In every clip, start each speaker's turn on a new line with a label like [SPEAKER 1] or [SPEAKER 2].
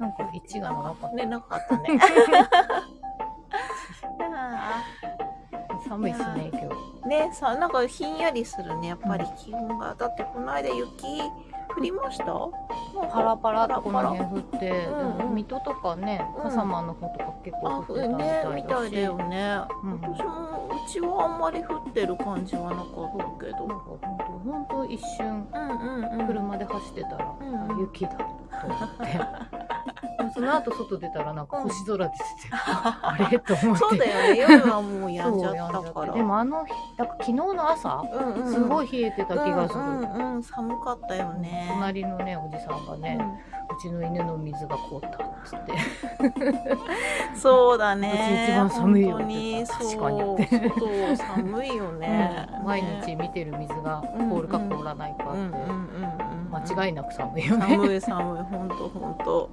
[SPEAKER 1] 1がなかったね、なかったね。
[SPEAKER 2] あ
[SPEAKER 1] 寒いっすね、今日。
[SPEAKER 2] ーねさなんかひんやりするねやっぱり気温がだってこの間雪降りましたもう
[SPEAKER 1] パラパラとこの辺降って、で
[SPEAKER 2] うん
[SPEAKER 1] も水戸とかね、
[SPEAKER 2] うん
[SPEAKER 1] 笠間の方とか結
[SPEAKER 2] あ
[SPEAKER 1] 構降ってたみ
[SPEAKER 2] ねみた
[SPEAKER 1] た
[SPEAKER 2] い
[SPEAKER 1] い
[SPEAKER 2] だ
[SPEAKER 1] だし
[SPEAKER 2] よ。ね、
[SPEAKER 1] うん
[SPEAKER 2] 私もうちはあんまり降ってる感じはなかったけ
[SPEAKER 1] なんか
[SPEAKER 2] ど
[SPEAKER 1] 本当、本当一瞬、
[SPEAKER 2] うんうんうん
[SPEAKER 1] 車で走ってたら、
[SPEAKER 2] うん
[SPEAKER 1] あ雪だと思 って。でもその後外出たらなんか星空出てて、あれと思って。
[SPEAKER 2] そうだよね夜はもうや
[SPEAKER 1] そ
[SPEAKER 2] ん
[SPEAKER 1] う
[SPEAKER 2] じゃ
[SPEAKER 1] や
[SPEAKER 2] っ
[SPEAKER 1] んじゃ
[SPEAKER 2] た
[SPEAKER 1] っ
[SPEAKER 2] か
[SPEAKER 1] て
[SPEAKER 2] ら
[SPEAKER 1] でもあの日、だから昨日の朝、
[SPEAKER 2] うんうんうん
[SPEAKER 1] すごい冷えてた気がする。
[SPEAKER 2] うんうん寒かったよね
[SPEAKER 1] 隣のね、おじさんがね、うちの犬の水が凍ったっつって。
[SPEAKER 2] うんそうだ
[SPEAKER 1] う
[SPEAKER 2] ね
[SPEAKER 1] ち一番寒い
[SPEAKER 2] 本
[SPEAKER 1] よ
[SPEAKER 2] 当に
[SPEAKER 1] 確かに
[SPEAKER 2] そうそう寒いよね
[SPEAKER 1] うん毎日見てる水が凍るか凍らないか
[SPEAKER 2] うんうんうんうん
[SPEAKER 1] 間違いなく寒いよね。
[SPEAKER 2] 寒い寒い本当本 当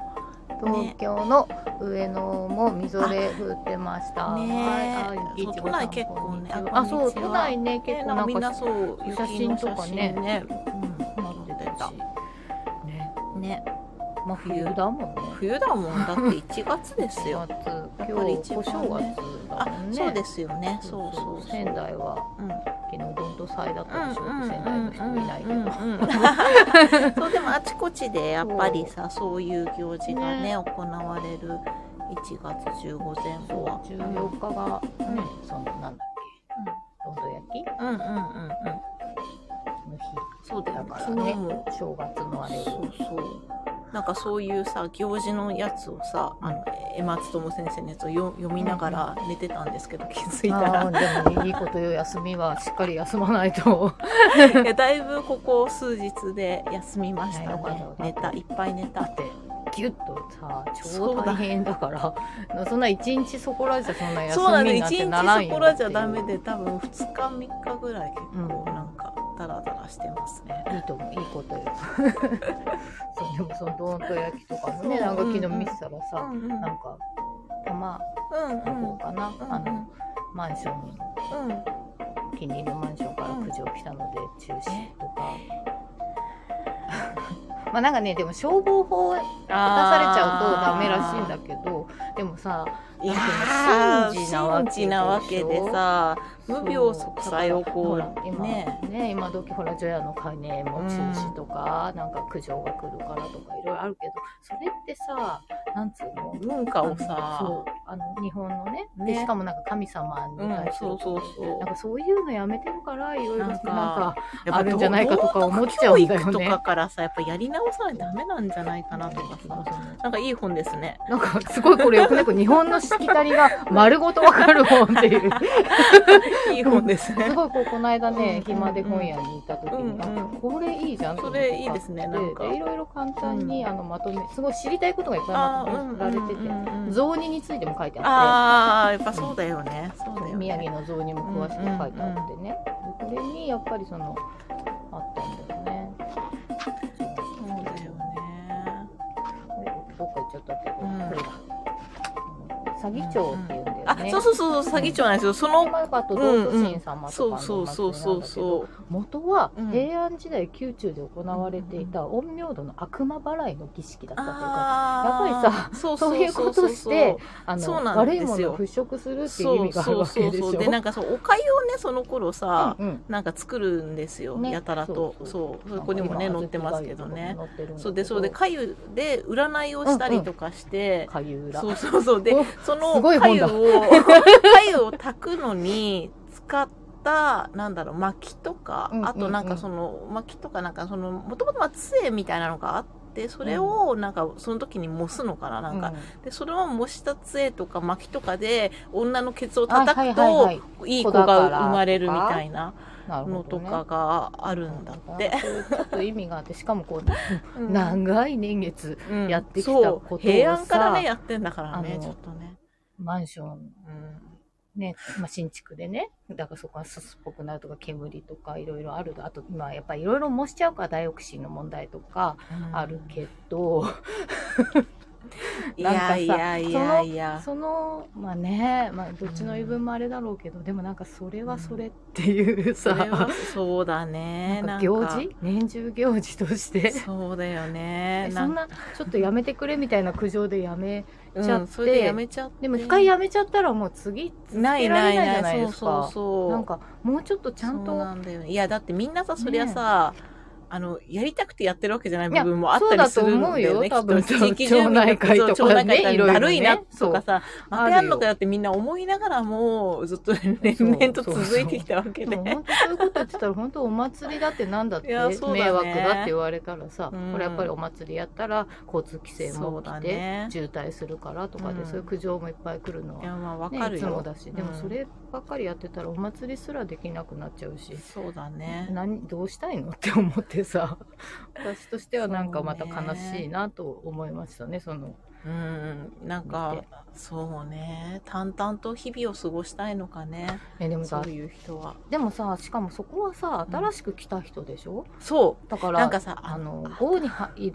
[SPEAKER 1] 東京の上野もみぞれ降ってました。
[SPEAKER 2] ね
[SPEAKER 1] はいあ雪いちごさん
[SPEAKER 2] そう都内結構ね
[SPEAKER 1] こんにちは
[SPEAKER 2] あ
[SPEAKER 1] あ、そ
[SPEAKER 2] こ
[SPEAKER 1] う、
[SPEAKER 2] んに
[SPEAKER 1] 都
[SPEAKER 2] ちは
[SPEAKER 1] 内ね、
[SPEAKER 2] ね
[SPEAKER 1] 結
[SPEAKER 2] なん
[SPEAKER 1] 構な
[SPEAKER 2] か
[SPEAKER 1] ん
[SPEAKER 2] みんな
[SPEAKER 1] か
[SPEAKER 2] そう
[SPEAKER 1] 写真とかね
[SPEAKER 2] 雪の写真うん
[SPEAKER 1] なってた。ね、
[SPEAKER 2] ね
[SPEAKER 1] まあ冬だもんね。
[SPEAKER 2] 冬だもんだって1月ですよ
[SPEAKER 1] 4月、今日、
[SPEAKER 2] やっぱり一
[SPEAKER 1] 小正
[SPEAKER 2] 番ね
[SPEAKER 1] 月だも
[SPEAKER 2] あ
[SPEAKER 1] んね。
[SPEAKER 2] そうですよねそう
[SPEAKER 1] そ
[SPEAKER 2] そうう
[SPEAKER 1] そう仙台は
[SPEAKER 2] うん
[SPEAKER 1] 昨日どんと祭だったでしょ、仙台の人いないけど、
[SPEAKER 2] けどそうでもあちこちでやっぱりさそういう行事がね
[SPEAKER 1] ね
[SPEAKER 2] 行われる1月15前後は
[SPEAKER 1] そう14日がね、そのなんだっけどんど焼き
[SPEAKER 2] うんうんうんうんうん
[SPEAKER 1] の日
[SPEAKER 2] そうだよ
[SPEAKER 1] だから
[SPEAKER 2] 昨日も
[SPEAKER 1] 正月のあれ
[SPEAKER 2] そ
[SPEAKER 1] を
[SPEAKER 2] うそうなんかそういうさ行事のやつをさあの江松智先生のやつをよ読みながら寝てたんですけど気づいたら
[SPEAKER 1] あーでもいいことよ休みはしっかり休まないと
[SPEAKER 2] いやだいぶここ数日で休みました
[SPEAKER 1] はい
[SPEAKER 2] ね
[SPEAKER 1] よかった
[SPEAKER 2] 寝たいっぱい寝
[SPEAKER 1] だ
[SPEAKER 2] た
[SPEAKER 1] ってギュッとさ
[SPEAKER 2] そ
[SPEAKER 1] 超
[SPEAKER 2] うだ
[SPEAKER 1] 大変だからそんな一日そこらじゃそんな休
[SPEAKER 2] そうなん
[SPEAKER 1] み
[SPEAKER 2] で一
[SPEAKER 1] になって
[SPEAKER 2] 日
[SPEAKER 1] ならん
[SPEAKER 2] そ
[SPEAKER 1] よ
[SPEAKER 2] こらじゃダメで多分2日3日ぐらい結構
[SPEAKER 1] うん
[SPEAKER 2] なんかダラダラしてますね、
[SPEAKER 1] いいと思ういいことよそう でもそのどんと焼きとかも
[SPEAKER 2] そう
[SPEAKER 1] ねなんか昨日
[SPEAKER 2] うんうん
[SPEAKER 1] 見てたら
[SPEAKER 2] う
[SPEAKER 1] さ、
[SPEAKER 2] んうん
[SPEAKER 1] なんか玉
[SPEAKER 2] う
[SPEAKER 1] の
[SPEAKER 2] んう
[SPEAKER 1] 方かな、
[SPEAKER 2] ん
[SPEAKER 1] あのマンション
[SPEAKER 2] うんうん
[SPEAKER 1] 気に入るマンションから苦情来たので中止とか、 まあなんかねでも消防法出されちゃうとダメらしいんだけどでもさ
[SPEAKER 2] いやー
[SPEAKER 1] 信じなわけでし
[SPEAKER 2] 信
[SPEAKER 1] ょ
[SPEAKER 2] じなわけでさ無病息災をこう
[SPEAKER 1] だから今
[SPEAKER 2] ね
[SPEAKER 1] ね今時ほら除夜の鐘も中止とか、なんか苦情が来るからとかいろいろあるけどそれってさなんつうの
[SPEAKER 2] 文化をさ
[SPEAKER 1] あのそうあの日本のね
[SPEAKER 2] ね
[SPEAKER 1] でしかもなんか神様に
[SPEAKER 2] うん
[SPEAKER 1] 対する、
[SPEAKER 2] そうそうそう
[SPEAKER 1] なんかそういうのやめてるからいろいろ
[SPEAKER 2] な
[SPEAKER 1] なんん
[SPEAKER 2] か
[SPEAKER 1] か
[SPEAKER 2] やっぱ
[SPEAKER 1] あるんじゃないかとか思っちゃうんだよね
[SPEAKER 2] 道徳教育とかからさやっぱやり直さないとダメなんじゃないかなとかさなんかいい本ですね
[SPEAKER 1] なんかすごいこれよくねこう日本のしきたりが丸ごとわかるもんっていう
[SPEAKER 2] いい本です
[SPEAKER 1] す
[SPEAKER 2] ね
[SPEAKER 1] ごいこうこの間
[SPEAKER 2] うんうんうん
[SPEAKER 1] ね暇で本屋にいた時
[SPEAKER 2] うんう
[SPEAKER 1] に、
[SPEAKER 2] ん
[SPEAKER 1] あこれいいじゃんと思って
[SPEAKER 2] それいいですねなんか
[SPEAKER 1] ででいろいろ簡単に、
[SPEAKER 2] うん
[SPEAKER 1] あのまとめすごい知りたいことがいっぱいまとめられてて、
[SPEAKER 2] て
[SPEAKER 1] 雑煮についても書いてあって
[SPEAKER 2] あーやっぱそうだよねそうだよね
[SPEAKER 1] 宮城の雑煮も詳しく書いてあってね、でこれにやっぱりそのあったんだよね
[SPEAKER 2] そうだよね
[SPEAKER 1] どっか行っちゃったけど、
[SPEAKER 2] うん
[SPEAKER 1] これだ詐欺帳っていうんだよね、
[SPEAKER 2] あそうそうそうそう詐欺帳なんですよその
[SPEAKER 1] マルカと同祖神様
[SPEAKER 2] そ
[SPEAKER 1] と
[SPEAKER 2] う
[SPEAKER 1] か
[SPEAKER 2] そ
[SPEAKER 1] の
[SPEAKER 2] うそう
[SPEAKER 1] 祭りな
[SPEAKER 2] そう
[SPEAKER 1] んだけど
[SPEAKER 2] そう
[SPEAKER 1] 元は
[SPEAKER 2] うん
[SPEAKER 1] 平安時代宮中で行われていた陰陽道の悪魔払いの儀式だったというか
[SPEAKER 2] あー
[SPEAKER 1] やっぱ
[SPEAKER 2] そう
[SPEAKER 1] そういうことしてあ
[SPEAKER 2] そう
[SPEAKER 1] の
[SPEAKER 2] なん
[SPEAKER 1] 悪
[SPEAKER 2] で
[SPEAKER 1] い
[SPEAKER 2] すよ
[SPEAKER 1] ものを払拭するっていう意
[SPEAKER 2] そう
[SPEAKER 1] 味がある
[SPEAKER 2] そう
[SPEAKER 1] わ
[SPEAKER 2] そ
[SPEAKER 1] け
[SPEAKER 2] う
[SPEAKER 1] でし
[SPEAKER 2] そ
[SPEAKER 1] ょ
[SPEAKER 2] うで なんかそうお粥をねその頃さ
[SPEAKER 1] うんうん
[SPEAKER 2] なんか作るんですよ、
[SPEAKER 1] ね
[SPEAKER 2] やたらとそうここにもね
[SPEAKER 1] 今
[SPEAKER 2] 載ってますけどね
[SPEAKER 1] 載ってるんだけど
[SPEAKER 2] そうでそうでかゆで占いをしたりとかして、
[SPEAKER 1] かゆ裏
[SPEAKER 2] そうそうそうで
[SPEAKER 1] お
[SPEAKER 2] その
[SPEAKER 1] すごい
[SPEAKER 2] か
[SPEAKER 1] 本
[SPEAKER 2] ゆ
[SPEAKER 1] だ
[SPEAKER 2] を かゆを炊くのに使ったなんだろう薪とか、
[SPEAKER 1] うんうんうん
[SPEAKER 2] あとなんかその薪とかなんかそのもともとは杖みたいなのがあってそれをなんかその時に模すのかななんか、でそれを模した杖とか薪とかで女のケツを
[SPEAKER 1] うんあ
[SPEAKER 2] 叩
[SPEAKER 1] はい
[SPEAKER 2] く
[SPEAKER 1] はいは
[SPEAKER 2] と
[SPEAKER 1] い
[SPEAKER 2] いい子が生まれるみたいな
[SPEAKER 1] なる
[SPEAKER 2] の
[SPEAKER 1] ほ
[SPEAKER 2] と
[SPEAKER 1] ど
[SPEAKER 2] か
[SPEAKER 1] ね
[SPEAKER 2] があるんだって。
[SPEAKER 1] そういうちょっと意味があってしかもこう
[SPEAKER 2] うん
[SPEAKER 1] 長い年月
[SPEAKER 2] うん
[SPEAKER 1] やってきたことをさ
[SPEAKER 2] そう平安からねやってんだから
[SPEAKER 1] あ
[SPEAKER 2] ね
[SPEAKER 1] の
[SPEAKER 2] ちょっとね、
[SPEAKER 1] マンション
[SPEAKER 2] うん、
[SPEAKER 1] ね、まあ、新築でね、だからそこがすすっぽくなるとか、煙とかいろいろある。あと、まあ、やっぱりいろいろ模しちゃうから、ダイオキシンの問題とかあるけど、
[SPEAKER 2] いやいやいやいや。
[SPEAKER 1] そのまあねまあどっちの言い分もあれだろうけど、でもなんかそれはそれっていう
[SPEAKER 2] それは
[SPEAKER 1] さ、
[SPEAKER 2] そうだね。
[SPEAKER 1] なんか
[SPEAKER 2] な
[SPEAKER 1] 行
[SPEAKER 2] んか
[SPEAKER 1] 事年中行事として
[SPEAKER 2] そうだよね
[SPEAKER 1] え。そんなちょっとやめてくれみたいな苦情でやめ
[SPEAKER 2] なん
[SPEAKER 1] ちゃっ
[SPEAKER 2] う
[SPEAKER 1] て
[SPEAKER 2] ん、それでやめちゃって。
[SPEAKER 1] でも一回やめちゃったらもう次続
[SPEAKER 2] な
[SPEAKER 1] け
[SPEAKER 2] い
[SPEAKER 1] ら
[SPEAKER 2] な
[SPEAKER 1] れ
[SPEAKER 2] い
[SPEAKER 1] ないじゃ
[SPEAKER 2] な
[SPEAKER 1] ない
[SPEAKER 2] い。そ
[SPEAKER 1] で
[SPEAKER 2] う
[SPEAKER 1] す
[SPEAKER 2] そう
[SPEAKER 1] か
[SPEAKER 2] そう。
[SPEAKER 1] なんかもうちょっとちゃん
[SPEAKER 2] そうな
[SPEAKER 1] と
[SPEAKER 2] んだよねいやだってみんなさそりゃさ、あのやりたくてやってるわけじゃない部分もあったりするんだよね
[SPEAKER 1] いやそうだと思う
[SPEAKER 2] き
[SPEAKER 1] よ
[SPEAKER 2] っと
[SPEAKER 1] 多分
[SPEAKER 2] 地域住民の
[SPEAKER 1] 町内会とかね
[SPEAKER 2] そう町内会だ
[SPEAKER 1] いろいろね
[SPEAKER 2] だるいなとかさまたやんのかよってみんな思いながらもずっと連々と続いてきたわけで
[SPEAKER 1] でも本当そういうこと言ってたら本当お祭りだってなんだって
[SPEAKER 2] いやそうだね
[SPEAKER 1] 迷惑だって言われたらさ、
[SPEAKER 2] うん
[SPEAKER 1] これやっぱりお祭りやったら交通規制
[SPEAKER 2] そ
[SPEAKER 1] も
[SPEAKER 2] う
[SPEAKER 1] 起
[SPEAKER 2] だ
[SPEAKER 1] きて、
[SPEAKER 2] ね
[SPEAKER 1] 渋滞するからとかで、
[SPEAKER 2] うん
[SPEAKER 1] そういう苦情もいっぱい来るの
[SPEAKER 2] い
[SPEAKER 1] は、
[SPEAKER 2] やまあわ
[SPEAKER 1] ね
[SPEAKER 2] かる
[SPEAKER 1] いつも
[SPEAKER 2] よ、
[SPEAKER 1] だしでもそればっかりやってたらお祭りすらできなくなっちゃうし、
[SPEAKER 2] そうだね
[SPEAKER 1] 何どうしたいのって思ってさ 私としてはなんかまた悲しいなと思いましたねその
[SPEAKER 2] うんなんかそうね淡々と日々を過ごしたいのかね
[SPEAKER 1] えでも
[SPEAKER 2] そ
[SPEAKER 1] さ
[SPEAKER 2] ういう人は
[SPEAKER 1] でもさしかもそこはさ新しく来た人でしょ、
[SPEAKER 2] そ
[SPEAKER 1] だか
[SPEAKER 2] う
[SPEAKER 1] ら
[SPEAKER 2] なんかさ
[SPEAKER 1] あの、郷に入っ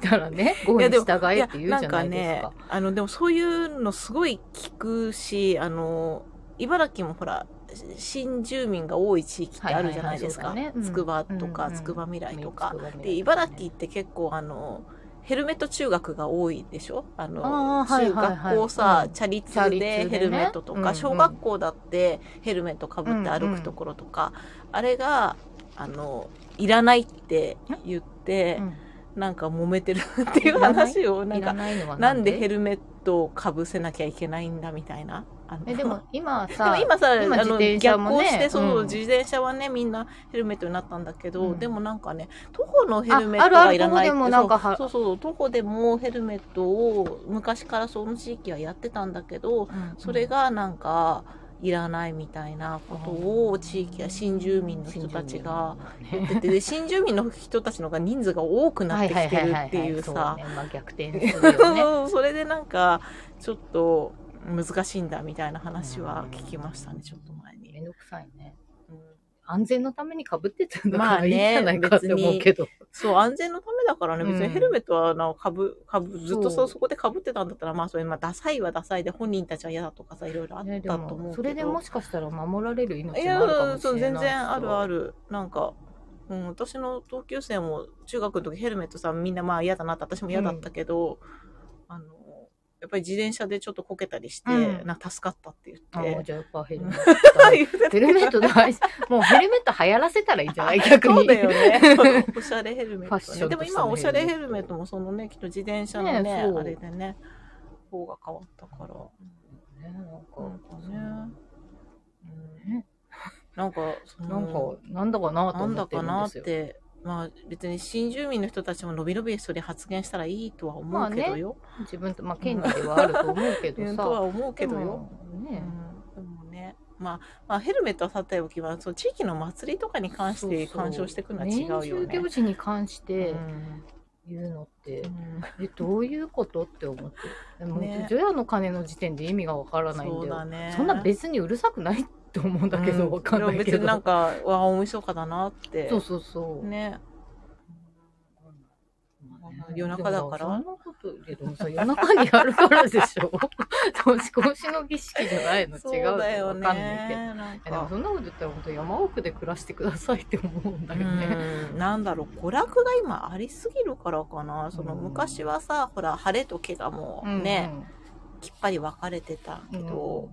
[SPEAKER 1] たらね、郷に従えって言うじゃないですか
[SPEAKER 2] ん。ね、あの、でもそういうのすごい聞くし、あの、茨城もほら、し新住民が多い地域ってあるじゃないですか
[SPEAKER 1] はいはいはいそうだねう。
[SPEAKER 2] つ
[SPEAKER 1] ん
[SPEAKER 2] くばとか、
[SPEAKER 1] うんうん
[SPEAKER 2] つくば未来とか。
[SPEAKER 1] 三つ子がね
[SPEAKER 2] で、茨城って結構あの、ヘルメット中学が多いでしょあの、
[SPEAKER 1] あーはい
[SPEAKER 2] 中
[SPEAKER 1] はいはい
[SPEAKER 2] 学校さ、
[SPEAKER 1] うん
[SPEAKER 2] チャリ通
[SPEAKER 1] チャリ
[SPEAKER 2] で
[SPEAKER 1] 通でね
[SPEAKER 2] ヘルメットとか、
[SPEAKER 1] うんうん
[SPEAKER 2] 小学校だってヘルメットかぶって歩くところとか、あれが、あの、いらないって言って、なんか揉めてるっていう話を、
[SPEAKER 1] う、
[SPEAKER 2] なんん
[SPEAKER 1] い、
[SPEAKER 2] から
[SPEAKER 1] ないのは
[SPEAKER 2] なんでヘ
[SPEAKER 1] 減る
[SPEAKER 2] ルメットをかぶせなきゃいけないんだみたいな。あの
[SPEAKER 1] えでも、今
[SPEAKER 2] でも
[SPEAKER 1] さ、
[SPEAKER 2] 今さ、
[SPEAKER 1] 今
[SPEAKER 2] あの
[SPEAKER 1] 自転車
[SPEAKER 2] 逆
[SPEAKER 1] も
[SPEAKER 2] 行
[SPEAKER 1] ね
[SPEAKER 2] して、そう、
[SPEAKER 1] うん
[SPEAKER 2] 自転車はね、みんなヘルメットになったんだけど、
[SPEAKER 1] うん
[SPEAKER 2] でもなんかね、徒歩のヘルメッ
[SPEAKER 1] あ
[SPEAKER 2] ト
[SPEAKER 1] あるある
[SPEAKER 2] はいらないって
[SPEAKER 1] 徒歩でもなんかは
[SPEAKER 2] そうそうそう、徒歩でもヘルメットを昔からその地域はやってたんだけど、
[SPEAKER 1] うん
[SPEAKER 2] それ、がなんか、いらないみたいなことを地域や新住民の人たちが
[SPEAKER 1] 新
[SPEAKER 2] 言
[SPEAKER 1] 住
[SPEAKER 2] ってて、で新住民の人たちの方が人数が多く
[SPEAKER 1] 民
[SPEAKER 2] なっ
[SPEAKER 1] はね、
[SPEAKER 2] てきてるって
[SPEAKER 1] ははは
[SPEAKER 2] いうさ、
[SPEAKER 1] はそだねまあ、逆転するよ ね。
[SPEAKER 2] そうそれでなんかちょっと難しいんだみたいな話は聞きましたねちょっと前
[SPEAKER 1] め
[SPEAKER 2] に、
[SPEAKER 1] んどくさいね。
[SPEAKER 2] うん
[SPEAKER 1] 安全のために被ってたんだか
[SPEAKER 2] まあ
[SPEAKER 1] ら
[SPEAKER 2] ね
[SPEAKER 1] いいじゃないかって思うけど。
[SPEAKER 2] そう安全のためだからね別
[SPEAKER 1] う
[SPEAKER 2] に
[SPEAKER 1] ん
[SPEAKER 2] ヘルメットはなかぶかぶずっと
[SPEAKER 1] そ
[SPEAKER 2] そうそこでかぶってたんだったらまあそれまあダサいはダサいで本人たちは嫌だとかさいろいろあった
[SPEAKER 1] ねで
[SPEAKER 2] と思うけど、
[SPEAKER 1] もそれでもしかしたら守られる命
[SPEAKER 2] い
[SPEAKER 1] も
[SPEAKER 2] や
[SPEAKER 1] あるかもしれないし
[SPEAKER 2] そう全然あるあ
[SPEAKER 1] る。
[SPEAKER 2] るなんか、うん、私の同級生も中学の時ヘルメットさみんなまあ嫌だなって私も嫌だったけど、あのやっぱり自転車でちょっとこけたりして、
[SPEAKER 1] うん
[SPEAKER 2] なんか助かったって言
[SPEAKER 1] あ、
[SPEAKER 2] って
[SPEAKER 1] もうじゃあやっぱ ヘルメットだね。
[SPEAKER 2] 言ってた
[SPEAKER 1] ヘルメット大事。もうヘルメット流行らせたらいいんじゃない逆に。
[SPEAKER 2] そうだよね。おしゃれヘルメット、
[SPEAKER 1] ファッ
[SPEAKER 2] ね。
[SPEAKER 1] ション
[SPEAKER 2] で
[SPEAKER 1] と
[SPEAKER 2] も
[SPEAKER 1] して
[SPEAKER 2] 今
[SPEAKER 1] の
[SPEAKER 2] おしゃれヘルメ
[SPEAKER 1] ヘルメ
[SPEAKER 2] ッ
[SPEAKER 1] ッ
[SPEAKER 2] トもそのね、きっと自転車のね、
[SPEAKER 1] ねそう
[SPEAKER 2] あれでね、方が変わったから。
[SPEAKER 1] ね
[SPEAKER 2] なんかね。うん
[SPEAKER 1] ね
[SPEAKER 2] なんか、そ
[SPEAKER 1] なん
[SPEAKER 2] の
[SPEAKER 1] か、なんか、なんだかなと
[SPEAKER 2] なん
[SPEAKER 1] 思
[SPEAKER 2] だ
[SPEAKER 1] って
[SPEAKER 2] か
[SPEAKER 1] るん
[SPEAKER 2] な
[SPEAKER 1] で
[SPEAKER 2] っ
[SPEAKER 1] すよ。
[SPEAKER 2] て。まあ別に新住民の人たちものびのびそれ発言したらいいとは思うけどよ。
[SPEAKER 1] 自分と、まあ、権利ではあると思うけ
[SPEAKER 2] うん
[SPEAKER 1] ど
[SPEAKER 2] とは
[SPEAKER 1] さ。
[SPEAKER 2] 思うけど
[SPEAKER 1] で
[SPEAKER 2] よ。
[SPEAKER 1] もね、
[SPEAKER 2] うんでもね、まあ、まあヘルメットはさておきはそう地域の祭りとかに関して
[SPEAKER 1] そうそう
[SPEAKER 2] 干渉していくのは違うよね。
[SPEAKER 1] 年中行事に関して
[SPEAKER 2] うん
[SPEAKER 1] 言うのって、
[SPEAKER 2] うん
[SPEAKER 1] え、どういうことって思って。でも
[SPEAKER 2] ね
[SPEAKER 1] 除夜の鐘の時点で意味がわからないん
[SPEAKER 2] そ
[SPEAKER 1] だ
[SPEAKER 2] うだ
[SPEAKER 1] よ。
[SPEAKER 2] ね。
[SPEAKER 1] そんな別にうるさくないと思うんだけ
[SPEAKER 2] う
[SPEAKER 1] ど、
[SPEAKER 2] ん
[SPEAKER 1] わかんない
[SPEAKER 2] でも
[SPEAKER 1] け
[SPEAKER 2] 別になん
[SPEAKER 1] ど。
[SPEAKER 2] か、わあ、大晦日だなって。
[SPEAKER 1] そうそうそう。
[SPEAKER 2] ね。
[SPEAKER 1] まあね
[SPEAKER 2] 夜中だから
[SPEAKER 1] でもそんなこと、でもさ、夜中にやるからでしょ 年越しの儀式じゃないの違う
[SPEAKER 2] そうだよ
[SPEAKER 1] わ
[SPEAKER 2] ね。
[SPEAKER 1] かんないけど。
[SPEAKER 2] なん
[SPEAKER 1] えでも
[SPEAKER 2] か
[SPEAKER 1] そんなこと言ったら本当山奥で暮らしてくださいって思うんだよね。
[SPEAKER 2] うんなんだろう娯楽が今ありすぎるからかなその
[SPEAKER 1] うん
[SPEAKER 2] 昔はさ、ほら晴れと怪我も
[SPEAKER 1] うん
[SPEAKER 2] ね、きっぱり分かれてた
[SPEAKER 1] う
[SPEAKER 2] け
[SPEAKER 1] ん
[SPEAKER 2] ど、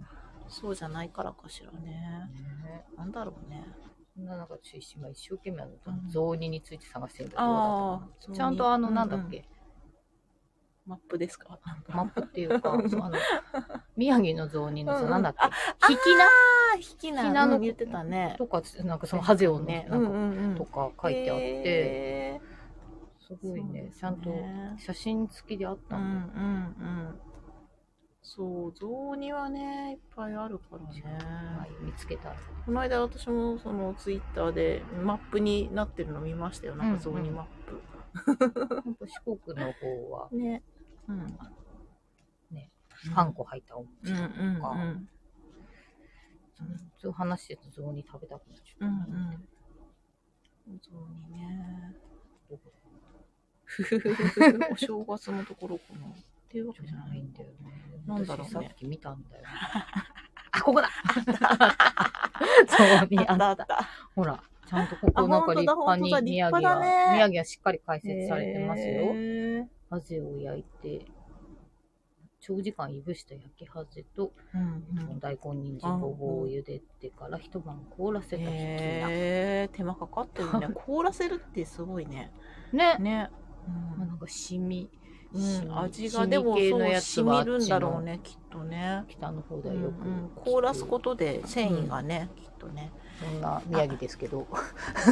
[SPEAKER 2] そうじゃないからかしらね
[SPEAKER 1] ね
[SPEAKER 2] なんだろうね
[SPEAKER 1] そんな中中心が一生懸命あの
[SPEAKER 2] うん
[SPEAKER 1] 雑煮について探してるんだけどどうだ
[SPEAKER 2] あ
[SPEAKER 1] っ
[SPEAKER 2] あ
[SPEAKER 1] たかな、ちゃんとあのなんだっ
[SPEAKER 2] う
[SPEAKER 1] け、
[SPEAKER 2] マップですか
[SPEAKER 1] マップっていうか、そうあ の宮城の雑煮の
[SPEAKER 2] うん
[SPEAKER 1] さ、
[SPEAKER 2] うん
[SPEAKER 1] なんだっ
[SPEAKER 2] あ
[SPEAKER 1] け、引きな
[SPEAKER 2] あひきな
[SPEAKER 1] ひなの
[SPEAKER 2] 言ってたね
[SPEAKER 1] とか、なんかそのハゼオの
[SPEAKER 2] ね
[SPEAKER 1] なんか
[SPEAKER 2] んうんうん
[SPEAKER 1] とか書いてあって、
[SPEAKER 2] へ
[SPEAKER 1] す
[SPEAKER 2] ー
[SPEAKER 1] ごい
[SPEAKER 2] そう
[SPEAKER 1] ね
[SPEAKER 2] で、す
[SPEAKER 1] ちゃんと写真付きであっ
[SPEAKER 2] う
[SPEAKER 1] た
[SPEAKER 2] んうん
[SPEAKER 1] だよ
[SPEAKER 2] んそう雑煮はねいっぱいあるからね、
[SPEAKER 1] はい、見つけた。
[SPEAKER 2] この間私もそのツイッターでマップになってるの見ましたよなんか雑煮マッ
[SPEAKER 1] 本当四国の方は
[SPEAKER 2] プ、ねうん
[SPEAKER 1] パン粉入ったお
[SPEAKER 2] うんうん
[SPEAKER 1] 餅
[SPEAKER 2] う
[SPEAKER 1] と
[SPEAKER 2] ん
[SPEAKER 1] か、そういう話してると雑煮食べたくなっち
[SPEAKER 2] う
[SPEAKER 1] ゃ
[SPEAKER 2] んう
[SPEAKER 1] う。
[SPEAKER 2] ん雑 煮ねお正月のところかなっていうわけじゃないんだよ。なんだろうね
[SPEAKER 1] 私さっき見たん だよ。あ、ここだそうにあった。
[SPEAKER 2] た。
[SPEAKER 1] ほら、ちゃんとここなんか立派に
[SPEAKER 2] あ本当だ本
[SPEAKER 1] 宮城
[SPEAKER 2] 当だ立派だ
[SPEAKER 1] は、
[SPEAKER 2] ね
[SPEAKER 1] 宮城はしっかり解説されてます
[SPEAKER 2] へ
[SPEAKER 1] よ。
[SPEAKER 2] ー
[SPEAKER 1] ハゼを焼いて、長時間いぶした焼きハゼと、
[SPEAKER 2] うんうん。
[SPEAKER 1] 大根、人参、ごぼうを茹でてから一晩凍らせたひきだ。
[SPEAKER 2] へえ手間かかって るね。凍らせるってすごいね。
[SPEAKER 1] ね。
[SPEAKER 2] ね。
[SPEAKER 1] まあなんかシミ、
[SPEAKER 2] うん
[SPEAKER 1] シミ
[SPEAKER 2] 味がでも
[SPEAKER 1] シミ系
[SPEAKER 2] そ
[SPEAKER 1] のや
[SPEAKER 2] う
[SPEAKER 1] つ
[SPEAKER 2] 染
[SPEAKER 1] は
[SPEAKER 2] みるんだろう
[SPEAKER 1] あっ
[SPEAKER 2] ねきっとね。
[SPEAKER 1] ちの北の方で
[SPEAKER 2] う
[SPEAKER 1] は
[SPEAKER 2] んう
[SPEAKER 1] よく、
[SPEAKER 2] ん、凍らすことで繊維がね、きっとね
[SPEAKER 1] そんな宮城ですけど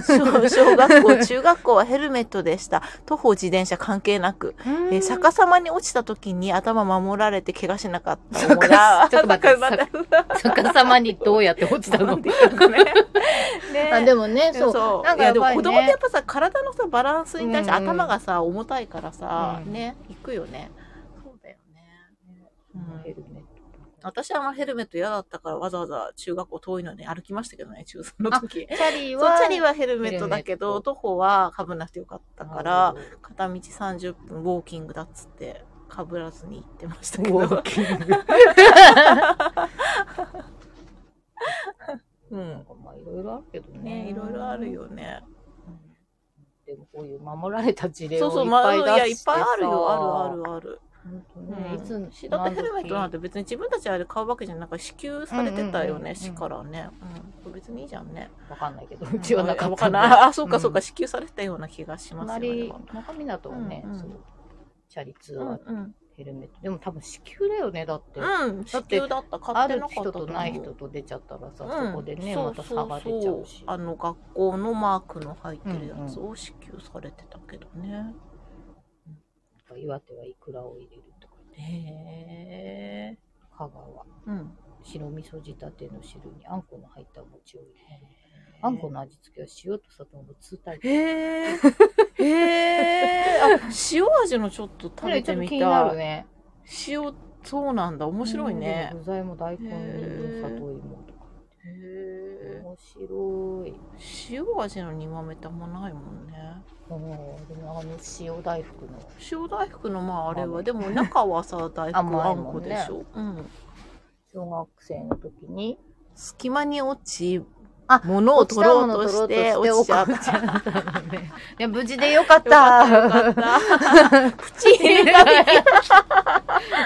[SPEAKER 2] 小 小学校中学校はヘルメットでした徒歩自転車関係なく、えー逆さまに落ちた時に頭守られて怪我しなかった
[SPEAKER 1] 逆さちょっと 待って
[SPEAKER 2] 逆さ
[SPEAKER 1] 逆さまにどうやって落ちた
[SPEAKER 2] な
[SPEAKER 1] の
[SPEAKER 2] んていうのね ね
[SPEAKER 1] あでもねそう
[SPEAKER 2] そう
[SPEAKER 1] なん
[SPEAKER 2] い
[SPEAKER 1] か
[SPEAKER 2] や
[SPEAKER 1] やっ
[SPEAKER 2] でも
[SPEAKER 1] ぱり
[SPEAKER 2] 子供ってや
[SPEAKER 1] ね
[SPEAKER 2] っぱさ体のさバランスに対して
[SPEAKER 1] うんうん
[SPEAKER 2] 頭がさ重たいからさ、
[SPEAKER 1] うん
[SPEAKER 2] ねいくよねそうだよね、うん
[SPEAKER 1] ヘルメット
[SPEAKER 2] 私はあのヘルメット嫌だったからわざわざ中学校遠いのに歩きましたけどね中3の時
[SPEAKER 1] チャリ
[SPEAKER 2] そう
[SPEAKER 1] は
[SPEAKER 2] チャリはヘルメットだけ
[SPEAKER 1] ヘルメッ
[SPEAKER 2] ど徒歩はかぶんなくてよかったから片道30分ウォーキングだっつってかぶらずに行ってましたけ
[SPEAKER 1] ウォー
[SPEAKER 2] ど、
[SPEAKER 1] キング
[SPEAKER 2] うん
[SPEAKER 1] まあいろいろあるけどね
[SPEAKER 2] ね、いろいろあるよね
[SPEAKER 1] でもこういう守られた事例
[SPEAKER 2] そうそ
[SPEAKER 1] を
[SPEAKER 2] う
[SPEAKER 1] いっ
[SPEAKER 2] まあ
[SPEAKER 1] ぱ
[SPEAKER 2] いや
[SPEAKER 1] い
[SPEAKER 2] いっ
[SPEAKER 1] 出してさ
[SPEAKER 2] ぱいあるよあるあるある
[SPEAKER 1] 本当
[SPEAKER 2] うん
[SPEAKER 1] ねいつ
[SPEAKER 2] だってヘルメットなんて別に自分たちあれ買うわけじゃなく支給されてたよね、
[SPEAKER 1] うんうんうんうん
[SPEAKER 2] 市からね、うん、これ別にいいじゃんね
[SPEAKER 1] わかんないけどうちはなかっ
[SPEAKER 2] わか
[SPEAKER 1] たん
[SPEAKER 2] ん
[SPEAKER 1] で
[SPEAKER 2] ないあそうかそう
[SPEAKER 1] う
[SPEAKER 2] か
[SPEAKER 1] ん
[SPEAKER 2] 支給されてたような気がしますよ、
[SPEAKER 1] 隣
[SPEAKER 2] ね、
[SPEAKER 1] 中港はね、
[SPEAKER 2] うんうん
[SPEAKER 1] そうチャリ通
[SPEAKER 2] うん
[SPEAKER 1] は
[SPEAKER 2] うん
[SPEAKER 1] ヘルメットでも多分支給だよねだって、
[SPEAKER 2] うん、
[SPEAKER 1] だっ
[SPEAKER 2] 支
[SPEAKER 1] て
[SPEAKER 2] 給だった
[SPEAKER 1] あ
[SPEAKER 2] 買って
[SPEAKER 1] る
[SPEAKER 2] なかった
[SPEAKER 1] 人
[SPEAKER 2] と
[SPEAKER 1] と
[SPEAKER 2] 思う
[SPEAKER 1] ない人と出ちゃったらさ、
[SPEAKER 2] うん
[SPEAKER 1] そこでね
[SPEAKER 2] そ
[SPEAKER 1] ま
[SPEAKER 2] う
[SPEAKER 1] た
[SPEAKER 2] そ
[SPEAKER 1] 差
[SPEAKER 2] う
[SPEAKER 1] が
[SPEAKER 2] そう
[SPEAKER 1] 出ちゃうし
[SPEAKER 2] あの学校のマークの入ってるやつを支給されてたけどね、
[SPEAKER 1] 岩手はいくらを入れるとか
[SPEAKER 2] へえ
[SPEAKER 1] 香川
[SPEAKER 2] うん
[SPEAKER 1] 白味噌仕立ての汁にあんこの入ったお餅を入れるあんこの味付けは塩と砂糖の2タイプ
[SPEAKER 2] へえへえあ塩味のちょっと食べてみたい
[SPEAKER 1] ね
[SPEAKER 2] 塩そうなんだ面白いね
[SPEAKER 1] うん、具材も大根に
[SPEAKER 2] へー
[SPEAKER 1] 砂糖芋とか
[SPEAKER 2] へ
[SPEAKER 1] 面白い
[SPEAKER 2] ー塩味の煮豆ってあんまないもんね
[SPEAKER 1] もうでもあの塩大福の
[SPEAKER 2] 塩大福のまああれは
[SPEAKER 1] 豆
[SPEAKER 2] でも中はさ大福あ
[SPEAKER 1] 甘い
[SPEAKER 2] ん
[SPEAKER 1] も
[SPEAKER 2] こ
[SPEAKER 1] んね
[SPEAKER 2] でしょ、うん
[SPEAKER 1] 小学生の時に
[SPEAKER 2] 隙間に落ち
[SPEAKER 1] あ
[SPEAKER 2] 物を取ろうとして落ちちゃっ
[SPEAKER 1] 落ちちゃ
[SPEAKER 2] た
[SPEAKER 1] ったのねいや無事でよかっ
[SPEAKER 2] よかったたよかった 口に入れたね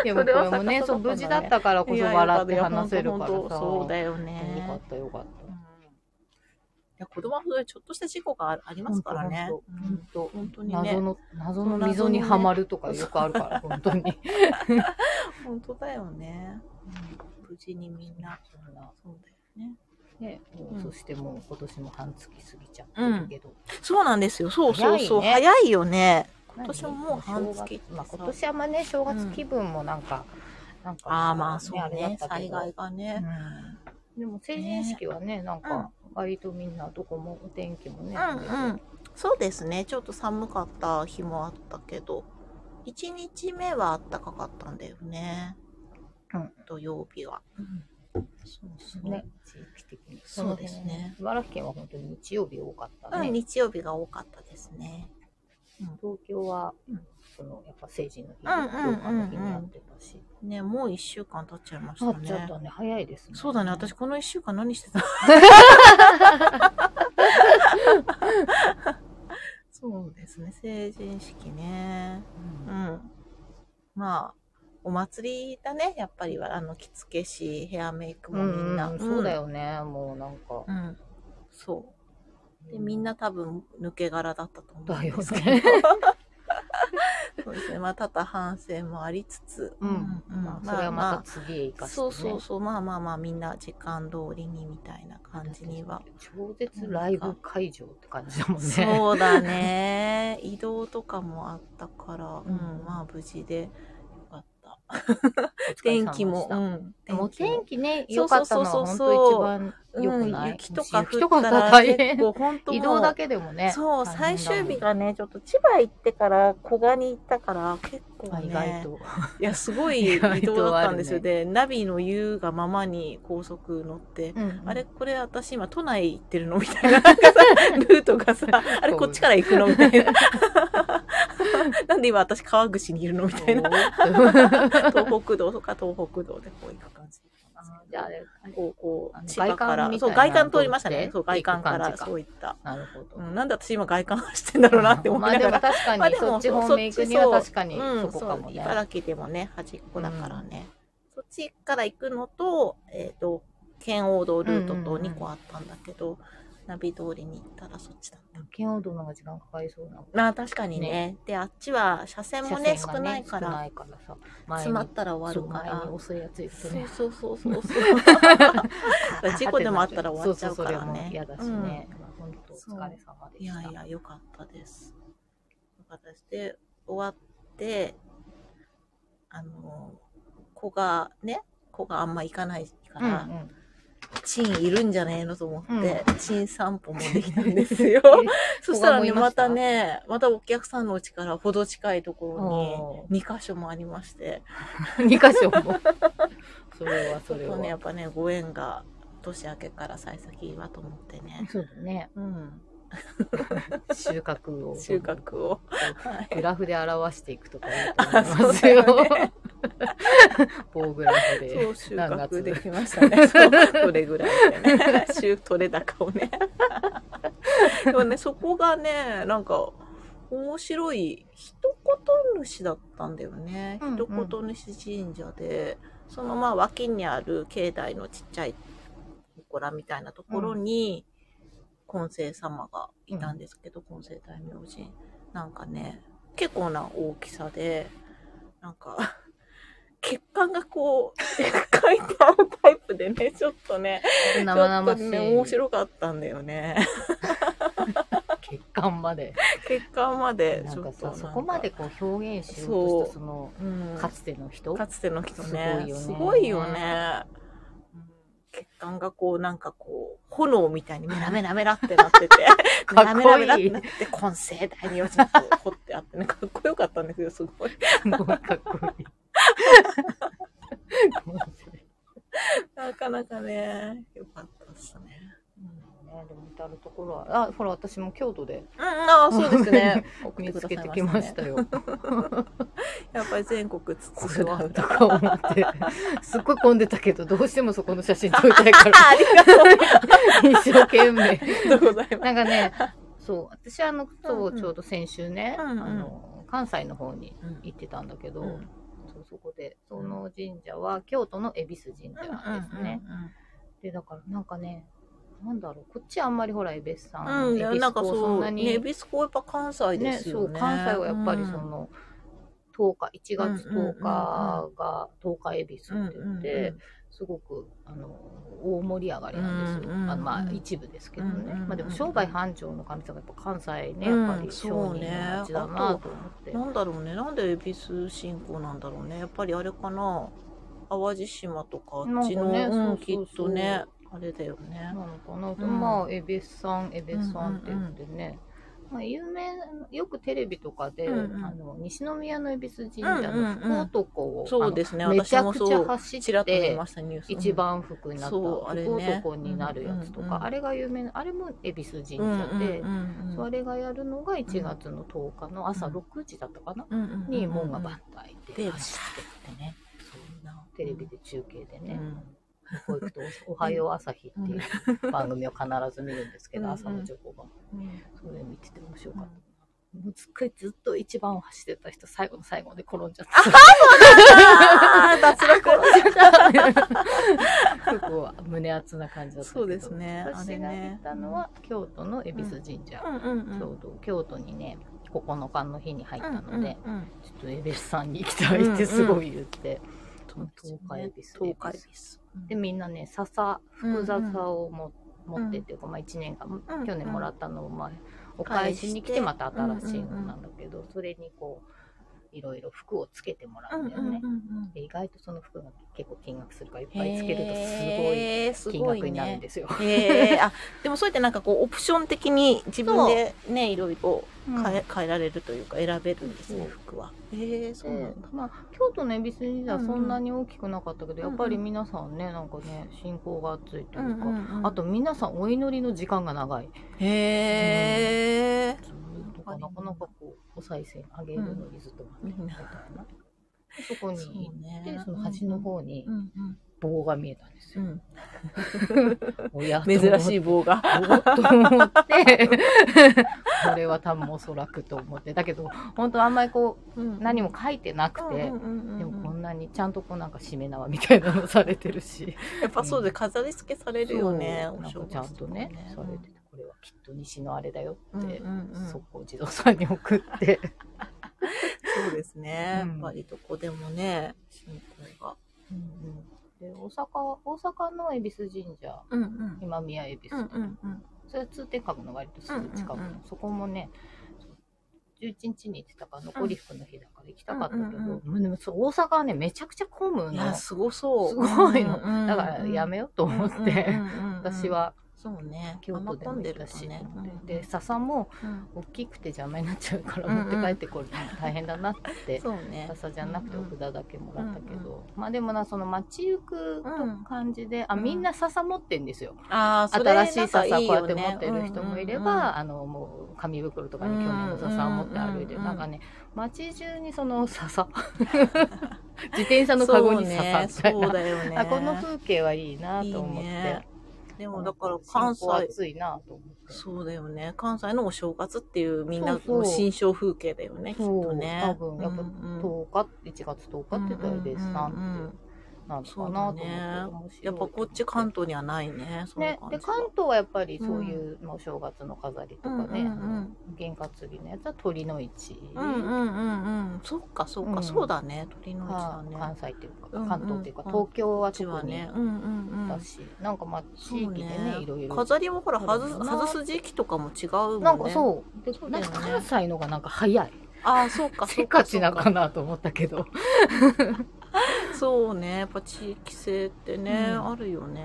[SPEAKER 1] でもこれもねそう無事だったからこそ笑って話せるから
[SPEAKER 2] い
[SPEAKER 1] さ
[SPEAKER 2] やよかったよそうだよ
[SPEAKER 1] よか
[SPEAKER 2] ね
[SPEAKER 1] っ、たよかっ
[SPEAKER 2] うんいや子供はそういうちょっとした事故がああり
[SPEAKER 1] た
[SPEAKER 2] ますからね
[SPEAKER 1] ほん
[SPEAKER 2] 本
[SPEAKER 1] と
[SPEAKER 2] 当
[SPEAKER 1] ほんと
[SPEAKER 2] に
[SPEAKER 1] 謎
[SPEAKER 2] ね
[SPEAKER 1] の謎の溝にはまるとかよくあるから本当に
[SPEAKER 2] 本当だよね、うん無事にみんなそうだよね
[SPEAKER 1] ねもう
[SPEAKER 2] うん
[SPEAKER 1] そしてもう今年も半月過ぎちゃってるけど
[SPEAKER 2] そうなんですよそうそうそう
[SPEAKER 1] 早
[SPEAKER 2] 早
[SPEAKER 1] い
[SPEAKER 2] い,、
[SPEAKER 1] ね
[SPEAKER 2] よね
[SPEAKER 1] 今
[SPEAKER 2] 年ももう半月
[SPEAKER 1] まあ今年あんまね正月気分もなんかなんか
[SPEAKER 2] ああまあそう
[SPEAKER 1] れだ
[SPEAKER 2] ね
[SPEAKER 1] ったけ
[SPEAKER 2] 災
[SPEAKER 1] ど
[SPEAKER 2] 害がね、
[SPEAKER 1] うんでも成人式はね、なんか割とみんなどこもお天気もね、
[SPEAKER 2] うんうんそうですねちょっと寒かった日もあったけど1日目は暖かかったんだよね、
[SPEAKER 1] うん
[SPEAKER 2] 土曜日は
[SPEAKER 1] そうですね、地域的に。
[SPEAKER 2] そうですね
[SPEAKER 1] その辺。茨城県は本当に日曜日多かった
[SPEAKER 2] う
[SPEAKER 1] ね。
[SPEAKER 2] ん、日曜日が多かったですね。
[SPEAKER 1] 東京は、
[SPEAKER 2] うん
[SPEAKER 1] そのやっぱ成人の日、
[SPEAKER 2] うんうんうんうん
[SPEAKER 1] 8日の日になってたし。
[SPEAKER 2] ね、もう1週間経っちゃいまし
[SPEAKER 1] あ
[SPEAKER 2] た
[SPEAKER 1] っちゃっ
[SPEAKER 2] ね。
[SPEAKER 1] たね、早いですね。
[SPEAKER 2] そうだね、私この1週間何して たそうですね、成人式ね。
[SPEAKER 1] う
[SPEAKER 2] う
[SPEAKER 1] ん。
[SPEAKER 2] ん。まあ、お祭りだね、やっぱりは。あの、着付けし、ヘアメイクもみんな。
[SPEAKER 1] うんそうだ。よね、もうなんか
[SPEAKER 2] う。ん。そう。で、みんな多分、抜け殻だったと思うんですけど
[SPEAKER 1] だよ。
[SPEAKER 2] そうですね、まあ、多々反省もありつつ。
[SPEAKER 1] うん、ま
[SPEAKER 2] ま
[SPEAKER 1] あ、
[SPEAKER 2] あ、
[SPEAKER 1] それはま
[SPEAKER 2] ま
[SPEAKER 1] た
[SPEAKER 2] あ
[SPEAKER 1] 次へ行かせて、ね
[SPEAKER 2] そうそうそう、まあまあまあ、みんな時間通りにみたいな感じには。
[SPEAKER 1] 超絶ライブ会場って感じだもんね。
[SPEAKER 2] そうだ ね。移動とかもあったから、うん、
[SPEAKER 1] うん
[SPEAKER 2] まあ無事でよかった。
[SPEAKER 1] お疲れ
[SPEAKER 2] 天
[SPEAKER 1] 様でした
[SPEAKER 2] 気も、うん、
[SPEAKER 1] でも天気ね、
[SPEAKER 2] そ
[SPEAKER 1] 良
[SPEAKER 2] うそ
[SPEAKER 1] か
[SPEAKER 2] う
[SPEAKER 1] った
[SPEAKER 2] そ
[SPEAKER 1] の
[SPEAKER 2] う
[SPEAKER 1] は
[SPEAKER 2] そう
[SPEAKER 1] 本当一番良
[SPEAKER 2] う
[SPEAKER 1] く
[SPEAKER 2] ん
[SPEAKER 1] ない、
[SPEAKER 2] 雪とか
[SPEAKER 1] 雪
[SPEAKER 2] 降
[SPEAKER 1] と
[SPEAKER 2] った
[SPEAKER 1] か降ったら
[SPEAKER 2] ら
[SPEAKER 1] 大
[SPEAKER 2] 結
[SPEAKER 1] 変。
[SPEAKER 2] 構本当
[SPEAKER 1] 移動だ
[SPEAKER 2] け
[SPEAKER 1] けでもね。
[SPEAKER 2] そう
[SPEAKER 1] 大変
[SPEAKER 2] 最
[SPEAKER 1] だもん
[SPEAKER 2] 終日がねちょっと千葉行ってから小賀に行ったから結構、
[SPEAKER 1] まあ
[SPEAKER 2] ね、
[SPEAKER 1] 意外と。
[SPEAKER 2] いやすごい
[SPEAKER 1] 意
[SPEAKER 2] 移
[SPEAKER 1] 外と
[SPEAKER 2] 動だったんですよ、
[SPEAKER 1] ある
[SPEAKER 2] でナビの言うがままに高速乗って、あれこれ私今都内行 ってるのみたいななんかさルートがさあれこっちから行くのみたいな なんで今私川口にいるのみたいな。 東北道とか東北道でこう行く感じ。
[SPEAKER 1] じゃああれ
[SPEAKER 2] こう、こ
[SPEAKER 1] あ
[SPEAKER 2] う
[SPEAKER 1] の、
[SPEAKER 2] 千葉か
[SPEAKER 1] 外観
[SPEAKER 2] ら、
[SPEAKER 1] みた
[SPEAKER 2] そ、
[SPEAKER 1] いうな
[SPEAKER 2] 外観通りましたね
[SPEAKER 1] の。
[SPEAKER 2] そう、
[SPEAKER 1] 通っ
[SPEAKER 2] 外
[SPEAKER 1] ていく感
[SPEAKER 2] 観
[SPEAKER 1] じか
[SPEAKER 2] から、そういった。
[SPEAKER 1] なるほど。
[SPEAKER 2] うん、なんで私今外観走ってんだろうなって思いなが
[SPEAKER 1] ま
[SPEAKER 2] ら。
[SPEAKER 1] あでも確かに、
[SPEAKER 2] まあでも
[SPEAKER 1] そっち
[SPEAKER 2] そう
[SPEAKER 1] 方面行くには
[SPEAKER 2] そっち
[SPEAKER 1] 確かに
[SPEAKER 2] うん、
[SPEAKER 1] そ
[SPEAKER 2] そ
[SPEAKER 1] こかも
[SPEAKER 2] う、
[SPEAKER 1] ね。
[SPEAKER 2] 茨城でもね、端っこだからね。そっちから行くのと、えっ、と、圏央道ルート
[SPEAKER 1] うんうん
[SPEAKER 2] と
[SPEAKER 1] うん
[SPEAKER 2] 2個あったんだけど、ナビ通りに行ったらそっちだった。
[SPEAKER 1] 県央道の方が時間かかりそうな。
[SPEAKER 2] まあ確かにね。で、あっちは車線もね、
[SPEAKER 1] 車
[SPEAKER 2] 少
[SPEAKER 1] 線が
[SPEAKER 2] ないか
[SPEAKER 1] 少
[SPEAKER 2] ら
[SPEAKER 1] な、いからさ。前
[SPEAKER 2] 詰
[SPEAKER 1] に
[SPEAKER 2] まったら終わるか
[SPEAKER 1] そう前に
[SPEAKER 2] ら。
[SPEAKER 1] 遅いやついるとね。
[SPEAKER 2] そうそうそうそう そう。 事故でもあったら終わっちゃうからね
[SPEAKER 1] そうそうそれも嫌だしね。まあ本当お疲れ様で
[SPEAKER 2] い
[SPEAKER 1] した。
[SPEAKER 2] やいや、良かったです。良かったです。で、終わって、あの、子がね、子があんま行かないか
[SPEAKER 1] うんう
[SPEAKER 2] ら、
[SPEAKER 1] ん。
[SPEAKER 2] チンいるんじゃねえのと思って、チン散歩もできたんです よ。
[SPEAKER 1] え
[SPEAKER 2] そしたらね、
[SPEAKER 1] 子がもういま
[SPEAKER 2] ま
[SPEAKER 1] した
[SPEAKER 2] たね、またお客さんのうちからほど近いところ
[SPEAKER 1] お
[SPEAKER 2] に、2箇所もありまして、
[SPEAKER 1] ー 二箇所も。それは
[SPEAKER 2] ち
[SPEAKER 1] そ
[SPEAKER 2] ょっ
[SPEAKER 1] れ
[SPEAKER 2] とね、や
[SPEAKER 1] は。
[SPEAKER 2] っぱね、ご縁が年明けから幸先はと思ってね、
[SPEAKER 1] そうだね。
[SPEAKER 2] うん、
[SPEAKER 1] 収穫を。
[SPEAKER 2] 収穫を。はい
[SPEAKER 1] グラフで表していくとかいいと思いま
[SPEAKER 2] あそう
[SPEAKER 1] す
[SPEAKER 2] だ
[SPEAKER 1] よ。
[SPEAKER 2] よね
[SPEAKER 1] 棒グラフ
[SPEAKER 2] そ
[SPEAKER 1] で。
[SPEAKER 2] う、収
[SPEAKER 1] 何月
[SPEAKER 2] 穫できましたね。 そうどれぐらいでね。 収取れ高をね。 でもね、そこがね、なんか、面白い、一言主だったんだよね。
[SPEAKER 1] うんうん
[SPEAKER 2] 一言主神社で、そのまあ脇にある境内のちっちゃい祠みたいなところに、金星様がいたんですけど、金星大明神。なんかね、結構な大きさで、なんか、 血管がこう、書いてあるタイプで ね、ちょっとね、
[SPEAKER 1] 生々し
[SPEAKER 2] ちょ
[SPEAKER 1] い。
[SPEAKER 2] っとね、面白かったんだよ ね。
[SPEAKER 1] 血管まで。
[SPEAKER 2] 血管まで、
[SPEAKER 1] な
[SPEAKER 2] ち
[SPEAKER 1] ん
[SPEAKER 2] ょ
[SPEAKER 1] か
[SPEAKER 2] っとな
[SPEAKER 1] さ
[SPEAKER 2] んか
[SPEAKER 1] そこまで、こう表現しようとし
[SPEAKER 2] そ
[SPEAKER 1] たその
[SPEAKER 2] うん、
[SPEAKER 1] か
[SPEAKER 2] か
[SPEAKER 1] つての人
[SPEAKER 2] つての人ね、
[SPEAKER 1] す
[SPEAKER 2] す
[SPEAKER 1] ご
[SPEAKER 2] ご
[SPEAKER 1] い
[SPEAKER 2] い
[SPEAKER 1] よ
[SPEAKER 2] よ
[SPEAKER 1] ね
[SPEAKER 2] ね。うん血管がこう、なんかこう、炎みたいにメラメラメラってなってて、
[SPEAKER 1] かっこいい
[SPEAKER 2] メラメラメラってなって、根性大名人こう、掘ってあってね、かっこよかったんですよ、すごい。
[SPEAKER 1] すごいかっこ いい。ごめんなさい
[SPEAKER 2] なかなかね、よかったっすね。
[SPEAKER 1] ねでも至るところはあほら私も京都で
[SPEAKER 2] うん、ああ、そうです ね。
[SPEAKER 1] 見つけてきましたよ。
[SPEAKER 2] やっぱり全国つ
[SPEAKER 1] こ
[SPEAKER 2] つ
[SPEAKER 1] れ
[SPEAKER 2] が
[SPEAKER 1] だとか 思ってすっごい混んでたけどどうしてもそこの写真撮り たいから
[SPEAKER 2] ありがとう
[SPEAKER 1] 一生懸命。
[SPEAKER 2] ございます。
[SPEAKER 1] なんかねそう私あのそう
[SPEAKER 2] うんうん
[SPEAKER 1] ちょうど先週ね、
[SPEAKER 2] うんうん
[SPEAKER 1] あの関西の方に行ってたんだけど、そうそこでその神社は京都の恵比寿神社なんですね。でだからなんかねなんだろうこっちあんまりほら恵比寿さん、
[SPEAKER 2] うん、
[SPEAKER 1] 恵
[SPEAKER 2] う
[SPEAKER 1] 比
[SPEAKER 2] ん、
[SPEAKER 1] 寿
[SPEAKER 2] なんか
[SPEAKER 1] 港
[SPEAKER 2] そ
[SPEAKER 1] ん
[SPEAKER 2] う、ね、ビスコはやっぱ関西で
[SPEAKER 1] ね、
[SPEAKER 2] す
[SPEAKER 1] そ
[SPEAKER 2] よ
[SPEAKER 1] う
[SPEAKER 2] ね。
[SPEAKER 1] 関西はやっぱりその、10日1月
[SPEAKER 2] うんうんうん
[SPEAKER 1] 10日が10日恵比寿
[SPEAKER 2] うん、うん
[SPEAKER 1] って言って、すごくあの大盛り上がりなんですよ、
[SPEAKER 2] うんうんうん
[SPEAKER 1] あのまあ一部ですけどね、
[SPEAKER 2] うんうんうん
[SPEAKER 1] まあ、でも商売繁盛の神様やっぱ関西ね、
[SPEAKER 2] うん
[SPEAKER 1] やっぱり商人の町だなと思って、
[SPEAKER 2] うんなんだろうね、なんで恵比寿信仰なんだろうね。やっぱりあれかな、淡路島とかあっちの、
[SPEAKER 1] なんかね
[SPEAKER 2] うん、
[SPEAKER 1] そう
[SPEAKER 2] き
[SPEAKER 1] そうそう
[SPEAKER 2] っとね、あれだよね
[SPEAKER 1] な。のかな、
[SPEAKER 2] うん
[SPEAKER 1] まあ恵比寿さん恵比寿さんって言ってね、まあ、有名よくテレビとかで、
[SPEAKER 2] うんうん
[SPEAKER 1] あの西宮の恵比寿神社の福男を、
[SPEAKER 2] そうですね、
[SPEAKER 1] あのめ
[SPEAKER 2] 私
[SPEAKER 1] ちゃ
[SPEAKER 2] も
[SPEAKER 1] くちゃ
[SPEAKER 2] そう、
[SPEAKER 1] 走
[SPEAKER 2] ち
[SPEAKER 1] っ
[SPEAKER 2] らっと見
[SPEAKER 1] て
[SPEAKER 2] ました、ニュース。
[SPEAKER 1] 一番服になった
[SPEAKER 2] そうあれ
[SPEAKER 1] 福
[SPEAKER 2] ね
[SPEAKER 1] 男になるやつとか、
[SPEAKER 2] うんうんうん
[SPEAKER 1] あれが有名なあれも恵比寿神
[SPEAKER 2] うんうん
[SPEAKER 1] 社で、
[SPEAKER 2] うん
[SPEAKER 1] そうあれがやるのが1月の10日の朝6時だったかな、
[SPEAKER 2] うんうん、
[SPEAKER 1] に門がバンと開いて
[SPEAKER 2] で
[SPEAKER 1] 走ってってね、
[SPEAKER 2] そう
[SPEAKER 1] テレビで中継で
[SPEAKER 2] う
[SPEAKER 1] ね、
[SPEAKER 2] ん
[SPEAKER 1] こう行くと「おはよう朝日」っていう番組を必ず見るんですけど、
[SPEAKER 2] うん
[SPEAKER 1] 朝の情報番
[SPEAKER 2] うん
[SPEAKER 1] それ見てて面白かった。もうすっごいずっと一番を走ってた人、最後の最後まで転んじゃった。
[SPEAKER 2] あー脱落
[SPEAKER 1] 結構胸熱な感じだったけど。
[SPEAKER 2] そうですねあ
[SPEAKER 1] 私
[SPEAKER 2] れ
[SPEAKER 1] が行
[SPEAKER 2] ね
[SPEAKER 1] ったのは、京都の恵比寿神社。
[SPEAKER 2] うんうんうん
[SPEAKER 1] ちょうど京都にね、9日の日に入ったので、
[SPEAKER 2] うんうんうん
[SPEAKER 1] ちょっと恵比寿さんに行きたいってすごい言って、
[SPEAKER 2] そうですね
[SPEAKER 1] 東海恵比寿
[SPEAKER 2] 東海恵比寿
[SPEAKER 1] で、みんなね、笹、福笹をも、持ってっていうか、まあ1年間、
[SPEAKER 2] うんうん
[SPEAKER 1] 去年もらったのを、まあ、お返しに来てまた新しいのなんだけど、それにこういろいろ服をつけてもら
[SPEAKER 2] う
[SPEAKER 1] うんん
[SPEAKER 2] うん
[SPEAKER 1] だ
[SPEAKER 2] う
[SPEAKER 1] よ
[SPEAKER 2] ん
[SPEAKER 1] ね、
[SPEAKER 2] うん
[SPEAKER 1] で意外とその服が結構金額するからいっぱい
[SPEAKER 2] へ
[SPEAKER 1] つけると
[SPEAKER 2] ー
[SPEAKER 1] すごい金額になるん
[SPEAKER 2] す
[SPEAKER 1] ですよ。
[SPEAKER 2] ごいねへーあでもそうやってなんかこうオプション的に自分でねいろいろ変え変えられるというか選べるんですね
[SPEAKER 1] そう
[SPEAKER 2] 服はへえそうなんだ
[SPEAKER 1] でまあ、京都の恵比寿神社はそんなに大きくなかったけど、
[SPEAKER 2] うんうん
[SPEAKER 1] やっぱり皆さんねなんかね信仰が熱いというか、
[SPEAKER 2] うんうんうん
[SPEAKER 1] あと皆さんお祈りの時間が長い。
[SPEAKER 2] へえ
[SPEAKER 1] ずーっととかなかなかこうお賽銭あげるのにずっと待ってるみたいな、そこに
[SPEAKER 2] う
[SPEAKER 1] 行
[SPEAKER 2] ね
[SPEAKER 1] ってその端の方に
[SPEAKER 2] うんうん
[SPEAKER 1] 棒が見えたんです
[SPEAKER 2] う
[SPEAKER 1] よ、
[SPEAKER 2] ん
[SPEAKER 1] おや
[SPEAKER 2] 珍し
[SPEAKER 1] い
[SPEAKER 2] い棒が。
[SPEAKER 1] おっと思ってこれは多分おそらくと思ってだけど本当あんまりこう何も書いてなくて、で
[SPEAKER 2] で
[SPEAKER 1] もこ
[SPEAKER 2] も
[SPEAKER 1] んなにちゃんとこうなんかしめ縄みたいなのされてるし
[SPEAKER 2] やっぱそうで飾り付けされるよね、
[SPEAKER 1] そう
[SPEAKER 2] お
[SPEAKER 1] なん
[SPEAKER 2] 正
[SPEAKER 1] か
[SPEAKER 2] 月
[SPEAKER 1] ちゃんとね
[SPEAKER 2] と
[SPEAKER 1] さ
[SPEAKER 2] か
[SPEAKER 1] れててこれはきっと西のあれだよって、
[SPEAKER 2] うんうんうん
[SPEAKER 1] そこを地蔵さんに送って
[SPEAKER 2] そうですね、
[SPEAKER 1] うん
[SPEAKER 2] やっぱりどこでもね信仰が
[SPEAKER 1] で大阪大阪の恵比寿神社
[SPEAKER 2] うんうん
[SPEAKER 1] 今宮恵比寿、
[SPEAKER 2] うんうんうん
[SPEAKER 1] それ通天閣の割とすぐ近くの、
[SPEAKER 2] うんうんうん
[SPEAKER 1] そこもね11日に行ってたから残り服の日だから行きたかったけど、
[SPEAKER 2] うんうん
[SPEAKER 1] でもそう大阪はねめちゃくちゃ混む
[SPEAKER 2] い
[SPEAKER 1] の
[SPEAKER 2] やすごそう
[SPEAKER 1] すごいの
[SPEAKER 2] うんうんうん
[SPEAKER 1] だからやめようと思って、
[SPEAKER 2] うんうんうんうん
[SPEAKER 1] 私は
[SPEAKER 2] そうね
[SPEAKER 1] 京都で
[SPEAKER 2] あんま混ん
[SPEAKER 1] も行
[SPEAKER 2] で
[SPEAKER 1] っ
[SPEAKER 2] る
[SPEAKER 1] た
[SPEAKER 2] わ
[SPEAKER 1] し、
[SPEAKER 2] ね
[SPEAKER 1] で笹も
[SPEAKER 2] うん
[SPEAKER 1] 大きくて邪魔になっちゃうから
[SPEAKER 2] うんうん
[SPEAKER 1] 持って帰ってこるの大変だなって
[SPEAKER 2] そうね
[SPEAKER 1] 笹じゃなくてお札だけもらったけど、
[SPEAKER 2] うんう
[SPEAKER 1] まあでもなその街行くと感じで、あ
[SPEAKER 2] うん
[SPEAKER 1] みんな笹持ってんですよ、
[SPEAKER 2] ああそれ
[SPEAKER 1] 新しい
[SPEAKER 2] なん
[SPEAKER 1] 笹
[SPEAKER 2] か
[SPEAKER 1] こ
[SPEAKER 2] いう
[SPEAKER 1] や
[SPEAKER 2] よ
[SPEAKER 1] っ
[SPEAKER 2] ね
[SPEAKER 1] て持ってる人もいれば、
[SPEAKER 2] うんうんうん
[SPEAKER 1] あのもう紙袋とかに去年の笹を持って歩いて
[SPEAKER 2] うんうんう
[SPEAKER 1] る、
[SPEAKER 2] ん
[SPEAKER 1] なんかね街中にそ の笹自転車のカゴに笹みたい
[SPEAKER 2] そうね、そう
[SPEAKER 1] な、
[SPEAKER 2] だよ ね
[SPEAKER 1] あこの風景はいいなと思って
[SPEAKER 2] いいねでもだから関西
[SPEAKER 1] 信仰暑いなと思って
[SPEAKER 2] そうだよね関西のお正月っていうみんな
[SPEAKER 1] そうそう
[SPEAKER 2] の新象風景だよね
[SPEAKER 1] そう
[SPEAKER 2] きっとね
[SPEAKER 1] 多分やっぱ
[SPEAKER 2] うんうん
[SPEAKER 1] 10日1月10日って言ったら別産って
[SPEAKER 2] うんうんうん
[SPEAKER 1] なんかなと思って、面白い
[SPEAKER 2] やっぱこっち関東にはないねその
[SPEAKER 1] ね
[SPEAKER 2] 感、じ
[SPEAKER 1] で
[SPEAKER 2] が
[SPEAKER 1] 関東はやっぱりそういう、まあお正月の飾りとか
[SPEAKER 2] う
[SPEAKER 1] ね、
[SPEAKER 2] ん
[SPEAKER 1] あ
[SPEAKER 2] うんうん
[SPEAKER 1] の験担ぎのやつは鳥の市、
[SPEAKER 2] うんうんうんうんそっかそっか、
[SPEAKER 1] うん
[SPEAKER 2] そうだね鳥の市
[SPEAKER 1] が
[SPEAKER 2] だね
[SPEAKER 1] 関西っていうか、
[SPEAKER 2] うんうん
[SPEAKER 1] 関東っていうか
[SPEAKER 2] うん
[SPEAKER 1] 東京は
[SPEAKER 2] こっちは
[SPEAKER 1] 特に
[SPEAKER 2] ねうんうんう
[SPEAKER 1] だ
[SPEAKER 2] ん
[SPEAKER 1] し、なんかまあ
[SPEAKER 2] そう
[SPEAKER 1] 地域でねいろいろ
[SPEAKER 2] 飾りもほら外す
[SPEAKER 1] そうだな
[SPEAKER 2] 外す時期とかも違うもんね
[SPEAKER 1] なんかそう,で、
[SPEAKER 2] そうだ
[SPEAKER 1] なん
[SPEAKER 2] よね
[SPEAKER 1] か関西のがなんか早い
[SPEAKER 2] ああそうかそ
[SPEAKER 1] せ
[SPEAKER 2] う
[SPEAKER 1] っか
[SPEAKER 2] か
[SPEAKER 1] ち
[SPEAKER 2] そう
[SPEAKER 1] な
[SPEAKER 2] か
[SPEAKER 1] のかなと思ったけど
[SPEAKER 2] そうねやっぱ地域性ってね、
[SPEAKER 1] うん
[SPEAKER 2] あるよね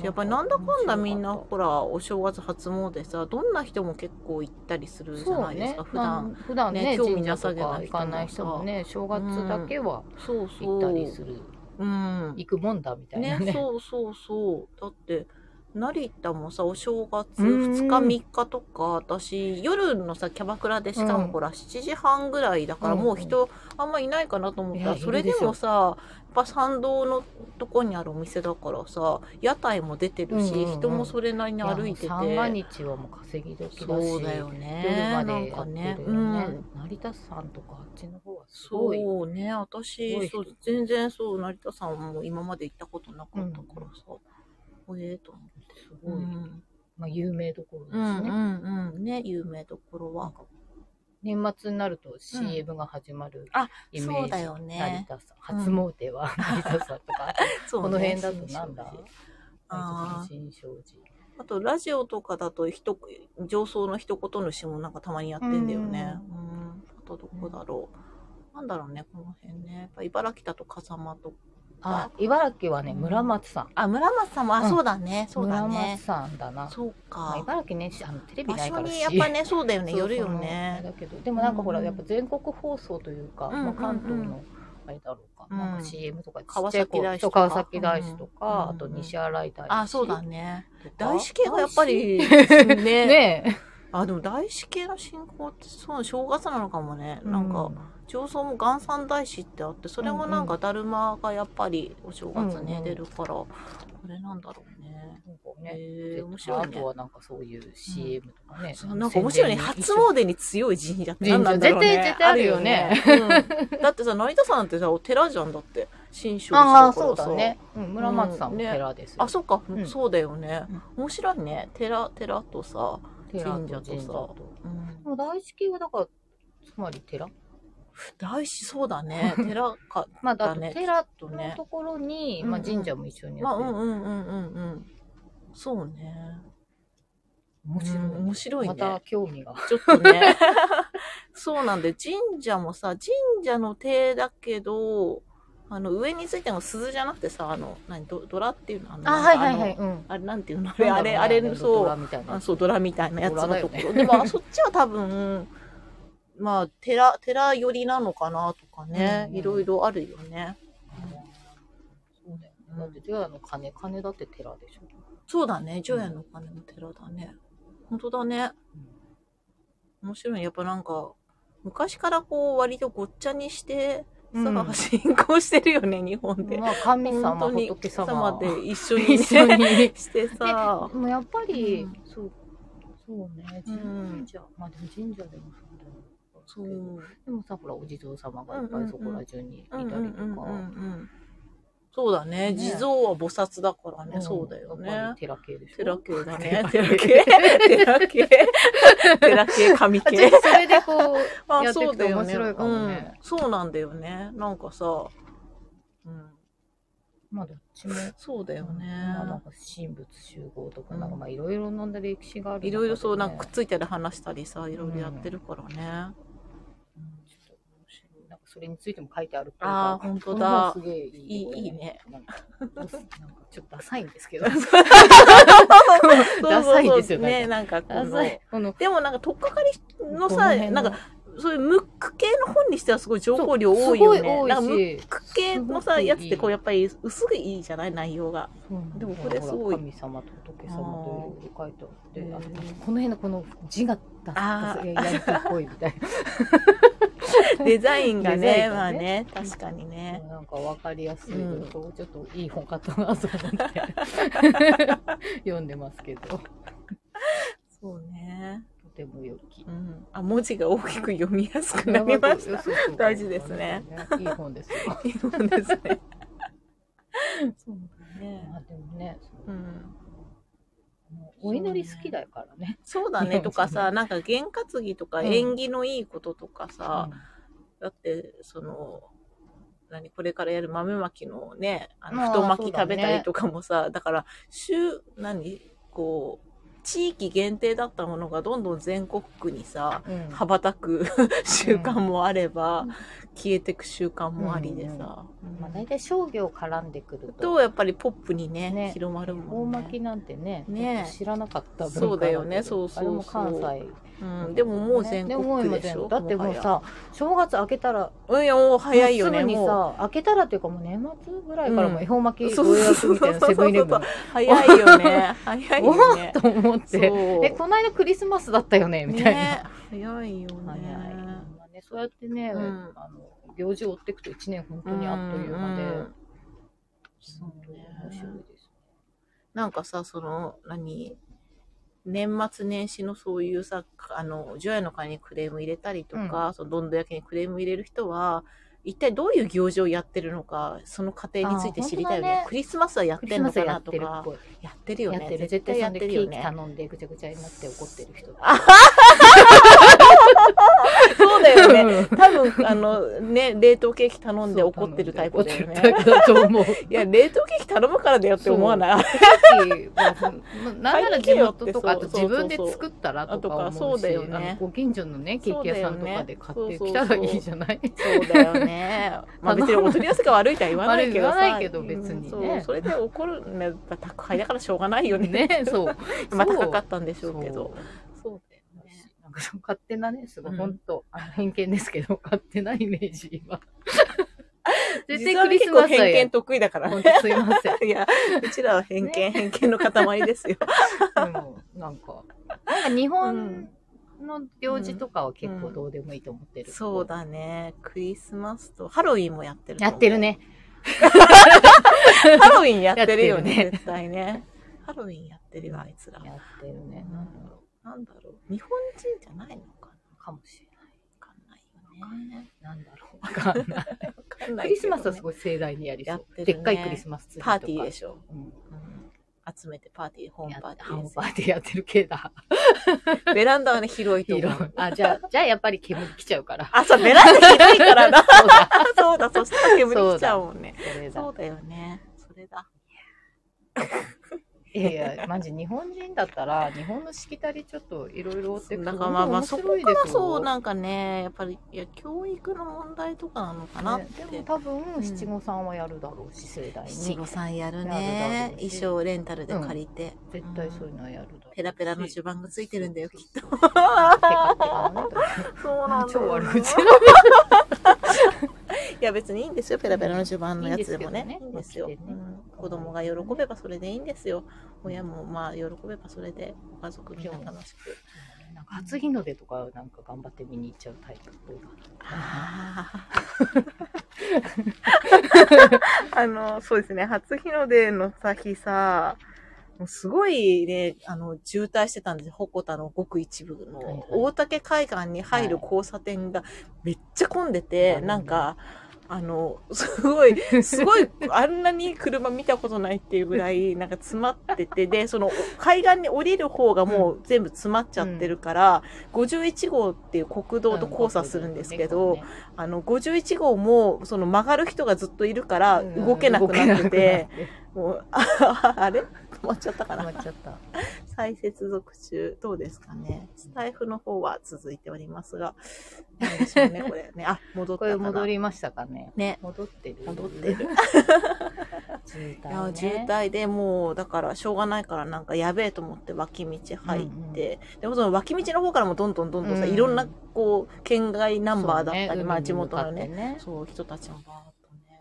[SPEAKER 2] やっぱりなんだかんだみんなほらお正月初詣さどんな人も結構行ったりするじゃ
[SPEAKER 1] そう
[SPEAKER 2] ないです
[SPEAKER 1] ね
[SPEAKER 2] か、普
[SPEAKER 1] な
[SPEAKER 2] 段
[SPEAKER 1] ん普段ね
[SPEAKER 2] ね興味
[SPEAKER 1] 神社と
[SPEAKER 2] なさ
[SPEAKER 1] か
[SPEAKER 2] げな
[SPEAKER 1] 行
[SPEAKER 2] 人も
[SPEAKER 1] かない人もね正月だけは
[SPEAKER 2] そうそう
[SPEAKER 1] 行ったりする、
[SPEAKER 2] うん
[SPEAKER 1] 行くもんだみたいな
[SPEAKER 2] ね
[SPEAKER 1] ね
[SPEAKER 2] そうそうそうだって成田もさお正月
[SPEAKER 1] うん
[SPEAKER 2] 2日3日とか私夜のさキャバクラでしか
[SPEAKER 1] う
[SPEAKER 2] も
[SPEAKER 1] ん
[SPEAKER 2] ほら7時半ぐらいだから
[SPEAKER 1] うんうん
[SPEAKER 2] もう人あんまいないかなと思った
[SPEAKER 1] いや
[SPEAKER 2] らそれ
[SPEAKER 1] いるで
[SPEAKER 2] で
[SPEAKER 1] しょ
[SPEAKER 2] もさやっぱ参道のとこにあるお店だからさ屋台も出てるし
[SPEAKER 1] うんうんうん
[SPEAKER 2] 人もそれなりに歩いてて
[SPEAKER 1] やもう三が日はもう稼ぎ時だし
[SPEAKER 2] そうだよね
[SPEAKER 1] 夜ま
[SPEAKER 2] なん
[SPEAKER 1] でや
[SPEAKER 2] か
[SPEAKER 1] ってる
[SPEAKER 2] ね
[SPEAKER 1] よ
[SPEAKER 2] う
[SPEAKER 1] ね
[SPEAKER 2] ん
[SPEAKER 1] 成田さんとかあっちの方はすごい
[SPEAKER 2] そうね
[SPEAKER 1] すごい
[SPEAKER 2] 私
[SPEAKER 1] 人
[SPEAKER 2] そう全然そう成田さんも今まで行ったことなかったからさ、ええと思って。
[SPEAKER 1] すごい、まあ、有名どころです
[SPEAKER 2] う
[SPEAKER 1] ね、
[SPEAKER 2] んうんうんね有名どころ
[SPEAKER 1] なん
[SPEAKER 2] は
[SPEAKER 1] か年末になると CM が始まる
[SPEAKER 2] あ
[SPEAKER 1] イメージ、
[SPEAKER 2] そうだよね
[SPEAKER 1] 成田さん
[SPEAKER 2] うん
[SPEAKER 1] 初詣は成田さんとか、
[SPEAKER 2] そうね
[SPEAKER 1] この辺だとなん
[SPEAKER 2] 新勝寺
[SPEAKER 1] だ成田
[SPEAKER 2] あ
[SPEAKER 1] 新勝寺
[SPEAKER 2] あとラジオとかだとひと上層の一言主もなんかたまにやってんだよねうんあとどこだろう、なんだろうねこの辺ねやっぱ茨城だと笠間と
[SPEAKER 1] あ茨城はね
[SPEAKER 2] うん
[SPEAKER 1] 村松さん、
[SPEAKER 2] あ村松さんも
[SPEAKER 1] うん
[SPEAKER 2] あそうだね、そうだ
[SPEAKER 1] 村松
[SPEAKER 2] ね
[SPEAKER 1] さんだな
[SPEAKER 2] そう
[SPEAKER 1] まあ
[SPEAKER 2] か
[SPEAKER 1] 茨城ねしあのテレビ
[SPEAKER 2] 場
[SPEAKER 1] ない
[SPEAKER 2] 所
[SPEAKER 1] から
[SPEAKER 2] に
[SPEAKER 1] し
[SPEAKER 2] やっぱね そうだよね
[SPEAKER 1] そう
[SPEAKER 2] よるよ
[SPEAKER 1] そ
[SPEAKER 2] ね
[SPEAKER 1] のあれだけどでもなんかほら、
[SPEAKER 2] うん
[SPEAKER 1] やっぱ全国放送というか、
[SPEAKER 2] うんうんう
[SPEAKER 1] まあ、
[SPEAKER 2] ん
[SPEAKER 1] 関東のあれだろうか、
[SPEAKER 2] うん
[SPEAKER 1] なんか CM とかちっ
[SPEAKER 2] 川
[SPEAKER 1] ちゃい子
[SPEAKER 2] 崎大師
[SPEAKER 1] そう
[SPEAKER 2] と
[SPEAKER 1] 川
[SPEAKER 2] か
[SPEAKER 1] 崎大師とか、
[SPEAKER 2] うん
[SPEAKER 1] あと西新井大師
[SPEAKER 2] あそうだね
[SPEAKER 1] とか
[SPEAKER 2] 大師系がやっぱり
[SPEAKER 1] 大師
[SPEAKER 2] ね
[SPEAKER 1] ねえ
[SPEAKER 2] あでも大師系の信仰ってそう正月なのかもねなんか、
[SPEAKER 1] う
[SPEAKER 2] 上層も元三大師ってあってそれもなんかだるまがやっぱりお正月ね、
[SPEAKER 1] うんうん
[SPEAKER 2] 出るからこれなんだろうね。
[SPEAKER 1] なんかね
[SPEAKER 2] へえ面
[SPEAKER 1] あ
[SPEAKER 2] 白い
[SPEAKER 1] あと
[SPEAKER 2] ね。
[SPEAKER 1] はなんかそういう CM とかね、
[SPEAKER 2] そうなんか面白いね。初詣に強い神社って
[SPEAKER 1] 神社
[SPEAKER 2] 何なんだろうね。
[SPEAKER 1] 絶対絶対あるよね
[SPEAKER 2] あるよね。うんだってさ、成田山ってさ、お寺じゃんだって。新勝寺
[SPEAKER 1] ああ
[SPEAKER 2] だから
[SPEAKER 1] そう
[SPEAKER 2] さ
[SPEAKER 1] だね、うん、村松さんも
[SPEAKER 2] うんね
[SPEAKER 1] 寺ですよ、
[SPEAKER 2] あ、そうか、
[SPEAKER 1] うん
[SPEAKER 2] そうだよね。面白いね。寺、寺とさ。
[SPEAKER 1] 寺と神
[SPEAKER 2] 神
[SPEAKER 1] 社
[SPEAKER 2] 社とさ
[SPEAKER 1] と
[SPEAKER 2] うん
[SPEAKER 1] でも大師系はだからつまり寺
[SPEAKER 2] 大師、そうだね。寺か。
[SPEAKER 1] まあだ
[SPEAKER 2] だ
[SPEAKER 1] って
[SPEAKER 2] ね
[SPEAKER 1] 寺のところに、
[SPEAKER 2] うん
[SPEAKER 1] まあ、神社も一緒にや
[SPEAKER 2] まあ、う
[SPEAKER 1] ってる、
[SPEAKER 2] んうんうんうんうん。そうね。
[SPEAKER 1] 面白い、
[SPEAKER 2] うん面白いね
[SPEAKER 1] また興味が
[SPEAKER 2] ちょっと ね。そうなんで、神社もさ、神社の手だけど、あの、上についての鈴じゃなくてさ、あの、何、ドドラっていうのあの、
[SPEAKER 1] あ、
[SPEAKER 2] な
[SPEAKER 1] はい
[SPEAKER 2] んか
[SPEAKER 1] はいは
[SPEAKER 2] あ
[SPEAKER 1] い。
[SPEAKER 2] の
[SPEAKER 1] うん。
[SPEAKER 2] あれ、なんていうのあれ、あれ、あれ、
[SPEAKER 1] ド
[SPEAKER 2] そ
[SPEAKER 1] ラ
[SPEAKER 2] う。
[SPEAKER 1] みたいな
[SPEAKER 2] あそう、ドラみたいなやつのとこ
[SPEAKER 1] ドラだよ
[SPEAKER 2] ろ。
[SPEAKER 1] ね
[SPEAKER 2] でも、あそっちは多分、まあ、寺、寺寄りなのかなとかね、
[SPEAKER 1] うんうん
[SPEAKER 2] いろいろあるよね。
[SPEAKER 1] そうだよね。だって、除夜の鐘、鐘だって寺でしょ。
[SPEAKER 2] そうだね、除夜の鐘も寺だね。本当だね。面白いねやっぱなんか昔からこう割とごっちゃにして
[SPEAKER 1] うん
[SPEAKER 2] さあ進行してるよね、日本で。
[SPEAKER 1] まあ、神様、
[SPEAKER 2] 本当に
[SPEAKER 1] 仏様
[SPEAKER 2] で一緒にね、
[SPEAKER 1] 一緒に。
[SPEAKER 2] してさ
[SPEAKER 1] で、もやっぱり、
[SPEAKER 2] うん
[SPEAKER 1] そう、そうね、
[SPEAKER 2] うん
[SPEAKER 1] 神社、まあでも神社でもそうだよ。
[SPEAKER 2] そう。
[SPEAKER 1] でもさ、ほら、お地蔵様がいっぱいそこら中にいたりとか、
[SPEAKER 2] そうだね
[SPEAKER 1] ね
[SPEAKER 2] 地蔵は菩薩だからね、
[SPEAKER 1] ん
[SPEAKER 2] そうだよ
[SPEAKER 1] やっぱ
[SPEAKER 2] ね
[SPEAKER 1] り。寺系でしょ。
[SPEAKER 2] 寺系だね。寺
[SPEAKER 1] 寺系
[SPEAKER 2] 系。寺系。寺系、神
[SPEAKER 1] あちょっ
[SPEAKER 2] 系
[SPEAKER 1] と。それでこう、や
[SPEAKER 2] あ、
[SPEAKER 1] ってい
[SPEAKER 2] そう
[SPEAKER 1] くと
[SPEAKER 2] だよ
[SPEAKER 1] 面
[SPEAKER 2] ね。
[SPEAKER 1] 白いかも
[SPEAKER 2] う
[SPEAKER 1] ね。
[SPEAKER 2] んそうなんだよね。なんかさ、うん、
[SPEAKER 1] まあどっちも。
[SPEAKER 2] そうだよね。
[SPEAKER 1] まあなんか神仏集合とか、なんかまあいろいろな歴史がある中でね、
[SPEAKER 2] いろいろそう、なんかくっついたり話したりさ、いろいろやってるからね。
[SPEAKER 1] うんちょっと面白いなんかそれについても書いてあるっぽいから
[SPEAKER 2] ああ、本当だ
[SPEAKER 1] こ。の本すげえいいよね。
[SPEAKER 2] いいいいね
[SPEAKER 1] なんか。なんかちょっとダサいんですけど。
[SPEAKER 2] そう
[SPEAKER 1] ダ
[SPEAKER 2] そ
[SPEAKER 1] サ
[SPEAKER 2] う
[SPEAKER 1] い
[SPEAKER 2] そう
[SPEAKER 1] ですよ
[SPEAKER 2] ね、
[SPEAKER 1] ね。
[SPEAKER 2] なんかこ
[SPEAKER 1] ダ
[SPEAKER 2] の
[SPEAKER 1] サ。い。この、
[SPEAKER 2] でもなんか、とっかかりの
[SPEAKER 1] こ
[SPEAKER 2] さ、
[SPEAKER 1] 辺
[SPEAKER 2] な
[SPEAKER 1] の
[SPEAKER 2] んか、そういうムック系の本にしてはすごい情報量多いよ
[SPEAKER 1] そうすご
[SPEAKER 2] ね。
[SPEAKER 1] い
[SPEAKER 2] なんかム
[SPEAKER 1] 多
[SPEAKER 2] ッ
[SPEAKER 1] いし。
[SPEAKER 2] ク系のさ、やつってこう、やっぱり薄くいいじゃない内容 が。
[SPEAKER 1] そう
[SPEAKER 2] でもこれすごい
[SPEAKER 1] 神様と仏様といろいろ書いてあって、
[SPEAKER 2] あー
[SPEAKER 1] あとこの辺のこの字がダ
[SPEAKER 2] あ
[SPEAKER 1] サ
[SPEAKER 2] ー
[SPEAKER 1] いやりっぽいみたいな。
[SPEAKER 2] デザインが
[SPEAKER 1] デザイ
[SPEAKER 2] ね、
[SPEAKER 1] ンがね
[SPEAKER 2] まあね、確かにね。
[SPEAKER 1] なんかわかりやすいけ
[SPEAKER 2] うん
[SPEAKER 1] ど、ちょっといい本買ったなと思って 読んでますけど、と
[SPEAKER 2] そうね。
[SPEAKER 1] ても良き
[SPEAKER 2] う。ん。あ、文字が大きく読みやすくな
[SPEAKER 1] やば
[SPEAKER 2] り
[SPEAKER 1] く
[SPEAKER 2] ました。
[SPEAKER 1] そうそうそう
[SPEAKER 2] 大事ですね。
[SPEAKER 1] いい本 ですよ。
[SPEAKER 2] いいもんですね。
[SPEAKER 1] そうまあでもね、そ
[SPEAKER 2] う
[SPEAKER 1] う
[SPEAKER 2] ん。
[SPEAKER 1] お祈り好きだからね。
[SPEAKER 2] そうだね、とかさ、なんか、験担ぎとか、
[SPEAKER 1] うん
[SPEAKER 2] 縁起のいいこととかさ、だって、その、何、これからやる豆まきのね、あの
[SPEAKER 1] あー
[SPEAKER 2] 太巻き
[SPEAKER 1] そうだね
[SPEAKER 2] 食べたりとかもさ、だから、州、何、こう、地域限定だったものがどんどん全国区にさ、
[SPEAKER 1] うん、
[SPEAKER 2] 羽ばたく 習慣もあれば、消えてく習慣もありでさ、
[SPEAKER 1] まあ大体商業絡んでくると
[SPEAKER 2] と、やっぱりポップにね、
[SPEAKER 1] ね
[SPEAKER 2] 広まるも
[SPEAKER 1] 大
[SPEAKER 2] んね。
[SPEAKER 1] 巻きなんてね
[SPEAKER 2] ね
[SPEAKER 1] ちょっと知らなかった文化
[SPEAKER 2] そうだよね
[SPEAKER 1] けど
[SPEAKER 2] そうそうそう
[SPEAKER 1] あれも関
[SPEAKER 2] うん、
[SPEAKER 1] 西
[SPEAKER 2] でももう全
[SPEAKER 1] ねもう
[SPEAKER 2] 国
[SPEAKER 1] 今
[SPEAKER 2] 区でし
[SPEAKER 1] 全
[SPEAKER 2] ょ。
[SPEAKER 1] 国だってもう
[SPEAKER 2] はや、
[SPEAKER 1] さ正月明けたら
[SPEAKER 2] うんいや、もう早いよね、
[SPEAKER 1] もうすぐに
[SPEAKER 2] もう。
[SPEAKER 1] さ明けたらというかもう年末ぐらいからも
[SPEAKER 2] うん
[SPEAKER 1] う恵方巻き
[SPEAKER 2] そう
[SPEAKER 1] ご予約みたいなセブンイレブン
[SPEAKER 2] 早いよ ね。早い
[SPEAKER 1] お
[SPEAKER 2] よ
[SPEAKER 1] ー
[SPEAKER 2] ね
[SPEAKER 1] っ。と思っ
[SPEAKER 2] そ
[SPEAKER 1] て
[SPEAKER 2] う
[SPEAKER 1] えこの間クリスマスだったよねみたいな、
[SPEAKER 2] ね、早いよね。
[SPEAKER 1] 早い、まあね、そうやってね、
[SPEAKER 2] うん
[SPEAKER 1] あの行事を追っていくと1年本当にあっという間で、
[SPEAKER 2] んん
[SPEAKER 1] そうね面白いです
[SPEAKER 2] なんかさ、その、何年末年始のそういうさ、あの、除夜の会にクレーム入れたりとか、そのどんどん焼きにクレーム入れる人は、一体どういう行事をやってるのか、その過程について知りたいよね。
[SPEAKER 1] あ本当だね
[SPEAKER 2] クリスマスはやっ
[SPEAKER 1] ク
[SPEAKER 2] て
[SPEAKER 1] リス
[SPEAKER 2] ん
[SPEAKER 1] マ
[SPEAKER 2] の
[SPEAKER 1] スは
[SPEAKER 2] か
[SPEAKER 1] や
[SPEAKER 2] な
[SPEAKER 1] っ
[SPEAKER 2] と
[SPEAKER 1] てるっ
[SPEAKER 2] か、
[SPEAKER 1] ぽい
[SPEAKER 2] やってるよ
[SPEAKER 1] や
[SPEAKER 2] ね。
[SPEAKER 1] ってる絶対や
[SPEAKER 2] や
[SPEAKER 1] っ
[SPEAKER 2] ってて
[SPEAKER 1] る
[SPEAKER 2] る
[SPEAKER 1] よ、
[SPEAKER 2] よ
[SPEAKER 1] ね、ケーキ
[SPEAKER 2] ね。
[SPEAKER 1] 頼んでぐちゃぐちゃになって怒ってる人
[SPEAKER 2] そうだよね。
[SPEAKER 1] ね
[SPEAKER 2] 多分、あの、ね、冷凍ケーキ頼んで怒ってるタイプだよ
[SPEAKER 1] 怒
[SPEAKER 2] ね。
[SPEAKER 1] ってるタイプだと思う
[SPEAKER 2] いや、冷凍ケーキ頼むからだよって思わない
[SPEAKER 1] なんなら地元とかあと自分で作ったらとか思うし
[SPEAKER 2] そうだよね
[SPEAKER 1] あのご近所のねケーキ屋さんとかで買ってきたらいいじゃない
[SPEAKER 2] そうだよ ね。まあ別にお取り寄せが悪いとは言わないけどさ。
[SPEAKER 1] 悪い言わないけど別にね
[SPEAKER 2] うんそうそれで怒るんだったら宅配だからしょうがないよね。
[SPEAKER 1] ねそう
[SPEAKER 2] まあ高かったんでしょうけ
[SPEAKER 1] そ
[SPEAKER 2] ど。そうだよ
[SPEAKER 1] う
[SPEAKER 2] ね。
[SPEAKER 1] なんかその勝手なねすごい
[SPEAKER 2] うん
[SPEAKER 1] 本当、あの偏見ですけど勝手なイメージ は絶
[SPEAKER 2] 実
[SPEAKER 1] 対
[SPEAKER 2] は
[SPEAKER 1] クリ
[SPEAKER 2] 結
[SPEAKER 1] ス
[SPEAKER 2] 構
[SPEAKER 1] マスは
[SPEAKER 2] 偏
[SPEAKER 1] や
[SPEAKER 2] 見得意だから
[SPEAKER 1] 本
[SPEAKER 2] ね。
[SPEAKER 1] 当すいません
[SPEAKER 2] いや、うちらは偏見、偏見の塊です よ。
[SPEAKER 1] でもなんか、なんか日本の行事とかは結構どうでもいいと思ってる。
[SPEAKER 2] そう。だね。クリスマスとハロウィンもやってると
[SPEAKER 1] や
[SPEAKER 2] 思う
[SPEAKER 1] ってる。ね。
[SPEAKER 2] ハロウィンやってるよね、
[SPEAKER 1] やってるね
[SPEAKER 2] 絶対ね。ハロウィンやってるよ、あいつら。
[SPEAKER 1] やってるね。
[SPEAKER 2] うん
[SPEAKER 1] なんだ
[SPEAKER 2] な
[SPEAKER 1] ろ
[SPEAKER 2] んだろう。日本人じゃないのかな
[SPEAKER 1] う。かもしれない。
[SPEAKER 2] わかんないよね。
[SPEAKER 1] なんだろう。わかんない。
[SPEAKER 2] わかん
[SPEAKER 1] ク
[SPEAKER 2] ないけどね
[SPEAKER 1] リスマスはすごい盛大にやりそ
[SPEAKER 2] や
[SPEAKER 1] う
[SPEAKER 2] っ。てるね
[SPEAKER 1] でっかいクリスマスツリーと
[SPEAKER 2] パ
[SPEAKER 1] か。
[SPEAKER 2] ーティーで
[SPEAKER 1] ょ。
[SPEAKER 2] しょ。
[SPEAKER 1] うん。
[SPEAKER 2] 集めてパーティー、ホーム
[SPEAKER 1] や
[SPEAKER 2] パー
[SPEAKER 1] っ
[SPEAKER 2] テ
[SPEAKER 1] て
[SPEAKER 2] ィ
[SPEAKER 1] ハ
[SPEAKER 2] ー
[SPEAKER 1] ン
[SPEAKER 2] で
[SPEAKER 1] パーティーやってる系だ。
[SPEAKER 2] す。ベランダはね、広いと思。。
[SPEAKER 1] 広いうあ、じゃあ、じゃあやっぱり煙来ちゃうから。
[SPEAKER 2] あ、そう、ベランダ広いからな。
[SPEAKER 1] そうだ。
[SPEAKER 2] そうだ、そしたら煙来ちゃうもんね。
[SPEAKER 1] それ
[SPEAKER 2] そ
[SPEAKER 1] だ
[SPEAKER 2] う。だよね。それだ。
[SPEAKER 1] いやいや、マジ日本人だったら、日本のしきたりちょっといろいろ追ってく
[SPEAKER 2] なんかまあまあ、そ
[SPEAKER 1] 本
[SPEAKER 2] こ
[SPEAKER 1] 当面白い
[SPEAKER 2] か
[SPEAKER 1] で
[SPEAKER 2] ら
[SPEAKER 1] すよ
[SPEAKER 2] そう、なんかね、やっぱり、いや、教育の問題とかなのかなって
[SPEAKER 1] ね。でも多分七五三はやるだろうし盛大に
[SPEAKER 2] 七五三やる
[SPEAKER 1] やるだ
[SPEAKER 2] ね
[SPEAKER 1] ろ。うし
[SPEAKER 2] 衣装レンタルで借りて。
[SPEAKER 1] 絶対そういうのはやるだろうし
[SPEAKER 2] ペラペラの襦袢がついてるんだよ、きっ と。
[SPEAKER 1] カテカテのね
[SPEAKER 2] そう
[SPEAKER 1] 超悪口
[SPEAKER 2] いや別にいいんですよペラペラの序盤のやつでもね
[SPEAKER 1] い
[SPEAKER 2] い
[SPEAKER 1] い
[SPEAKER 2] い
[SPEAKER 1] ん
[SPEAKER 2] ん
[SPEAKER 1] で
[SPEAKER 2] ですす
[SPEAKER 1] けど
[SPEAKER 2] よ、
[SPEAKER 1] ね
[SPEAKER 2] うん子供が喜べばそれでいいんですよ親もまあ喜べばそれでご家族みんな楽しく
[SPEAKER 1] なんか初日の出とかなんか頑張って見に行っちゃうタイプっぽいな
[SPEAKER 2] あー あの、そうですね、初日の出の先さ、もうすごいね、あの、渋滞してたんですよ。鉾田のごく一部
[SPEAKER 1] はいはい
[SPEAKER 2] の大竹海岸に入る交差点がめっちゃ混んでて、
[SPEAKER 1] はい
[SPEAKER 2] なんか、あの、すごい、すごい、あんなに車見たことないっていうぐら い、なんか詰まってて、で、その、海岸に降りる方がもう全部詰まっちゃってるから、51号っていう国道と交差するんですけど、
[SPEAKER 1] うん
[SPEAKER 2] あの、51号も、その曲がる人がずっといるから、
[SPEAKER 1] うん
[SPEAKER 2] 動けなくなってて、
[SPEAKER 1] 動け
[SPEAKER 2] もう、 ああれ止まっちゃったか
[SPEAKER 1] なくな
[SPEAKER 2] な
[SPEAKER 1] って止まっちゃった
[SPEAKER 2] 再接続中、どうですかねスタイフの方は続いております が、なんでしょうね、これ ね。あ、戻っ
[SPEAKER 1] こ
[SPEAKER 2] たか
[SPEAKER 1] れ
[SPEAKER 2] な。
[SPEAKER 1] 戻りましたかね
[SPEAKER 2] ね。
[SPEAKER 1] 戻ってる
[SPEAKER 2] 戻ってる。いや
[SPEAKER 1] 渋滞、ね、
[SPEAKER 2] 渋滞でもう、だから、しょうがないから、なんかやべえと思って脇道入って、
[SPEAKER 1] うんうん
[SPEAKER 2] でもその脇道の方からもどんどんどんどんさ、
[SPEAKER 1] うん
[SPEAKER 2] いろんな、こう、県外ナンバーだった
[SPEAKER 1] そう
[SPEAKER 2] り、
[SPEAKER 1] ね
[SPEAKER 2] まあ地元のね
[SPEAKER 1] 海に、向かって
[SPEAKER 2] そう、人たちもバーっとね。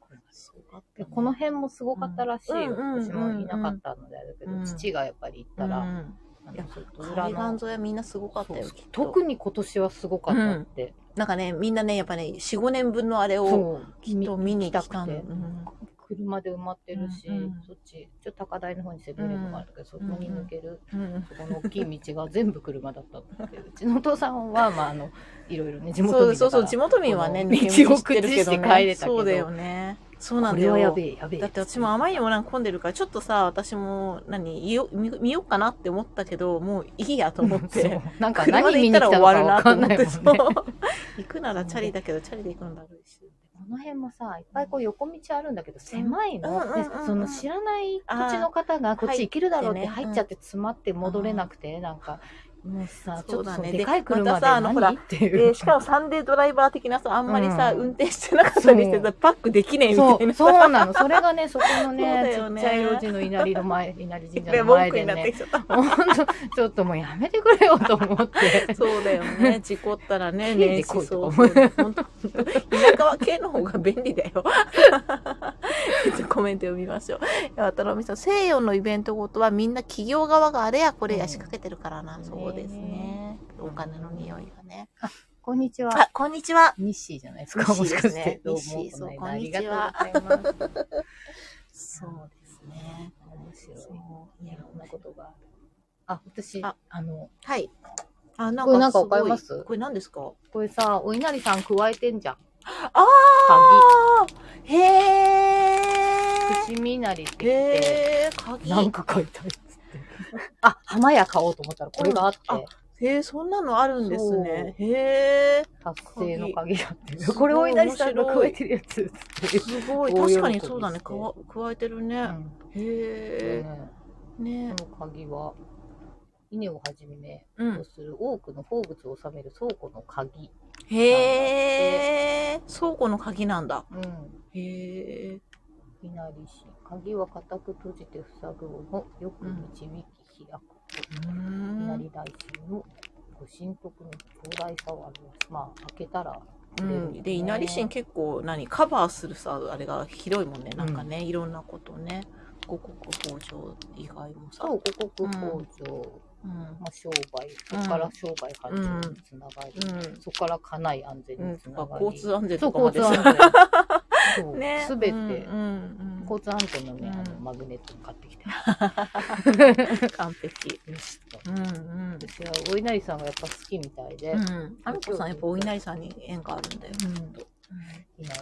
[SPEAKER 2] これがすごかった
[SPEAKER 1] で
[SPEAKER 2] ね、
[SPEAKER 1] この辺もすごかったらしい、
[SPEAKER 2] うんうん
[SPEAKER 1] 私もいなかったのであれだけど、
[SPEAKER 2] うん
[SPEAKER 1] 父がやっぱり行った
[SPEAKER 2] う
[SPEAKER 1] ら、
[SPEAKER 2] ん
[SPEAKER 1] あ
[SPEAKER 2] いや
[SPEAKER 1] のちょっと裏の
[SPEAKER 2] 海岸沿いはみんなすごかったよ
[SPEAKER 1] そう
[SPEAKER 2] きっと
[SPEAKER 1] 特に今年はすごかったって、
[SPEAKER 2] なんかねみんなねやっぱね45年分のあれを
[SPEAKER 1] そう
[SPEAKER 2] きっと見に来たん
[SPEAKER 1] 行
[SPEAKER 2] だ
[SPEAKER 1] きたくて車で埋まってるし、
[SPEAKER 2] うんうん
[SPEAKER 1] そっちちょっと高台の方にセブンイレブンがあるけど、そこに抜ける、
[SPEAKER 2] うんうん
[SPEAKER 1] そこの大きい道が全部車だった のでうちのお父さんはまああのいろいろね地元民
[SPEAKER 2] そう
[SPEAKER 1] だ
[SPEAKER 2] そうそ
[SPEAKER 1] から
[SPEAKER 2] う地元民はね
[SPEAKER 1] この
[SPEAKER 2] 抜け道してるけど
[SPEAKER 1] 道を駆使して帰
[SPEAKER 2] ね
[SPEAKER 1] れたけど
[SPEAKER 2] そうだよねそうな
[SPEAKER 1] こ
[SPEAKER 2] んだ
[SPEAKER 1] れ
[SPEAKER 2] よ
[SPEAKER 1] はやべえやべえ
[SPEAKER 2] だって私もあまりにもなんか混んでるからちょっとさ私も何見よ見見ようかなって思ったけどもういいやと思っ
[SPEAKER 1] そう
[SPEAKER 2] て
[SPEAKER 1] なんか
[SPEAKER 2] 車
[SPEAKER 1] 何
[SPEAKER 2] で
[SPEAKER 1] 見
[SPEAKER 2] 行ったら
[SPEAKER 1] に来
[SPEAKER 2] 終
[SPEAKER 1] たのか
[SPEAKER 2] わるな
[SPEAKER 1] わ
[SPEAKER 2] と
[SPEAKER 1] かん
[SPEAKER 2] 思
[SPEAKER 1] な
[SPEAKER 2] っ
[SPEAKER 1] い
[SPEAKER 2] て
[SPEAKER 1] もん
[SPEAKER 2] そう
[SPEAKER 1] ね
[SPEAKER 2] 行くならチャリだけどチャリで行くのだるいし
[SPEAKER 1] この辺もさいっぱいこう横道あるんだけど狭いの、
[SPEAKER 2] うんうんうんうん
[SPEAKER 1] でその知らない土地の方がこっち行けるだろうって入っちゃって詰まって戻れなくて、なんかもうさち
[SPEAKER 2] そ
[SPEAKER 1] ょっ
[SPEAKER 2] う
[SPEAKER 1] と
[SPEAKER 2] だ
[SPEAKER 1] その
[SPEAKER 2] ね
[SPEAKER 1] でかい車で
[SPEAKER 2] でまたさあの
[SPEAKER 1] 何、
[SPEAKER 2] ほら
[SPEAKER 1] っていう
[SPEAKER 2] で、しかもサンデードライバー的なさ、あんまりさ、
[SPEAKER 1] うん
[SPEAKER 2] 運転してなかったりして
[SPEAKER 1] そ
[SPEAKER 2] さ、パックできねえみた
[SPEAKER 1] そ
[SPEAKER 2] いなさ。
[SPEAKER 1] う、そうなの。それがね、そこの
[SPEAKER 2] そうだ
[SPEAKER 1] ね、
[SPEAKER 2] よ
[SPEAKER 1] ちっ
[SPEAKER 2] ね
[SPEAKER 1] ちゃい路地の稲荷の前、稲荷神社
[SPEAKER 2] で
[SPEAKER 1] の
[SPEAKER 2] 文
[SPEAKER 1] 前
[SPEAKER 2] 句に
[SPEAKER 1] で
[SPEAKER 2] なって
[SPEAKER 1] ね、
[SPEAKER 2] きちゃった。
[SPEAKER 1] ほんと、ちょっともうやめてくれよと思って。
[SPEAKER 2] そうだよね。事故ったらね、
[SPEAKER 1] 切れ
[SPEAKER 2] ね
[SPEAKER 1] てこい
[SPEAKER 2] そ
[SPEAKER 1] と
[SPEAKER 2] う。
[SPEAKER 1] か
[SPEAKER 2] 本当本当田舎は系の方が便利だよ。 ちょっとコメント読みましょう。渡辺さん、西洋のイベントごとはみんな企業側があれやこれや仕掛けてるからな。
[SPEAKER 1] うん
[SPEAKER 2] そうですね。お金の匂いがね。
[SPEAKER 1] こんにちは。
[SPEAKER 2] あ、 こんにちは。
[SPEAKER 1] ミッシーじゃないですか、
[SPEAKER 2] ミッ
[SPEAKER 1] も
[SPEAKER 2] シ
[SPEAKER 1] し
[SPEAKER 2] ー
[SPEAKER 1] か
[SPEAKER 2] で
[SPEAKER 1] し
[SPEAKER 2] すね
[SPEAKER 1] て。どうも
[SPEAKER 2] ミッシーそう
[SPEAKER 1] この間
[SPEAKER 2] こんにちは
[SPEAKER 1] ありがとうございます。
[SPEAKER 2] そうですね。
[SPEAKER 1] 面白い。
[SPEAKER 2] そうい
[SPEAKER 1] い
[SPEAKER 2] や
[SPEAKER 1] ろんなことがある。あ、私、
[SPEAKER 2] あ
[SPEAKER 1] あの、
[SPEAKER 2] はい。あ、な
[SPEAKER 1] これなんか
[SPEAKER 2] すご
[SPEAKER 1] わかります
[SPEAKER 2] これ何ですか
[SPEAKER 1] これさ、お稲荷さん加えてんじゃん。
[SPEAKER 2] ああへえ
[SPEAKER 1] 鍵。伏見稲荷ってき
[SPEAKER 2] へ
[SPEAKER 1] て、
[SPEAKER 2] え、鍵。
[SPEAKER 1] なんか書いてあるっつって。あ、浜屋買おうと思ったらこれがあって。
[SPEAKER 2] うんあへえ、そんなのあるんですね。へえ。
[SPEAKER 1] 達成の鍵だって
[SPEAKER 2] すごい
[SPEAKER 1] これを稲荷さんが加えてるやつっつって、
[SPEAKER 2] すごい。
[SPEAKER 1] 大喜び
[SPEAKER 2] 確かにそうだね。
[SPEAKER 1] して
[SPEAKER 2] かわ加えてるね。
[SPEAKER 1] うん
[SPEAKER 2] へ
[SPEAKER 1] ね
[SPEAKER 2] え。
[SPEAKER 1] こ
[SPEAKER 2] ね
[SPEAKER 1] の鍵は稲をはじめ
[SPEAKER 2] う
[SPEAKER 1] と
[SPEAKER 2] ん。
[SPEAKER 1] する多くの宝物を収める倉庫の鍵、
[SPEAKER 2] へえ。倉庫の鍵なんだ。
[SPEAKER 1] うん、
[SPEAKER 2] へえ。
[SPEAKER 1] 稲荷市鍵は固く閉じて塞ぐをもよく導き開く
[SPEAKER 2] うー
[SPEAKER 1] と稲
[SPEAKER 2] ん
[SPEAKER 1] 荷大神のご神徳の強大さを表すまあ開けたら
[SPEAKER 2] うん、で、稲荷神結構、何、カバーするさ、あれが広いもんね。なんかね、いろんなことね。五穀豊穣以外もさ。
[SPEAKER 1] そう五穀豊穣、
[SPEAKER 2] うん。
[SPEAKER 1] まあ、商売そこから商売繁盛につながり、
[SPEAKER 2] う
[SPEAKER 1] そこから家内安全
[SPEAKER 2] ん。う
[SPEAKER 1] に
[SPEAKER 2] ん。
[SPEAKER 1] つながり、
[SPEAKER 2] 交通安全
[SPEAKER 1] そう
[SPEAKER 2] とか
[SPEAKER 1] 交
[SPEAKER 2] まで
[SPEAKER 1] 通
[SPEAKER 2] さ
[SPEAKER 1] 安全そう
[SPEAKER 2] ね。
[SPEAKER 1] すべて、
[SPEAKER 2] うんうん。うん
[SPEAKER 1] 交通安全のね、あの
[SPEAKER 2] うん
[SPEAKER 1] マグネットを買ってきた
[SPEAKER 2] 完璧。
[SPEAKER 1] よしと
[SPEAKER 2] うんうん。
[SPEAKER 1] 私はお稲荷さんがやっぱ好きみたいで、
[SPEAKER 2] うん。あみこさん、やっぱお稲荷さんに縁があるんだよ。
[SPEAKER 1] うん稲荷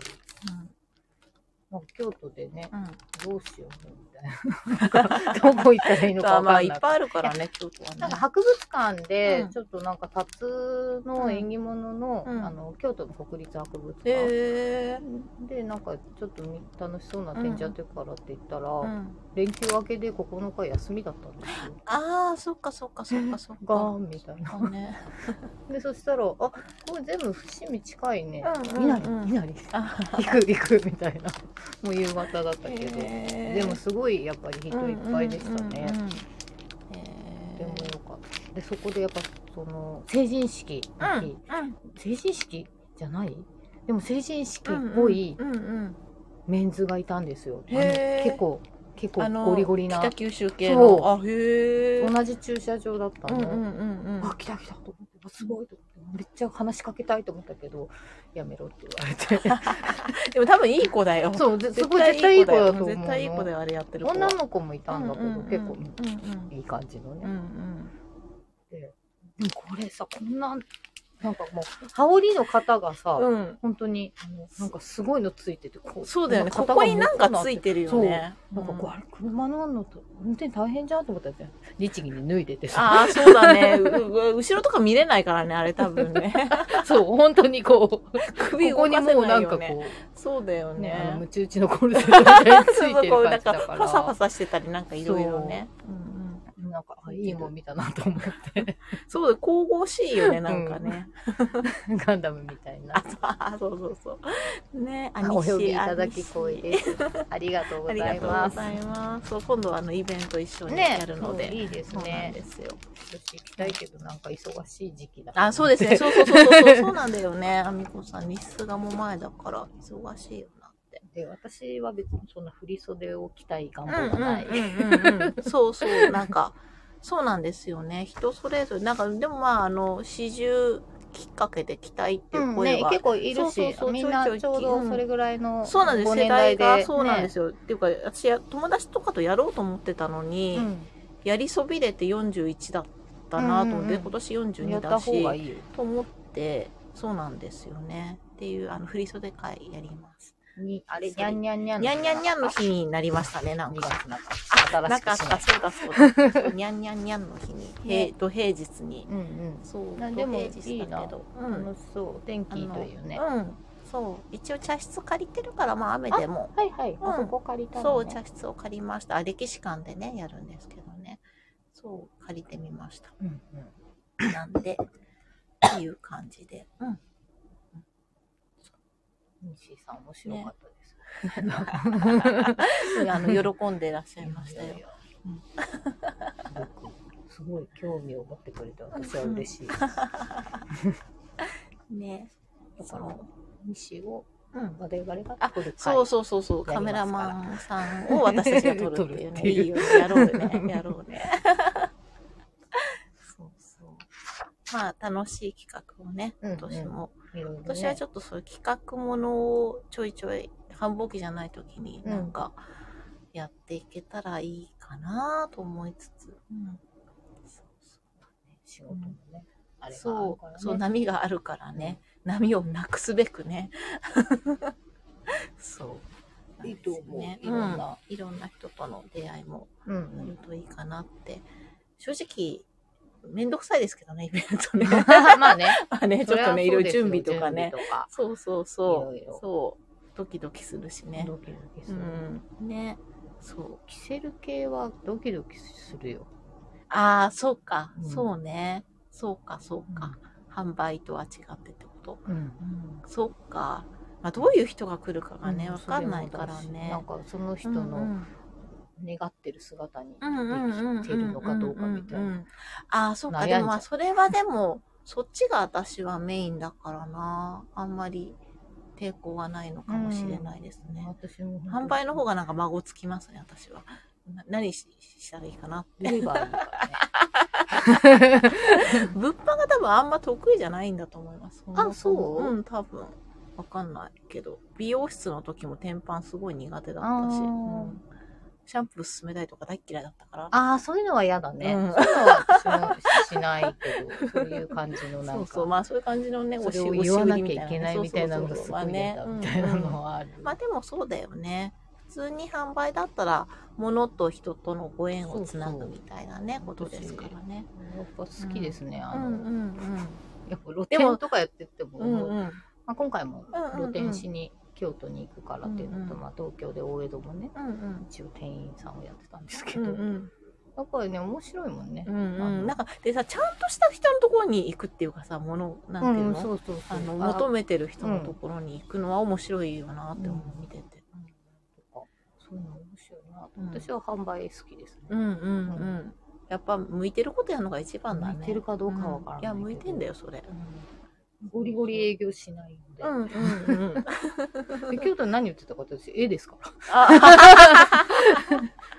[SPEAKER 1] まあ、京都でね
[SPEAKER 2] うん。
[SPEAKER 1] どうしようねみたいななんか どこ行ったらいい
[SPEAKER 2] うん。
[SPEAKER 1] の
[SPEAKER 2] ま
[SPEAKER 1] か
[SPEAKER 2] あ、
[SPEAKER 1] 分
[SPEAKER 2] ま
[SPEAKER 1] か
[SPEAKER 2] あ、
[SPEAKER 1] ん
[SPEAKER 2] い
[SPEAKER 1] な
[SPEAKER 2] っ
[SPEAKER 1] くて
[SPEAKER 2] ぱいあるからね、京都はね。
[SPEAKER 1] なんか博物館で
[SPEAKER 2] うん
[SPEAKER 1] ちょっとなんか辰の縁起物の,、
[SPEAKER 2] うん
[SPEAKER 1] あの京都の国立博物館、
[SPEAKER 2] へえ。
[SPEAKER 1] でなんかちょっとみ楽しそうな展示やってるからって言ったら、
[SPEAKER 2] うん。
[SPEAKER 1] 連休明けで9日休みだったんですよ。
[SPEAKER 2] ああ、そっかそっかそっかそっ
[SPEAKER 1] ガー
[SPEAKER 2] か。
[SPEAKER 1] ンみたいな。
[SPEAKER 2] そうね。
[SPEAKER 1] でそしたら「あこれ全部伏見近いね
[SPEAKER 2] うんうん
[SPEAKER 1] 稲
[SPEAKER 2] うん
[SPEAKER 1] 荷稲荷
[SPEAKER 2] あ
[SPEAKER 1] 行く行く」みたいな もう夕方だったけど、
[SPEAKER 2] で
[SPEAKER 1] でもすごいやっぱり人いっぱいでしたね。
[SPEAKER 2] うんうんうんうん
[SPEAKER 1] でもよかったでそこでやっぱその成人式の日、成人式じゃないでも成人式っぽい
[SPEAKER 2] うんうんうんうん
[SPEAKER 1] メンズがいたんですよ、
[SPEAKER 2] へー
[SPEAKER 1] あの結構結
[SPEAKER 2] あ
[SPEAKER 1] 構
[SPEAKER 2] の
[SPEAKER 1] ゴリゴリな
[SPEAKER 2] 北九州系の。あ、へえ。
[SPEAKER 1] 同じ駐車場だった
[SPEAKER 2] う
[SPEAKER 1] の、
[SPEAKER 2] んうんうんうん
[SPEAKER 1] あ。来た来たと思ってあすごいと思ってめっちゃ話しかけたいと思ったけどやめろって言われ
[SPEAKER 2] でも多分いい子だよ。
[SPEAKER 1] てそうですごい絶対いい子だと思う
[SPEAKER 2] 絶対いい子だよ、あれやってる子は。
[SPEAKER 1] 女の子もいたんだけど、
[SPEAKER 2] うんうんうん
[SPEAKER 1] 結構
[SPEAKER 2] うんうん
[SPEAKER 1] いい感じのね、
[SPEAKER 2] うんうん
[SPEAKER 1] でもこれさこんななんかもう羽織の方がさ、
[SPEAKER 2] うん。
[SPEAKER 1] 本当にあのなんかすごいのついててこ
[SPEAKER 2] そうだよね。
[SPEAKER 1] な
[SPEAKER 2] こ
[SPEAKER 1] んか
[SPEAKER 2] こ
[SPEAKER 1] 肩
[SPEAKER 2] に
[SPEAKER 1] が
[SPEAKER 2] なんかついてるよね。
[SPEAKER 1] なんかこう、
[SPEAKER 2] うん
[SPEAKER 1] あれ車のあんのと運転大変じゃんと思ったら律儀に脱いでてさ
[SPEAKER 2] ああ、そうだね。うう後ろとか見れないからね、あれ多分 ね。
[SPEAKER 1] そう本当にこう
[SPEAKER 2] 首
[SPEAKER 1] ここ
[SPEAKER 2] 動
[SPEAKER 1] に
[SPEAKER 2] かせな
[SPEAKER 1] もう
[SPEAKER 2] い
[SPEAKER 1] なん
[SPEAKER 2] よ
[SPEAKER 1] か
[SPEAKER 2] ね。
[SPEAKER 1] こ
[SPEAKER 2] そうだよ
[SPEAKER 1] うねあの
[SPEAKER 2] ね
[SPEAKER 1] ム。チ打ちのコールセンターみたいにつ いてる
[SPEAKER 2] こう
[SPEAKER 1] 感
[SPEAKER 2] なん
[SPEAKER 1] じだ
[SPEAKER 2] か
[SPEAKER 1] から
[SPEAKER 2] パサパサしてたりなんかいろいろね。うんうん
[SPEAKER 1] なんかあいいもん見たなと思って
[SPEAKER 2] そうだ、神々しいよね、なんかね。
[SPEAKER 1] ガンダムみたいな
[SPEAKER 2] あと、 あ、そうそうそう。ね、あ
[SPEAKER 1] お呼びいただき光栄 ですありがとうご
[SPEAKER 2] あり
[SPEAKER 1] ざ
[SPEAKER 2] が
[SPEAKER 1] い
[SPEAKER 2] とうご
[SPEAKER 1] ます
[SPEAKER 2] ざいます。そう、今度はあのイベント一緒に
[SPEAKER 1] ね
[SPEAKER 2] やるので。
[SPEAKER 1] そういいです
[SPEAKER 2] そうなん
[SPEAKER 1] ね
[SPEAKER 2] ですよ。
[SPEAKER 1] 私行きたいけどなんか忙しい時期だ
[SPEAKER 2] あ、そうですね。そうそうそうそう。そうなんだよね。あみこさん、日数がもう前だから、忙しいよなって。
[SPEAKER 1] で私は別にそんな振り袖を着たい願
[SPEAKER 2] う
[SPEAKER 1] 望がない、
[SPEAKER 2] んうんうんうん。そうそう。なんか、そうなんですよね。人それぞれ。なんか、でもまあ、あの、四十きっかけで来たいっていう
[SPEAKER 1] うん
[SPEAKER 2] 声
[SPEAKER 1] ね
[SPEAKER 2] は、、
[SPEAKER 1] 結構いるし
[SPEAKER 2] そうそうそう
[SPEAKER 1] みんな
[SPEAKER 2] ちょい
[SPEAKER 1] ち
[SPEAKER 2] ちょ
[SPEAKER 1] ょ
[SPEAKER 2] いう
[SPEAKER 1] どそれぐらいの
[SPEAKER 2] そうなんです。
[SPEAKER 1] ご
[SPEAKER 2] 世
[SPEAKER 1] 年
[SPEAKER 2] 代
[SPEAKER 1] 代
[SPEAKER 2] が、
[SPEAKER 1] で
[SPEAKER 2] そうなんですよ。っていうか、私や、友達とかとやろうと思ってたのに、
[SPEAKER 1] ね
[SPEAKER 2] やりそびれて41だったなと思って、
[SPEAKER 1] うんうんうん
[SPEAKER 2] 今年42
[SPEAKER 1] う
[SPEAKER 2] だ
[SPEAKER 1] ん、
[SPEAKER 2] し。
[SPEAKER 1] やった方がいいよ
[SPEAKER 2] と思ってそうなんですよねっていうあの振り袖会やります
[SPEAKER 1] にあれにゃんにゃんにゃん
[SPEAKER 2] にゃんにゃんにゃんの日になりましたねなん
[SPEAKER 1] 2
[SPEAKER 2] か
[SPEAKER 1] 月なんか
[SPEAKER 2] な
[SPEAKER 1] 新
[SPEAKER 2] ん
[SPEAKER 1] し
[SPEAKER 2] かあっ
[SPEAKER 1] くしたない
[SPEAKER 2] そうだそうだにゃんにゃんにゃんの日に平土平日に
[SPEAKER 1] うんうん
[SPEAKER 2] そう
[SPEAKER 1] な
[SPEAKER 2] 土
[SPEAKER 1] でも
[SPEAKER 2] 平日だけどうん
[SPEAKER 1] 楽しそう天気いいというね
[SPEAKER 2] うんそう一応茶室借りてるからまあ雨でも
[SPEAKER 1] はいはい、
[SPEAKER 2] うん
[SPEAKER 1] あそこ借りた
[SPEAKER 2] そ
[SPEAKER 1] の、
[SPEAKER 2] う
[SPEAKER 1] ね、
[SPEAKER 2] 茶室を借りましたあ歴史館でねやるんですけどねそう借りてみました
[SPEAKER 1] うんうん、
[SPEAKER 2] なんでっていう感じでうん
[SPEAKER 1] 西井さん面白かったです、
[SPEAKER 2] あの喜んでいらっしゃいましたよ
[SPEAKER 1] いやいやいやうんすごい興味を持ってくれて私は嬉しいです。だか
[SPEAKER 2] ね
[SPEAKER 1] ら西を
[SPEAKER 2] うん
[SPEAKER 1] 我々が撮る会
[SPEAKER 2] そうそうそうそう、
[SPEAKER 1] や
[SPEAKER 2] カ
[SPEAKER 1] り
[SPEAKER 2] メ
[SPEAKER 1] ま
[SPEAKER 2] ラ
[SPEAKER 1] すから
[SPEAKER 2] マンさんを私たちが撮るっていうね。
[SPEAKER 1] 撮るっていう
[SPEAKER 2] いいよ、やろうね、やろう ね。そうそう。まあ、楽しい企画をね、
[SPEAKER 1] うんうん
[SPEAKER 2] 今年も。
[SPEAKER 1] いろいろね
[SPEAKER 2] 今年はちょっとそういう企画ものをちょいちょい、繁忙期じゃない時に
[SPEAKER 1] うん
[SPEAKER 2] なんか、やっていけたらいいかなと思いつつ。うんそうそう
[SPEAKER 1] 仕事もね、あれがある
[SPEAKER 2] そ
[SPEAKER 1] からね
[SPEAKER 2] う、そう、波があるからね、波をなくすべくね。 そう。
[SPEAKER 1] いいと思う
[SPEAKER 2] なんです
[SPEAKER 1] い
[SPEAKER 2] よね
[SPEAKER 1] ろんな、
[SPEAKER 2] いろんな人との出会いも
[SPEAKER 1] うんう
[SPEAKER 2] ある
[SPEAKER 1] ん、
[SPEAKER 2] といいかなって。正直、めんどくさいですけどね、イベントね。
[SPEAKER 1] まあね、
[SPEAKER 2] まあ ね、ちょっとね、い
[SPEAKER 1] そ
[SPEAKER 2] ろろ
[SPEAKER 1] れはい
[SPEAKER 2] 準備とかね
[SPEAKER 1] 準。備とか
[SPEAKER 2] そうそうそう。
[SPEAKER 1] いろいろ
[SPEAKER 2] そう。ドキドキするしね。
[SPEAKER 1] ドキドキす
[SPEAKER 2] う
[SPEAKER 1] る、
[SPEAKER 2] ん。ね。そう。
[SPEAKER 1] キセル系はドキドキするよ。
[SPEAKER 2] ああ、そうか、
[SPEAKER 1] うん
[SPEAKER 2] そうね。そうか、そうか。販売とは違ってってこと
[SPEAKER 1] うん
[SPEAKER 2] そっか。まあ、どういう人が来るかがね、
[SPEAKER 1] う
[SPEAKER 2] わかんないからね。
[SPEAKER 1] なんかその人の願ってる姿に
[SPEAKER 2] うんうんうん
[SPEAKER 1] 生きてるのかどうかみたい
[SPEAKER 2] うんうんう
[SPEAKER 1] な。
[SPEAKER 2] んああ、そっ
[SPEAKER 1] 悩
[SPEAKER 2] か。
[SPEAKER 1] んじゃ
[SPEAKER 2] で
[SPEAKER 1] う
[SPEAKER 2] もまあ、それはでも、そっちが私はメインだからな。あんまり抵抗はないのかもしれないですね。
[SPEAKER 1] 私も
[SPEAKER 2] 販売の方が
[SPEAKER 1] が
[SPEAKER 2] なんか孫つきますね、私は。な何ししたらいいかな。
[SPEAKER 1] 売れば いいからね。
[SPEAKER 2] 物販が多分あんま得意じゃないんだと思います。
[SPEAKER 1] あそう
[SPEAKER 2] うん、多分。わかんないけど。美容室の時も天板すごい苦手だったし。
[SPEAKER 1] あー
[SPEAKER 2] うんシャンプー勧めたりとか大っ嫌いだったから。
[SPEAKER 1] ああ、そういうのは嫌だね。
[SPEAKER 2] うん
[SPEAKER 1] そういうのは私もししないけど、そういう感じのなん
[SPEAKER 2] そう
[SPEAKER 1] か、
[SPEAKER 2] そう、まあそういう感じのね、
[SPEAKER 1] それを
[SPEAKER 2] 押し
[SPEAKER 1] 言
[SPEAKER 2] 売
[SPEAKER 1] わ
[SPEAKER 2] り
[SPEAKER 1] なきゃいけないみたいなのがすごい嫌だ
[SPEAKER 2] そうそうそう
[SPEAKER 1] みたいな
[SPEAKER 2] まあね
[SPEAKER 1] のはある。
[SPEAKER 2] まあでもそうだよね。普通に販売だったら、物と人とのご縁をつなぐみたいなね、
[SPEAKER 1] そう
[SPEAKER 2] ことですからね。
[SPEAKER 1] やっぱ好きですね。あ
[SPEAKER 2] うん
[SPEAKER 1] の、
[SPEAKER 2] うんうん。
[SPEAKER 1] やっぱ露店とかやってても、
[SPEAKER 2] うんうん。
[SPEAKER 1] まあ、今回も
[SPEAKER 2] うんうんうん
[SPEAKER 1] 露店しに京都に行くからっていうのと、
[SPEAKER 2] うんうん
[SPEAKER 1] まあ、東京で大江戸もね、
[SPEAKER 2] うんうん。
[SPEAKER 1] 一応店員さんをやってたんですけ
[SPEAKER 2] う
[SPEAKER 1] ど、
[SPEAKER 2] んうん
[SPEAKER 1] やっぱりね、面白いもんね
[SPEAKER 2] う。ん
[SPEAKER 1] あ
[SPEAKER 2] う
[SPEAKER 1] の
[SPEAKER 2] ん、なんかでさちゃんとした人のところに行くっていうかさものなんていうの,、
[SPEAKER 1] そうそうそ
[SPEAKER 2] あ
[SPEAKER 1] う。
[SPEAKER 2] の求
[SPEAKER 1] め
[SPEAKER 2] めてる人のところに行くのは面白いよなって思う、見てて
[SPEAKER 1] とか、そういうの面白いな。
[SPEAKER 2] うん
[SPEAKER 1] 私は販売好きですね。
[SPEAKER 2] うんうんうん、やっぱ向いてることやるのが一番だね
[SPEAKER 1] 向いてるかどうかはわからないけど
[SPEAKER 2] うんいや向いてんだよそれ、
[SPEAKER 1] うんゴリゴリ営業しないので。
[SPEAKER 2] うんうんうん。
[SPEAKER 1] で京都に何言ってたかって私、絵ですか
[SPEAKER 2] あ、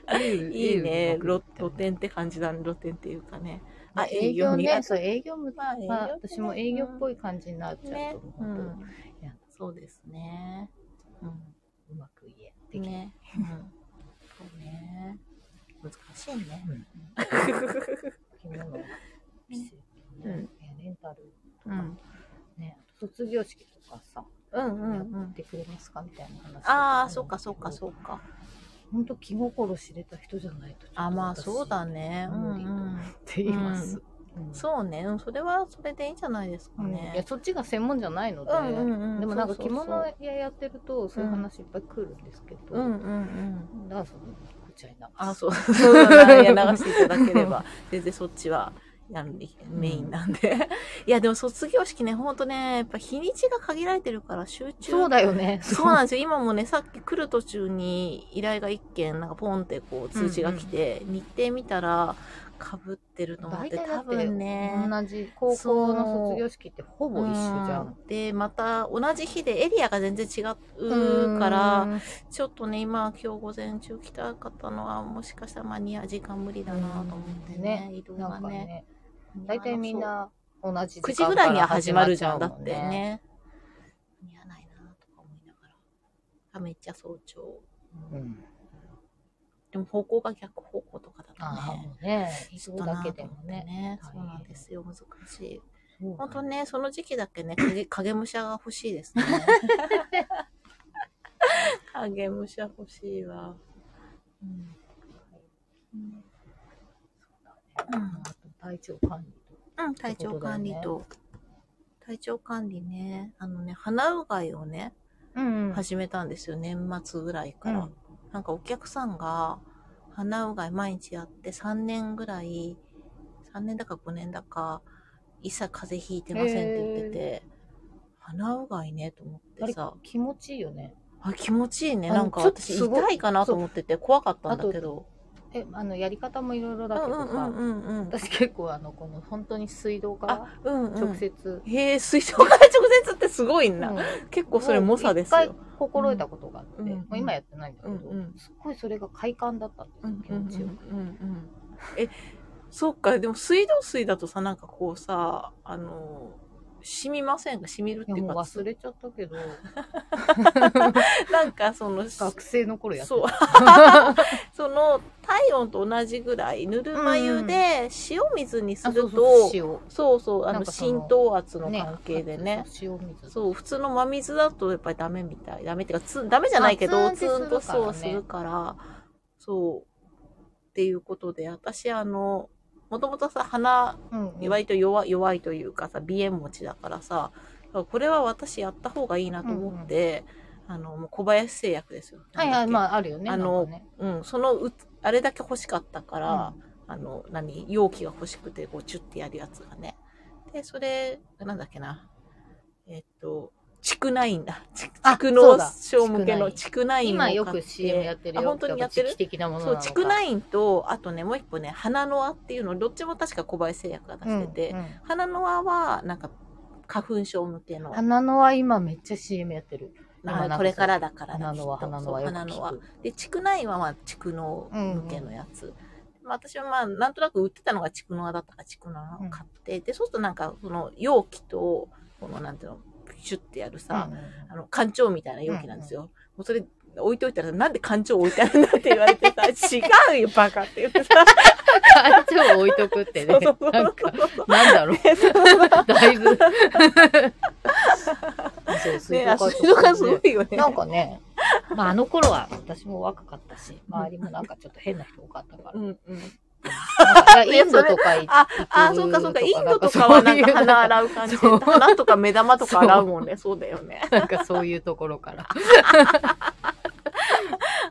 [SPEAKER 1] ら。い
[SPEAKER 2] いいね。露露店って感じだね。露店っていうかね。あ、
[SPEAKER 1] 営
[SPEAKER 2] 営
[SPEAKER 1] 業
[SPEAKER 2] 業
[SPEAKER 1] ね、
[SPEAKER 2] ね。
[SPEAKER 1] そう、営業も、
[SPEAKER 2] まあ、営業
[SPEAKER 1] まあ、私も営業っぽ
[SPEAKER 2] い。
[SPEAKER 1] い感じになっちゃう
[SPEAKER 2] ね
[SPEAKER 1] と、思う
[SPEAKER 2] う。
[SPEAKER 1] と、うん
[SPEAKER 2] そうですね。う
[SPEAKER 1] まく言えで
[SPEAKER 2] ん。
[SPEAKER 1] きない。
[SPEAKER 2] ね。うん。そうね。難しいね。
[SPEAKER 1] 着物がピシッと
[SPEAKER 2] うん
[SPEAKER 1] ね、レンタルと
[SPEAKER 2] う
[SPEAKER 1] か、
[SPEAKER 2] ん。
[SPEAKER 1] ね、卒業式とかさ、
[SPEAKER 2] うんうん
[SPEAKER 1] や
[SPEAKER 2] う
[SPEAKER 1] っ
[SPEAKER 2] ん。
[SPEAKER 1] てくれますかみたいな話。
[SPEAKER 2] ああ、そうかそうかそうか。
[SPEAKER 1] 本当気心知れた人じゃないとちょっと
[SPEAKER 2] あ、まあ
[SPEAKER 1] 私
[SPEAKER 2] そうだね。う
[SPEAKER 1] 無理と
[SPEAKER 2] ん
[SPEAKER 1] 思。っています、うん
[SPEAKER 2] そうね。うんそれはそれでいいんじゃないですか
[SPEAKER 1] うんいや
[SPEAKER 2] ね。
[SPEAKER 1] そっちが専門じゃないので、
[SPEAKER 2] う
[SPEAKER 1] でもなんか
[SPEAKER 2] そう
[SPEAKER 1] 着
[SPEAKER 2] そうそう
[SPEAKER 1] 物屋やってるとそういう話いっぱい来るんですけど、
[SPEAKER 2] うんうんうん。
[SPEAKER 1] だからそのこちらにな
[SPEAKER 2] あ、そう、そうだね。流していただけれ ば、全然そっちは、やるんでメインなんで。いや、でも卒業式ね、ほんとね、やっぱ日にちが限られてるから集中。
[SPEAKER 1] そうだよね
[SPEAKER 2] そうなんですよ。今もね、さっき来る途中に依頼が1件、なんかポンってこう通知が来て、日程見たら、被ってると思っ
[SPEAKER 1] 大
[SPEAKER 2] て、
[SPEAKER 1] 体だ
[SPEAKER 2] 多
[SPEAKER 1] って
[SPEAKER 2] 分ね。
[SPEAKER 1] 同じ高校の卒業式ってほぼ一緒じゃん
[SPEAKER 2] う。で、また同じ日でエリアが全然違
[SPEAKER 1] うん
[SPEAKER 2] うから、ちょっとね、今、今日午前中来たかったのは、もしかしたら間に合う時間無理だなと思ってね、移動
[SPEAKER 1] な
[SPEAKER 2] が
[SPEAKER 1] んか
[SPEAKER 2] ね。
[SPEAKER 1] ね大体みんな同じ
[SPEAKER 2] 9
[SPEAKER 1] 時
[SPEAKER 2] 時
[SPEAKER 1] 間
[SPEAKER 2] ぐ
[SPEAKER 1] から
[SPEAKER 2] いには始まるじゃん、だ
[SPEAKER 1] 始
[SPEAKER 2] っ
[SPEAKER 1] ま
[SPEAKER 2] て
[SPEAKER 1] ちゃうもん
[SPEAKER 2] ね。間に合わないなとか思いながら。あ、めっちゃ早朝。
[SPEAKER 1] うん
[SPEAKER 2] でも方向が逆方向とかだ
[SPEAKER 1] あ
[SPEAKER 2] と
[SPEAKER 1] あ
[SPEAKER 2] ね。
[SPEAKER 1] もうね移
[SPEAKER 2] ちょ
[SPEAKER 1] 動
[SPEAKER 2] っと
[SPEAKER 1] だ
[SPEAKER 2] な
[SPEAKER 1] け
[SPEAKER 2] と
[SPEAKER 1] で
[SPEAKER 2] 思
[SPEAKER 1] も
[SPEAKER 2] って
[SPEAKER 1] ね
[SPEAKER 2] ね。
[SPEAKER 1] 大変
[SPEAKER 2] そうなんですよ、難しい。
[SPEAKER 1] そう
[SPEAKER 2] 本当ね、その時期だけね、 影影武者が欲しいですね。影武者欲しいわ。うん。うん
[SPEAKER 1] あと体調管理と
[SPEAKER 2] うん、体調管理と。体調管理ね。あのね、鼻うがいをね、
[SPEAKER 1] うん
[SPEAKER 2] 始めたんですよ。年末ぐらいか。
[SPEAKER 1] からら
[SPEAKER 2] なんかお客さんが、鼻うがい毎日やって3年ぐらい、3年だか5年だか、一切風邪ひいてませんって言ってて、鼻うがいねと思っ
[SPEAKER 1] あ
[SPEAKER 2] て
[SPEAKER 1] れ
[SPEAKER 2] さ、
[SPEAKER 1] 気持ちいいよね
[SPEAKER 2] あ気持ちいいね。
[SPEAKER 1] あの
[SPEAKER 2] なんか
[SPEAKER 1] ちょっと
[SPEAKER 2] 私
[SPEAKER 1] すごい
[SPEAKER 2] 痛いかなと思ってて怖かったんだけど。
[SPEAKER 1] えあのやり方もいろい
[SPEAKER 2] う
[SPEAKER 1] ろだ
[SPEAKER 2] ん
[SPEAKER 1] け
[SPEAKER 2] う
[SPEAKER 1] どさ、
[SPEAKER 2] んうんうんうん。
[SPEAKER 1] 私結構あのこの本当に水道から
[SPEAKER 2] あ、うんうん。
[SPEAKER 1] 直接、
[SPEAKER 2] へえ、水槽から直接ってすごい
[SPEAKER 1] うん
[SPEAKER 2] な。
[SPEAKER 1] もう
[SPEAKER 2] 結構それ猛者です
[SPEAKER 1] 一回
[SPEAKER 2] よ。
[SPEAKER 1] 心得たことがあって、
[SPEAKER 2] うんうん
[SPEAKER 1] もう今やってないんだけど、
[SPEAKER 2] うんうん
[SPEAKER 1] すっごいそれが快感だったんです
[SPEAKER 2] う
[SPEAKER 1] よ
[SPEAKER 2] んうん
[SPEAKER 1] 気持ちよく、
[SPEAKER 2] うんうんえ、そっか、でも水道水だとさ、なんかこうさ、あの、染みませんか染みるってい
[SPEAKER 1] いうやもう
[SPEAKER 2] か、
[SPEAKER 1] 忘れちゃった けど
[SPEAKER 2] なんかその、
[SPEAKER 1] 学生の頃やって
[SPEAKER 2] そう
[SPEAKER 1] た。
[SPEAKER 2] その体温と同じぐらい、ぬるま湯で塩水にす
[SPEAKER 1] あそ
[SPEAKER 2] る
[SPEAKER 1] うそ
[SPEAKER 2] と、
[SPEAKER 1] う塩
[SPEAKER 2] そうそう、あ
[SPEAKER 1] なん
[SPEAKER 2] の
[SPEAKER 1] かその
[SPEAKER 2] 浸透圧の関係でね。
[SPEAKER 1] そう塩水
[SPEAKER 2] そう、普通の真水だとやっぱりダメみたい。ダメっていうか、つダメじゃないけ
[SPEAKER 1] あ
[SPEAKER 2] ど、
[SPEAKER 1] ツ
[SPEAKER 2] ツ
[SPEAKER 1] ー
[SPEAKER 2] ー
[SPEAKER 1] ン
[SPEAKER 2] ン
[SPEAKER 1] と
[SPEAKER 2] と
[SPEAKER 1] するから
[SPEAKER 2] そ
[SPEAKER 1] ね
[SPEAKER 2] うするから、そう、っていうことで、私あの、もともとさ、鼻、
[SPEAKER 1] うんうん
[SPEAKER 2] 割と弱弱いというかさ、鼻炎持ちだからさ、これは私やった方がいいなと思って、あの、もう小林製薬ですよ。
[SPEAKER 1] はいはいま
[SPEAKER 2] あ。
[SPEAKER 1] ああるよね
[SPEAKER 2] あの
[SPEAKER 1] なんかね
[SPEAKER 2] うん、そのう、あれだけ欲しかったか
[SPEAKER 1] う
[SPEAKER 2] ら、あの、何、容器が欲しくて、こう、チュッてやるやつがね。で、それ、なんだっけな。えっと、チクナインだ。チ
[SPEAKER 1] あ
[SPEAKER 2] ク
[SPEAKER 1] そう
[SPEAKER 2] の
[SPEAKER 1] だ
[SPEAKER 2] 症向けのチクナ
[SPEAKER 1] ん
[SPEAKER 2] インを
[SPEAKER 1] 今
[SPEAKER 2] 買って
[SPEAKER 1] よく CM やってるよ
[SPEAKER 2] あ本当にやって
[SPEAKER 1] 多分
[SPEAKER 2] る
[SPEAKER 1] 時期的なものな
[SPEAKER 2] そ
[SPEAKER 1] の
[SPEAKER 2] う、
[SPEAKER 1] か
[SPEAKER 2] チクナインと、あとね、もう一個ね、花の輪っていうの、どっちも確か小林製薬が出してて、
[SPEAKER 1] うんうん
[SPEAKER 2] 花の輪は、なんか、花粉症向けの、
[SPEAKER 1] 花の輪今めっちゃ CM やってる。
[SPEAKER 2] あこれからだから
[SPEAKER 1] 花の輪、
[SPEAKER 2] きっと
[SPEAKER 1] 花の輪よ
[SPEAKER 2] そう
[SPEAKER 1] く
[SPEAKER 2] 花の
[SPEAKER 1] 聞
[SPEAKER 2] 輪
[SPEAKER 1] く。
[SPEAKER 2] で、畜内はまあ、畜農向けのやつ。まあ、私はまあ、なんとなく売ってたのが畜農だったから、畜農を買って、で、そうするとなんか、その容器と、この、なんていうの、シュッてやるさ、あの、缶調みたいな容器なんですよ。もうそれ、置いといたら、なんで缶調置いてあるんだって言われてさ、 違うよ、バカって言ってさ、
[SPEAKER 1] あっちを置いとくってね。
[SPEAKER 2] そうそうそう
[SPEAKER 1] なんか、なんだろ う。だいぶ。そう、水
[SPEAKER 2] ね、あ
[SPEAKER 1] 道
[SPEAKER 2] そういう
[SPEAKER 1] 管
[SPEAKER 2] のがすご
[SPEAKER 1] ね
[SPEAKER 2] いよね。
[SPEAKER 1] なんかね、まああの頃は私も若かったし、周りもなんかちょっと変な人多かったから
[SPEAKER 2] う。んうん。
[SPEAKER 1] なんかインドとか行
[SPEAKER 2] あ、あ、
[SPEAKER 1] 行
[SPEAKER 2] そう
[SPEAKER 1] く
[SPEAKER 2] かそうか、インドとかはなんか鼻洗う感じで
[SPEAKER 1] そういうなんか
[SPEAKER 2] 鼻とか目玉とか洗うもんね、 そうだよね。
[SPEAKER 1] なんかそういうところから。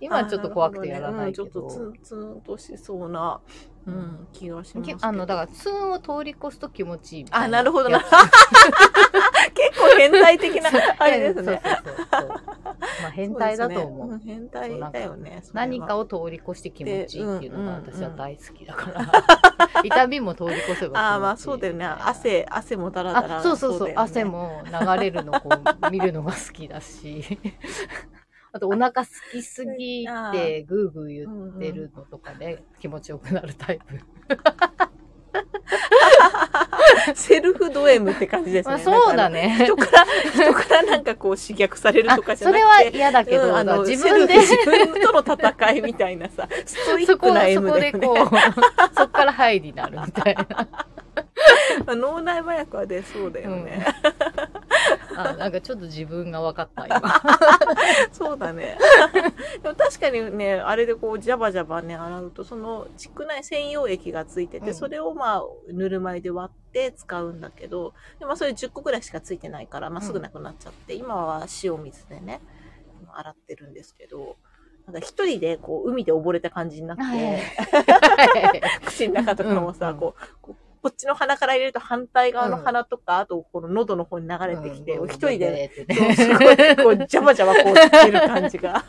[SPEAKER 1] 今はちょっと怖くてやらないけ
[SPEAKER 2] あーるほ
[SPEAKER 1] ど。
[SPEAKER 2] ねうんちょっとツンツンとしそうな、うん、気がしますけど。
[SPEAKER 1] あの、だから、ツーンを通り越すと気持ちいいみたい
[SPEAKER 2] あ、なるほど
[SPEAKER 1] や
[SPEAKER 2] な。
[SPEAKER 1] つ
[SPEAKER 2] 結構変態的な、あれですね。
[SPEAKER 1] そうそうそうそうまあ、変態だと思う。
[SPEAKER 2] そうですねん変態だよね。それは
[SPEAKER 1] 何かを通り越して気持ちいいっていうのが
[SPEAKER 2] でうん
[SPEAKER 1] 私は大好きだから、 痛みも通り越せば気持ちいい
[SPEAKER 2] ああ、まあそうだよね。汗、汗もだらだら。
[SPEAKER 1] あそうそうそう
[SPEAKER 2] だよね
[SPEAKER 1] 汗。も流れるのこう見るのが好きだし あとお腹すきすぎってグーグー言ってるのとかで気持ちよくなるタイプ、
[SPEAKER 2] セルフド M って感じですね。
[SPEAKER 1] まあそうだ
[SPEAKER 2] ね。
[SPEAKER 1] ね
[SPEAKER 2] 人から、人からなんかこう刺激される
[SPEAKER 1] あ
[SPEAKER 2] とかじゃ
[SPEAKER 1] そ
[SPEAKER 2] なく
[SPEAKER 1] れ
[SPEAKER 2] て。
[SPEAKER 1] は嫌だけど、
[SPEAKER 2] うんあの
[SPEAKER 1] 自分で
[SPEAKER 2] セルフ自分との戦いみたいなさ、ストイッ
[SPEAKER 1] そ
[SPEAKER 2] ク
[SPEAKER 1] こ
[SPEAKER 2] な
[SPEAKER 1] そ
[SPEAKER 2] M
[SPEAKER 1] こ
[SPEAKER 2] だ
[SPEAKER 1] で
[SPEAKER 2] よ
[SPEAKER 1] こ
[SPEAKER 2] ね。
[SPEAKER 1] うそこからハイになるみたいな
[SPEAKER 2] まあ脳内麻薬は出そうだよね。
[SPEAKER 1] あなんかちょっと自分が分かった今
[SPEAKER 2] そうだね。でも確かにね、あれでこう、ジャバジャバね、洗うと、その、ちくない専用液がついてて、
[SPEAKER 1] うん
[SPEAKER 2] それをまあ、ぬるま湯で割って使うんだけど、でもそれ10個ぐらいしかついてないから、まあ、すぐなくなっちゃって、今は塩水でね、洗ってるんですけど、なんか一人でこう、海で溺れた感じになって、 口の中とかもさ、
[SPEAKER 1] うん
[SPEAKER 2] こう、こうこっちの鼻から入れると反対側の鼻とか、あとこの喉の方に流れてきて、
[SPEAKER 1] うん
[SPEAKER 2] 一人で、
[SPEAKER 1] って
[SPEAKER 2] そう
[SPEAKER 1] ね
[SPEAKER 2] すごい、こう、ジャバジャバこう、つける感じが。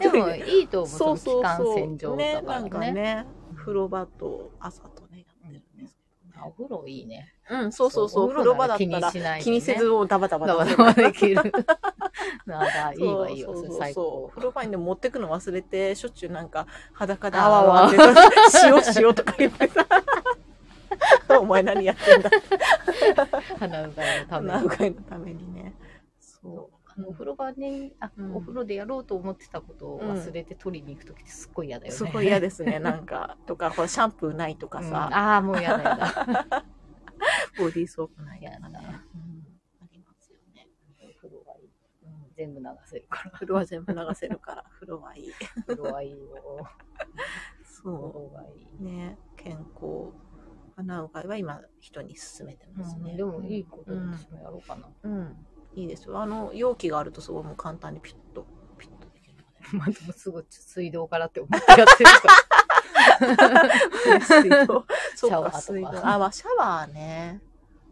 [SPEAKER 1] でもいいと思う
[SPEAKER 2] そうそう
[SPEAKER 1] の
[SPEAKER 2] そ
[SPEAKER 1] 期
[SPEAKER 2] う。
[SPEAKER 1] 間洗浄だか
[SPEAKER 2] な
[SPEAKER 1] ら
[SPEAKER 2] ん
[SPEAKER 1] ね
[SPEAKER 2] かね、風呂場と朝とね、やってるんですけど
[SPEAKER 1] あお
[SPEAKER 2] ね。
[SPEAKER 1] 風呂いいね
[SPEAKER 2] うん、そうそうそう。
[SPEAKER 1] お
[SPEAKER 2] 風呂場だっ
[SPEAKER 1] な気
[SPEAKER 2] た
[SPEAKER 1] に
[SPEAKER 2] ら
[SPEAKER 1] しないでね
[SPEAKER 2] 気に せずもうダバダバ
[SPEAKER 1] だ
[SPEAKER 2] ダ
[SPEAKER 1] わ
[SPEAKER 2] バ
[SPEAKER 1] だわできる。なんだ、いいわ、いいわ、
[SPEAKER 2] そ
[SPEAKER 1] そうれ
[SPEAKER 2] そう
[SPEAKER 1] 最
[SPEAKER 2] そう
[SPEAKER 1] 高。
[SPEAKER 2] 風呂場にでも持ってくの忘れて、しょっちゅうなんか裸で
[SPEAKER 1] あー
[SPEAKER 2] あわあわって、塩塩とか言ってさ。お前何やってんだ
[SPEAKER 1] 鼻うがいのため
[SPEAKER 2] 何
[SPEAKER 1] に。
[SPEAKER 2] 回のためにね。そ
[SPEAKER 1] あのお風呂場に、あ
[SPEAKER 2] うん
[SPEAKER 1] お風呂でやろうと思ってたことを忘れて取りに行くときってすっごい嫌だ
[SPEAKER 2] う。
[SPEAKER 1] よね。
[SPEAKER 2] すごい嫌
[SPEAKER 1] だ
[SPEAKER 2] ですね、なんか。とか、ほらシャンプーないとかさ。
[SPEAKER 1] ああ、もう嫌だ嫌 だ。
[SPEAKER 2] ボディーソープない
[SPEAKER 1] や
[SPEAKER 2] や
[SPEAKER 1] だ
[SPEAKER 2] な。
[SPEAKER 1] な
[SPEAKER 2] ありますよね。
[SPEAKER 1] お風呂はいい。うん全部流せるから。
[SPEAKER 2] 風呂は全部流せるから、 風呂はいい。
[SPEAKER 1] 風呂はいいよ。風
[SPEAKER 2] そ
[SPEAKER 1] 呂がいい。
[SPEAKER 2] う。ね、健康。鼻うがいは今、人に勧めてますね。
[SPEAKER 1] でもいいこと
[SPEAKER 2] う
[SPEAKER 1] で
[SPEAKER 2] ん
[SPEAKER 1] 私もやろうかな。
[SPEAKER 2] うん。いいですよ。あの、容器があるとすごいもう簡単にピュッと、ピュッとできる
[SPEAKER 1] まあでもすぐ水道からって思ってや ってるか
[SPEAKER 2] のね。水 道。そ
[SPEAKER 1] シャ
[SPEAKER 2] うか、
[SPEAKER 1] ワーとか
[SPEAKER 2] 水道。あ、まあ、シャワーね。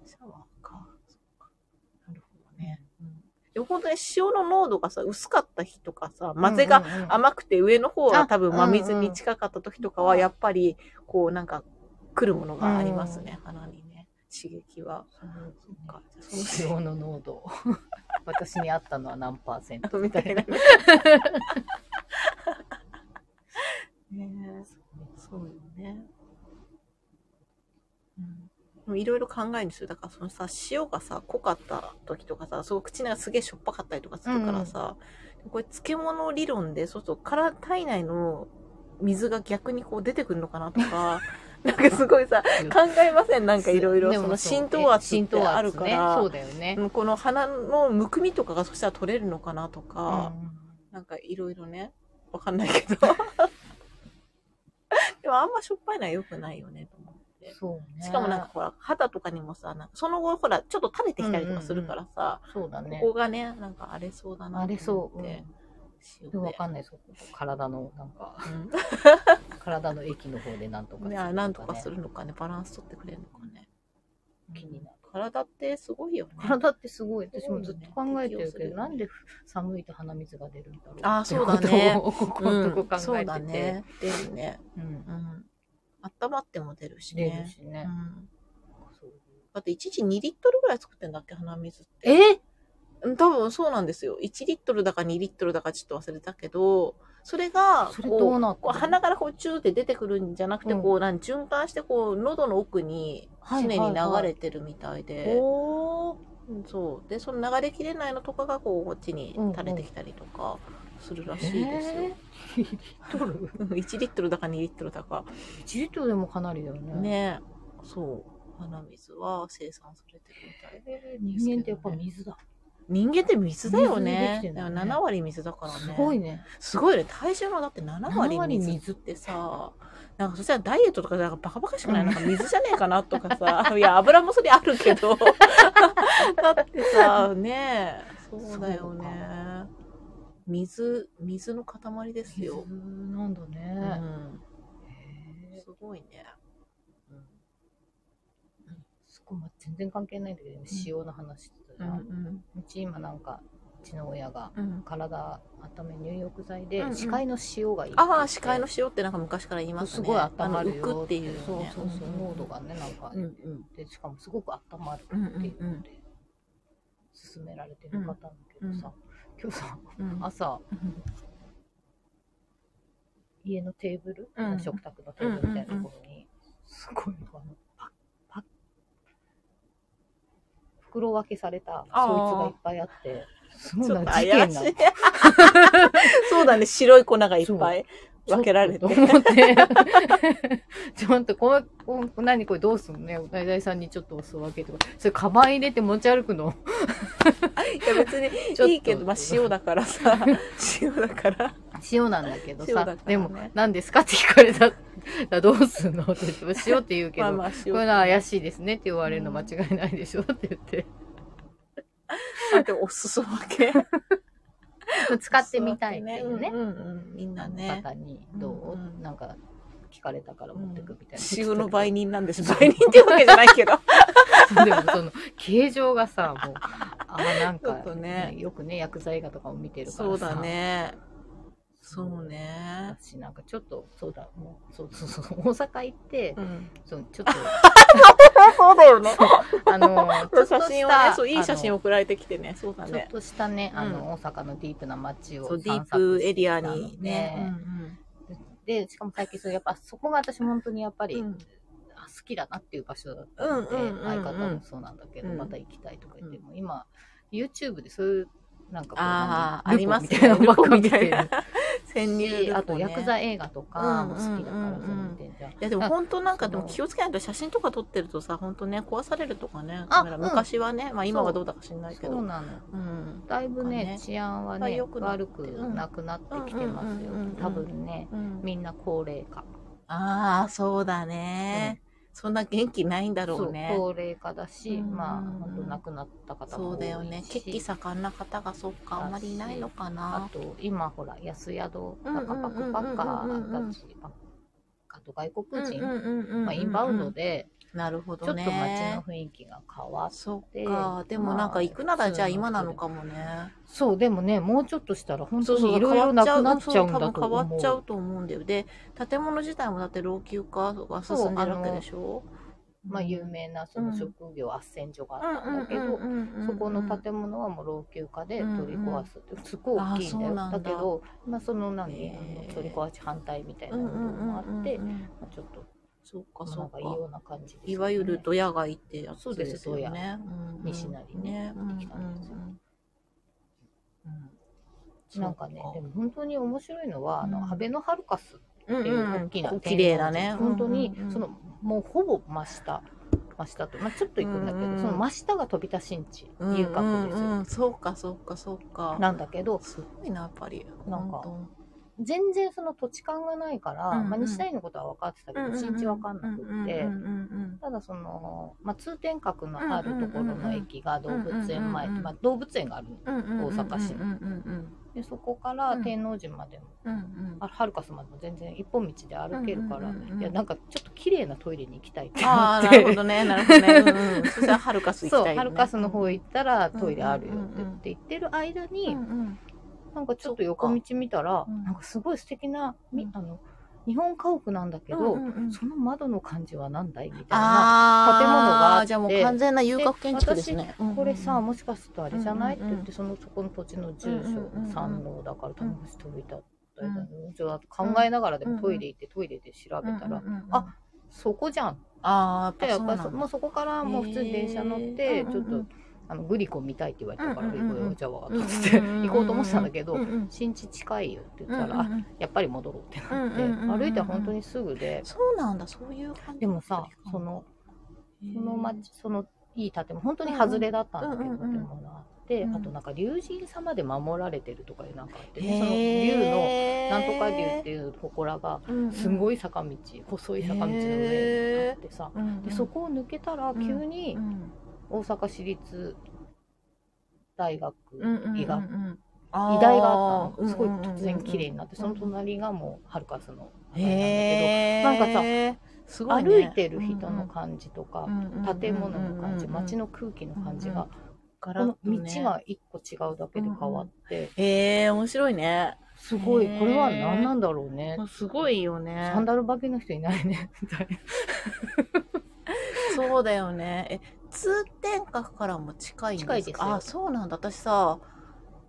[SPEAKER 2] シャワーか。そうかなるほどね。うんでも本当に塩の濃度がさ、薄かった日とかさ、
[SPEAKER 1] ら。
[SPEAKER 2] 混ぜが
[SPEAKER 1] うんうんうん
[SPEAKER 2] 甘くて上の方は多分
[SPEAKER 1] あ
[SPEAKER 2] 真水に近かった時とか
[SPEAKER 1] う
[SPEAKER 2] は
[SPEAKER 1] んうん
[SPEAKER 2] やっぱりこうなんか来るものがありますね、鼻にね刺激は。そっかその
[SPEAKER 1] 塩の濃度私に合ったのは何パーセント
[SPEAKER 2] み
[SPEAKER 1] み
[SPEAKER 2] た
[SPEAKER 1] た
[SPEAKER 2] い
[SPEAKER 1] い
[SPEAKER 2] な
[SPEAKER 1] な。
[SPEAKER 2] ねえそうよね。うんでもいろいろ考えるんですよ。だからそのさ、塩がさ、濃かった時とかさ、すごい口の中すげえしょっぱかったりとかするからさ、これ漬物理論で、そうすると体体内の水が逆にこう出てくるのかなとか、 なんかすごいさ、 考えませんなんかいろいろ、
[SPEAKER 1] で
[SPEAKER 2] そ
[SPEAKER 1] も
[SPEAKER 2] の浸透圧ってあるか
[SPEAKER 1] 浸透
[SPEAKER 2] ら、
[SPEAKER 1] 圧ね、そうだよね、
[SPEAKER 2] うんこの鼻のむくみとかがそしたら取れるのかなと
[SPEAKER 1] う
[SPEAKER 2] か、
[SPEAKER 1] ん
[SPEAKER 2] なんかいろいろね、わかんない けど。でもあんましょっぱいのは良くないよね、と思って。
[SPEAKER 1] そうね
[SPEAKER 2] しかもなんかほら、肌とかにもさ、なんかその後ほら、ちょっと垂れてきたりとかするからさ、
[SPEAKER 1] そうだね
[SPEAKER 2] ここがね、なんか荒れそうだなと思って。
[SPEAKER 1] 荒れそううん
[SPEAKER 2] 塩
[SPEAKER 1] で
[SPEAKER 2] で
[SPEAKER 1] もわかんないそう体のなんか体の液の方でなんとか
[SPEAKER 2] う
[SPEAKER 1] す
[SPEAKER 2] ん
[SPEAKER 1] る
[SPEAKER 2] ね、
[SPEAKER 1] か
[SPEAKER 2] あ
[SPEAKER 1] ね
[SPEAKER 2] なんとかするのかね、バランス取ってくれるのかね。
[SPEAKER 1] 気になる
[SPEAKER 2] 体ってすごいよね。
[SPEAKER 1] 体ってすごい私もずっと
[SPEAKER 2] そうね
[SPEAKER 1] 考えてる
[SPEAKER 2] 適応す
[SPEAKER 1] け
[SPEAKER 2] るよ
[SPEAKER 1] ど
[SPEAKER 2] ね
[SPEAKER 1] なんで寒いと鼻水が出るんだろう
[SPEAKER 2] あー
[SPEAKER 1] ってこ
[SPEAKER 2] そ
[SPEAKER 1] と
[SPEAKER 2] うだね
[SPEAKER 1] をここのとこ考え
[SPEAKER 2] う
[SPEAKER 1] てて、
[SPEAKER 2] んそうだね。出るね。
[SPEAKER 1] うん
[SPEAKER 2] うん。温まっても出るしね。
[SPEAKER 1] 出るし
[SPEAKER 2] う
[SPEAKER 1] ね、
[SPEAKER 2] ん。
[SPEAKER 1] そう
[SPEAKER 2] だって一日2リットルぐらい作ってんだっけ鼻水って。
[SPEAKER 1] え
[SPEAKER 2] うん多分そうなんですよ。1リットルだか2リットルだかちょっと忘れたけど、それが
[SPEAKER 1] それど
[SPEAKER 2] こ
[SPEAKER 1] う
[SPEAKER 2] う、
[SPEAKER 1] なって
[SPEAKER 2] こう鼻からこうチューって出てくるんじゃなくて、
[SPEAKER 1] うん
[SPEAKER 2] こう、なん循環して、こう、喉の奥に常
[SPEAKER 1] はい
[SPEAKER 2] に流
[SPEAKER 1] はいはい
[SPEAKER 2] れてるみたいで、
[SPEAKER 1] おー
[SPEAKER 2] うんそう。で、その流れきれないのとかが、こう、こっちに垂れてきたりとかするらしいです よ。
[SPEAKER 1] えー、トル
[SPEAKER 2] うん1リッ トルだか2リットルだか。
[SPEAKER 1] 1リットルでもかなりだよね。
[SPEAKER 2] ねそう。鼻水は生産されてるみたいで。
[SPEAKER 1] 人間ってやっぱ水だ。
[SPEAKER 2] 人間って水だよね。
[SPEAKER 1] 水でできてんだね
[SPEAKER 2] 7割水だからね。
[SPEAKER 1] すごいね。
[SPEAKER 2] すごいね。体重のだって7割
[SPEAKER 1] 7割
[SPEAKER 2] 水
[SPEAKER 1] 水
[SPEAKER 2] ってさ、なんかそしたらダイエットとかなんかバカバカしくないなんか水じゃねえかなとかさ、い や、油もそれあるけど。 だってさ、ねえ、そうだよ
[SPEAKER 1] そう
[SPEAKER 2] ね。水、水の塊です
[SPEAKER 1] 水
[SPEAKER 2] よ。
[SPEAKER 1] なんだ
[SPEAKER 2] う
[SPEAKER 1] ね。
[SPEAKER 2] ん。
[SPEAKER 1] へー
[SPEAKER 2] すごいね。うん
[SPEAKER 1] すごいまあ全然関係ないんだけど、今塩の話してたじゃん。うち今なんか、ちの親が
[SPEAKER 2] うん、
[SPEAKER 1] 体温め入浴剤
[SPEAKER 2] うんう
[SPEAKER 1] で
[SPEAKER 2] ん
[SPEAKER 1] 視界の塩がいいって言って
[SPEAKER 2] ああ、司会の塩ってなんか昔から言いますね。
[SPEAKER 1] すごい温ま
[SPEAKER 2] あ
[SPEAKER 1] る
[SPEAKER 2] の浮
[SPEAKER 1] よ
[SPEAKER 2] くっていう、ね。
[SPEAKER 1] そうそうそう、
[SPEAKER 2] ん
[SPEAKER 1] 濃度。がねなんか、
[SPEAKER 2] うんうん。
[SPEAKER 1] でしかもすごく温まる
[SPEAKER 2] うんう
[SPEAKER 1] っていうんので勧められてなかったんだけどさ、今日さ
[SPEAKER 2] うん。
[SPEAKER 1] 朝
[SPEAKER 2] うん
[SPEAKER 1] 家のテーブル、
[SPEAKER 2] うん
[SPEAKER 1] 食卓のテーブルみたいなところに、すごいあのパッパッ袋分けされた
[SPEAKER 2] あー
[SPEAKER 1] そいつがいっぱいあってすごい
[SPEAKER 2] ちょ
[SPEAKER 1] な
[SPEAKER 2] っと
[SPEAKER 1] 事
[SPEAKER 2] 怪
[SPEAKER 1] 件
[SPEAKER 2] しい
[SPEAKER 1] な。
[SPEAKER 2] そうだね、白い粉がいっぱい分けられ。
[SPEAKER 1] ちょってと思って。 ちょっと、これ、こう何これどうすんのね。大々さんにちょっとお裾分けとか。それ、カバン入れて持ち歩くの。
[SPEAKER 2] いや別
[SPEAKER 1] ちょっと
[SPEAKER 2] にいいけど、まあ塩だから さ、塩だから。
[SPEAKER 1] 塩なんだけど
[SPEAKER 2] 塩だ
[SPEAKER 1] さ、
[SPEAKER 2] からね
[SPEAKER 1] でも、何ですかって聞かれたらどうすんのって言って、塩って言うけど、
[SPEAKER 2] まあまあ塩。
[SPEAKER 1] これは怪しいですねって言われるの間違いないでしょって言って。
[SPEAKER 2] あでもお裾分け。
[SPEAKER 1] 使ってみたいっていうね
[SPEAKER 2] う。んうん、みんなね。
[SPEAKER 1] 方に、どう、
[SPEAKER 2] うんうん
[SPEAKER 1] なんか、聞かれたから持ってくみたいな。
[SPEAKER 2] 塩の
[SPEAKER 1] 倍
[SPEAKER 2] 売人なんです。売人っていうわけじゃないけど。
[SPEAKER 1] でもその形状がさもうあなん
[SPEAKER 2] ちょ
[SPEAKER 1] か、
[SPEAKER 2] っとね
[SPEAKER 1] よくね薬剤映画とかも見てるから
[SPEAKER 2] そ
[SPEAKER 1] さ
[SPEAKER 2] うだね。そうね。
[SPEAKER 1] 私なんかちょっとそうだもうそうそうそう大阪行って、
[SPEAKER 2] うん。
[SPEAKER 1] そのちょっ
[SPEAKER 2] そうだよね。
[SPEAKER 1] とあのちょっと
[SPEAKER 2] 写
[SPEAKER 1] した
[SPEAKER 2] 真をね、そう、いい写
[SPEAKER 1] あ
[SPEAKER 2] 真
[SPEAKER 1] の
[SPEAKER 2] 送られてきてね。そうだ
[SPEAKER 1] ちょっ
[SPEAKER 2] ね。
[SPEAKER 1] としたね、あ
[SPEAKER 2] う
[SPEAKER 1] の大阪のディープな街を
[SPEAKER 2] そう、ディ
[SPEAKER 1] 散
[SPEAKER 2] ー
[SPEAKER 1] 策
[SPEAKER 2] プエリア
[SPEAKER 1] してた
[SPEAKER 2] に
[SPEAKER 1] ので
[SPEAKER 2] ね。
[SPEAKER 1] でしかも最近そうやっぱそこが私本当にやっぱり、
[SPEAKER 2] うんうん
[SPEAKER 1] あ好きだなっていう場所だったので、
[SPEAKER 2] うんうんうんうん
[SPEAKER 1] 相方もそうなんだけど、
[SPEAKER 2] うん
[SPEAKER 1] また行きたいとか言っても、今 YouTube でそういうなんかこう
[SPEAKER 2] あー
[SPEAKER 1] 何ルポ
[SPEAKER 2] ありますね
[SPEAKER 1] みたいなのばっか見て
[SPEAKER 2] ルポみたい
[SPEAKER 1] る
[SPEAKER 2] な潜入旅
[SPEAKER 1] し、
[SPEAKER 2] 行ね
[SPEAKER 1] あと薬剤映画とかも好きだ
[SPEAKER 2] う
[SPEAKER 1] か
[SPEAKER 2] んうん
[SPEAKER 1] ら
[SPEAKER 2] うんうん
[SPEAKER 1] それ見てんじゃん。
[SPEAKER 2] いやでも本当なんかでも
[SPEAKER 1] その
[SPEAKER 2] 気をつけないと写真とか撮ってるとさ本当ね壊されるとかね
[SPEAKER 1] あ
[SPEAKER 2] カメラ
[SPEAKER 1] うん
[SPEAKER 2] 昔はね、まあ今はどうだか知んないけ
[SPEAKER 1] そ
[SPEAKER 2] ど
[SPEAKER 1] う
[SPEAKER 2] う
[SPEAKER 1] なの。
[SPEAKER 2] ん
[SPEAKER 1] だいぶね
[SPEAKER 2] なんかね
[SPEAKER 1] 治安は
[SPEAKER 2] まあ
[SPEAKER 1] ね
[SPEAKER 2] 良くなって
[SPEAKER 1] 悪くなくなってきてますよ
[SPEAKER 2] うんうんうんうん。
[SPEAKER 1] 多分ね
[SPEAKER 2] うん
[SPEAKER 1] みんな高齢化。
[SPEAKER 2] ああそうだね、そんな元気ないんだろ
[SPEAKER 1] そうう
[SPEAKER 2] ね
[SPEAKER 1] 高齢化だし、
[SPEAKER 2] うんうんうん
[SPEAKER 1] まあ本当亡くなった方
[SPEAKER 2] そ
[SPEAKER 1] も
[SPEAKER 2] うだよ
[SPEAKER 1] 多い
[SPEAKER 2] ね。血気
[SPEAKER 1] し。
[SPEAKER 2] 盛んな方がそっか、あんまりいないのか
[SPEAKER 1] あ
[SPEAKER 2] な。
[SPEAKER 1] と今ほら安宿バ
[SPEAKER 2] うん
[SPEAKER 1] カバ
[SPEAKER 2] うんうんうんうんう
[SPEAKER 1] ク
[SPEAKER 2] ん
[SPEAKER 1] バカたちあと外国人、まあ、インバウンド。で
[SPEAKER 2] なるほ
[SPEAKER 1] ちょっと
[SPEAKER 2] どね。
[SPEAKER 1] 街の雰囲気が変わって、
[SPEAKER 2] そっ
[SPEAKER 1] ま
[SPEAKER 2] か
[SPEAKER 1] あ。
[SPEAKER 2] でもなんか行くならじゃあ今なのかもね。
[SPEAKER 1] そうでもねもうちょっとしたら本当
[SPEAKER 2] そう
[SPEAKER 1] にいろいろなくなっちゃうんだと
[SPEAKER 2] そう多分変
[SPEAKER 1] 思
[SPEAKER 2] わ
[SPEAKER 1] う
[SPEAKER 2] っちゃうと思うんだよ。で、建物自体もだって老朽化が進んでるわけでしょ
[SPEAKER 1] まあ、有名なその職業斡旋所があったんだけど、そ
[SPEAKER 2] そ
[SPEAKER 1] この建物はもう老朽化で取り壊すって、すごい大きいんだ
[SPEAKER 2] あそ
[SPEAKER 1] よ
[SPEAKER 2] うなんだ
[SPEAKER 1] だけど、まあ、その何、
[SPEAKER 2] へー
[SPEAKER 1] あの取り壊し反対みたいなのもあって、まあ、ちょっと
[SPEAKER 2] そうか、
[SPEAKER 1] な
[SPEAKER 2] そうんか
[SPEAKER 1] かいい。ような感じです、
[SPEAKER 2] いわゆるドヤ街ってやつですよ
[SPEAKER 1] そうですド
[SPEAKER 2] ね。うん
[SPEAKER 1] 西成ね
[SPEAKER 2] うんうん
[SPEAKER 1] できたんですよ
[SPEAKER 2] うん
[SPEAKER 1] なんかね
[SPEAKER 2] そう
[SPEAKER 1] でも本当に面白いのは、あ
[SPEAKER 2] うん
[SPEAKER 1] のアベノハルカス
[SPEAKER 2] うん
[SPEAKER 1] っていう大きな
[SPEAKER 2] うんうん
[SPEAKER 1] 庭園
[SPEAKER 2] 綺麗だね。
[SPEAKER 1] 本当に、
[SPEAKER 2] うんうんうん
[SPEAKER 1] そのもうほぼ真下真下と、まあ、ちょっと行くんだけど、
[SPEAKER 2] うんうん
[SPEAKER 1] その真下が飛び出新地
[SPEAKER 2] うん
[SPEAKER 1] 遊郭ですよ、
[SPEAKER 2] うんうんそうかそうかそうか。
[SPEAKER 1] なんだけど
[SPEAKER 2] すごいなやっぱり。
[SPEAKER 1] なんか
[SPEAKER 2] 本
[SPEAKER 1] 全然その土地勘がないから、
[SPEAKER 2] うんうん
[SPEAKER 1] まあ、西谷のことは分かってた
[SPEAKER 2] 当
[SPEAKER 1] けど一日分かんなくって、
[SPEAKER 2] うんうんうん
[SPEAKER 1] ただその、まあ、通天閣のあるところの駅が動物園前、
[SPEAKER 2] うんうんうんうん
[SPEAKER 1] まあ、動物園があるの
[SPEAKER 2] うんうんうんうん
[SPEAKER 1] 大阪市
[SPEAKER 2] うんうん
[SPEAKER 1] でそこから天王寺までも、
[SPEAKER 2] うんうん
[SPEAKER 1] あハルカスまでも全然一本道で歩けるから、
[SPEAKER 2] うんうんうんうん
[SPEAKER 1] いやなんかちょっと綺麗なトイレに行きたいって思
[SPEAKER 2] あ
[SPEAKER 1] っ
[SPEAKER 2] あ、
[SPEAKER 1] て
[SPEAKER 2] なるほどね、なるほどね。うんうんそしたら、ハルカス行きたい
[SPEAKER 1] そう、
[SPEAKER 2] よね
[SPEAKER 1] ハルカスの方行ったらトイレあるよって
[SPEAKER 2] うんうん
[SPEAKER 1] 言
[SPEAKER 2] うんうん
[SPEAKER 1] って行ってる間に、
[SPEAKER 2] うんうん
[SPEAKER 1] なんかちょっと横道見たら、
[SPEAKER 2] うん
[SPEAKER 1] なんかすごい素敵な、み
[SPEAKER 2] うん
[SPEAKER 1] あの、日本家屋なんだけど、
[SPEAKER 2] うんうんうん
[SPEAKER 1] その窓の感じはなんだいみたいな。
[SPEAKER 2] あ
[SPEAKER 1] 建物があって
[SPEAKER 2] じゃあもう完全な遊郭建築ですね。うんうん
[SPEAKER 1] これさ、もしかするとあれじゃない、
[SPEAKER 2] うんうん
[SPEAKER 1] って言って、そのそこの土地の住
[SPEAKER 2] うんうんうんう
[SPEAKER 1] 所、
[SPEAKER 2] ん
[SPEAKER 1] 三楼だから、多分飛び立ったりだね。ちょっと考えながらで
[SPEAKER 2] うんう
[SPEAKER 1] も
[SPEAKER 2] ん
[SPEAKER 1] トイレ行って、トイレで調べた
[SPEAKER 2] う
[SPEAKER 1] ら、
[SPEAKER 2] んうんうん
[SPEAKER 1] あそこじゃんっ
[SPEAKER 2] ああ、
[SPEAKER 1] て、やっ
[SPEAKER 2] り
[SPEAKER 1] ぱりそもうそこからもう普通に電車乗って、
[SPEAKER 2] へー
[SPEAKER 1] ちょっ
[SPEAKER 2] うんうんう
[SPEAKER 1] と
[SPEAKER 2] ん、
[SPEAKER 1] あの、グリコ見たいって言われたから、
[SPEAKER 2] うんうんうん
[SPEAKER 1] グリコよじゃあわかったっつって、行こうと思ってたんだけど、新地近いよって言ったら、やっぱり戻ろうってなって、
[SPEAKER 2] うんうんうんうん
[SPEAKER 1] 歩いたら本当にすぐで、
[SPEAKER 2] そうなんだ、そういう感じ。
[SPEAKER 1] でもさ、その、その街、そのいい建物、本当に外れだったんだけど、
[SPEAKER 2] うんうんうん
[SPEAKER 1] 建物あって、
[SPEAKER 2] うん
[SPEAKER 1] あとなんか竜神様で守られてるとかいうなんかあって、
[SPEAKER 2] へー、
[SPEAKER 1] ね、その竜の、なんとか竜っていう祠が、
[SPEAKER 2] うん
[SPEAKER 1] すごい坂道、細い坂道の上にあってさ、
[SPEAKER 2] うん
[SPEAKER 1] でそこを抜けたら急に
[SPEAKER 2] うん
[SPEAKER 1] 大阪市立大学、
[SPEAKER 2] うんうんうんうん
[SPEAKER 1] 医学
[SPEAKER 2] あー
[SPEAKER 1] 医大があったのすごい
[SPEAKER 2] うんうんうんうん
[SPEAKER 1] 突然綺麗になって、その隣がもうハルカスのあれなんだけど、
[SPEAKER 2] へー
[SPEAKER 1] なんかさ
[SPEAKER 2] すごいね
[SPEAKER 1] 歩いてる人の感じとか、
[SPEAKER 2] うんうん
[SPEAKER 1] 建物の感じ、
[SPEAKER 2] うんうんうん
[SPEAKER 1] 街の空気の感じが、
[SPEAKER 2] ガ
[SPEAKER 1] こ
[SPEAKER 2] ラッ
[SPEAKER 1] の
[SPEAKER 2] と、
[SPEAKER 1] 道
[SPEAKER 2] ね、
[SPEAKER 1] が一個違うだけで変わって、
[SPEAKER 2] えー、面白いね。
[SPEAKER 1] すごい
[SPEAKER 2] へー
[SPEAKER 1] これは何なんだろうね
[SPEAKER 2] まあすごいよね
[SPEAKER 1] サ。ンダル履きの人いないねみたいな
[SPEAKER 2] そうだよね。え、通天閣からも近いんですか
[SPEAKER 1] 近いですよ
[SPEAKER 2] あ、そうなんだ。私さ、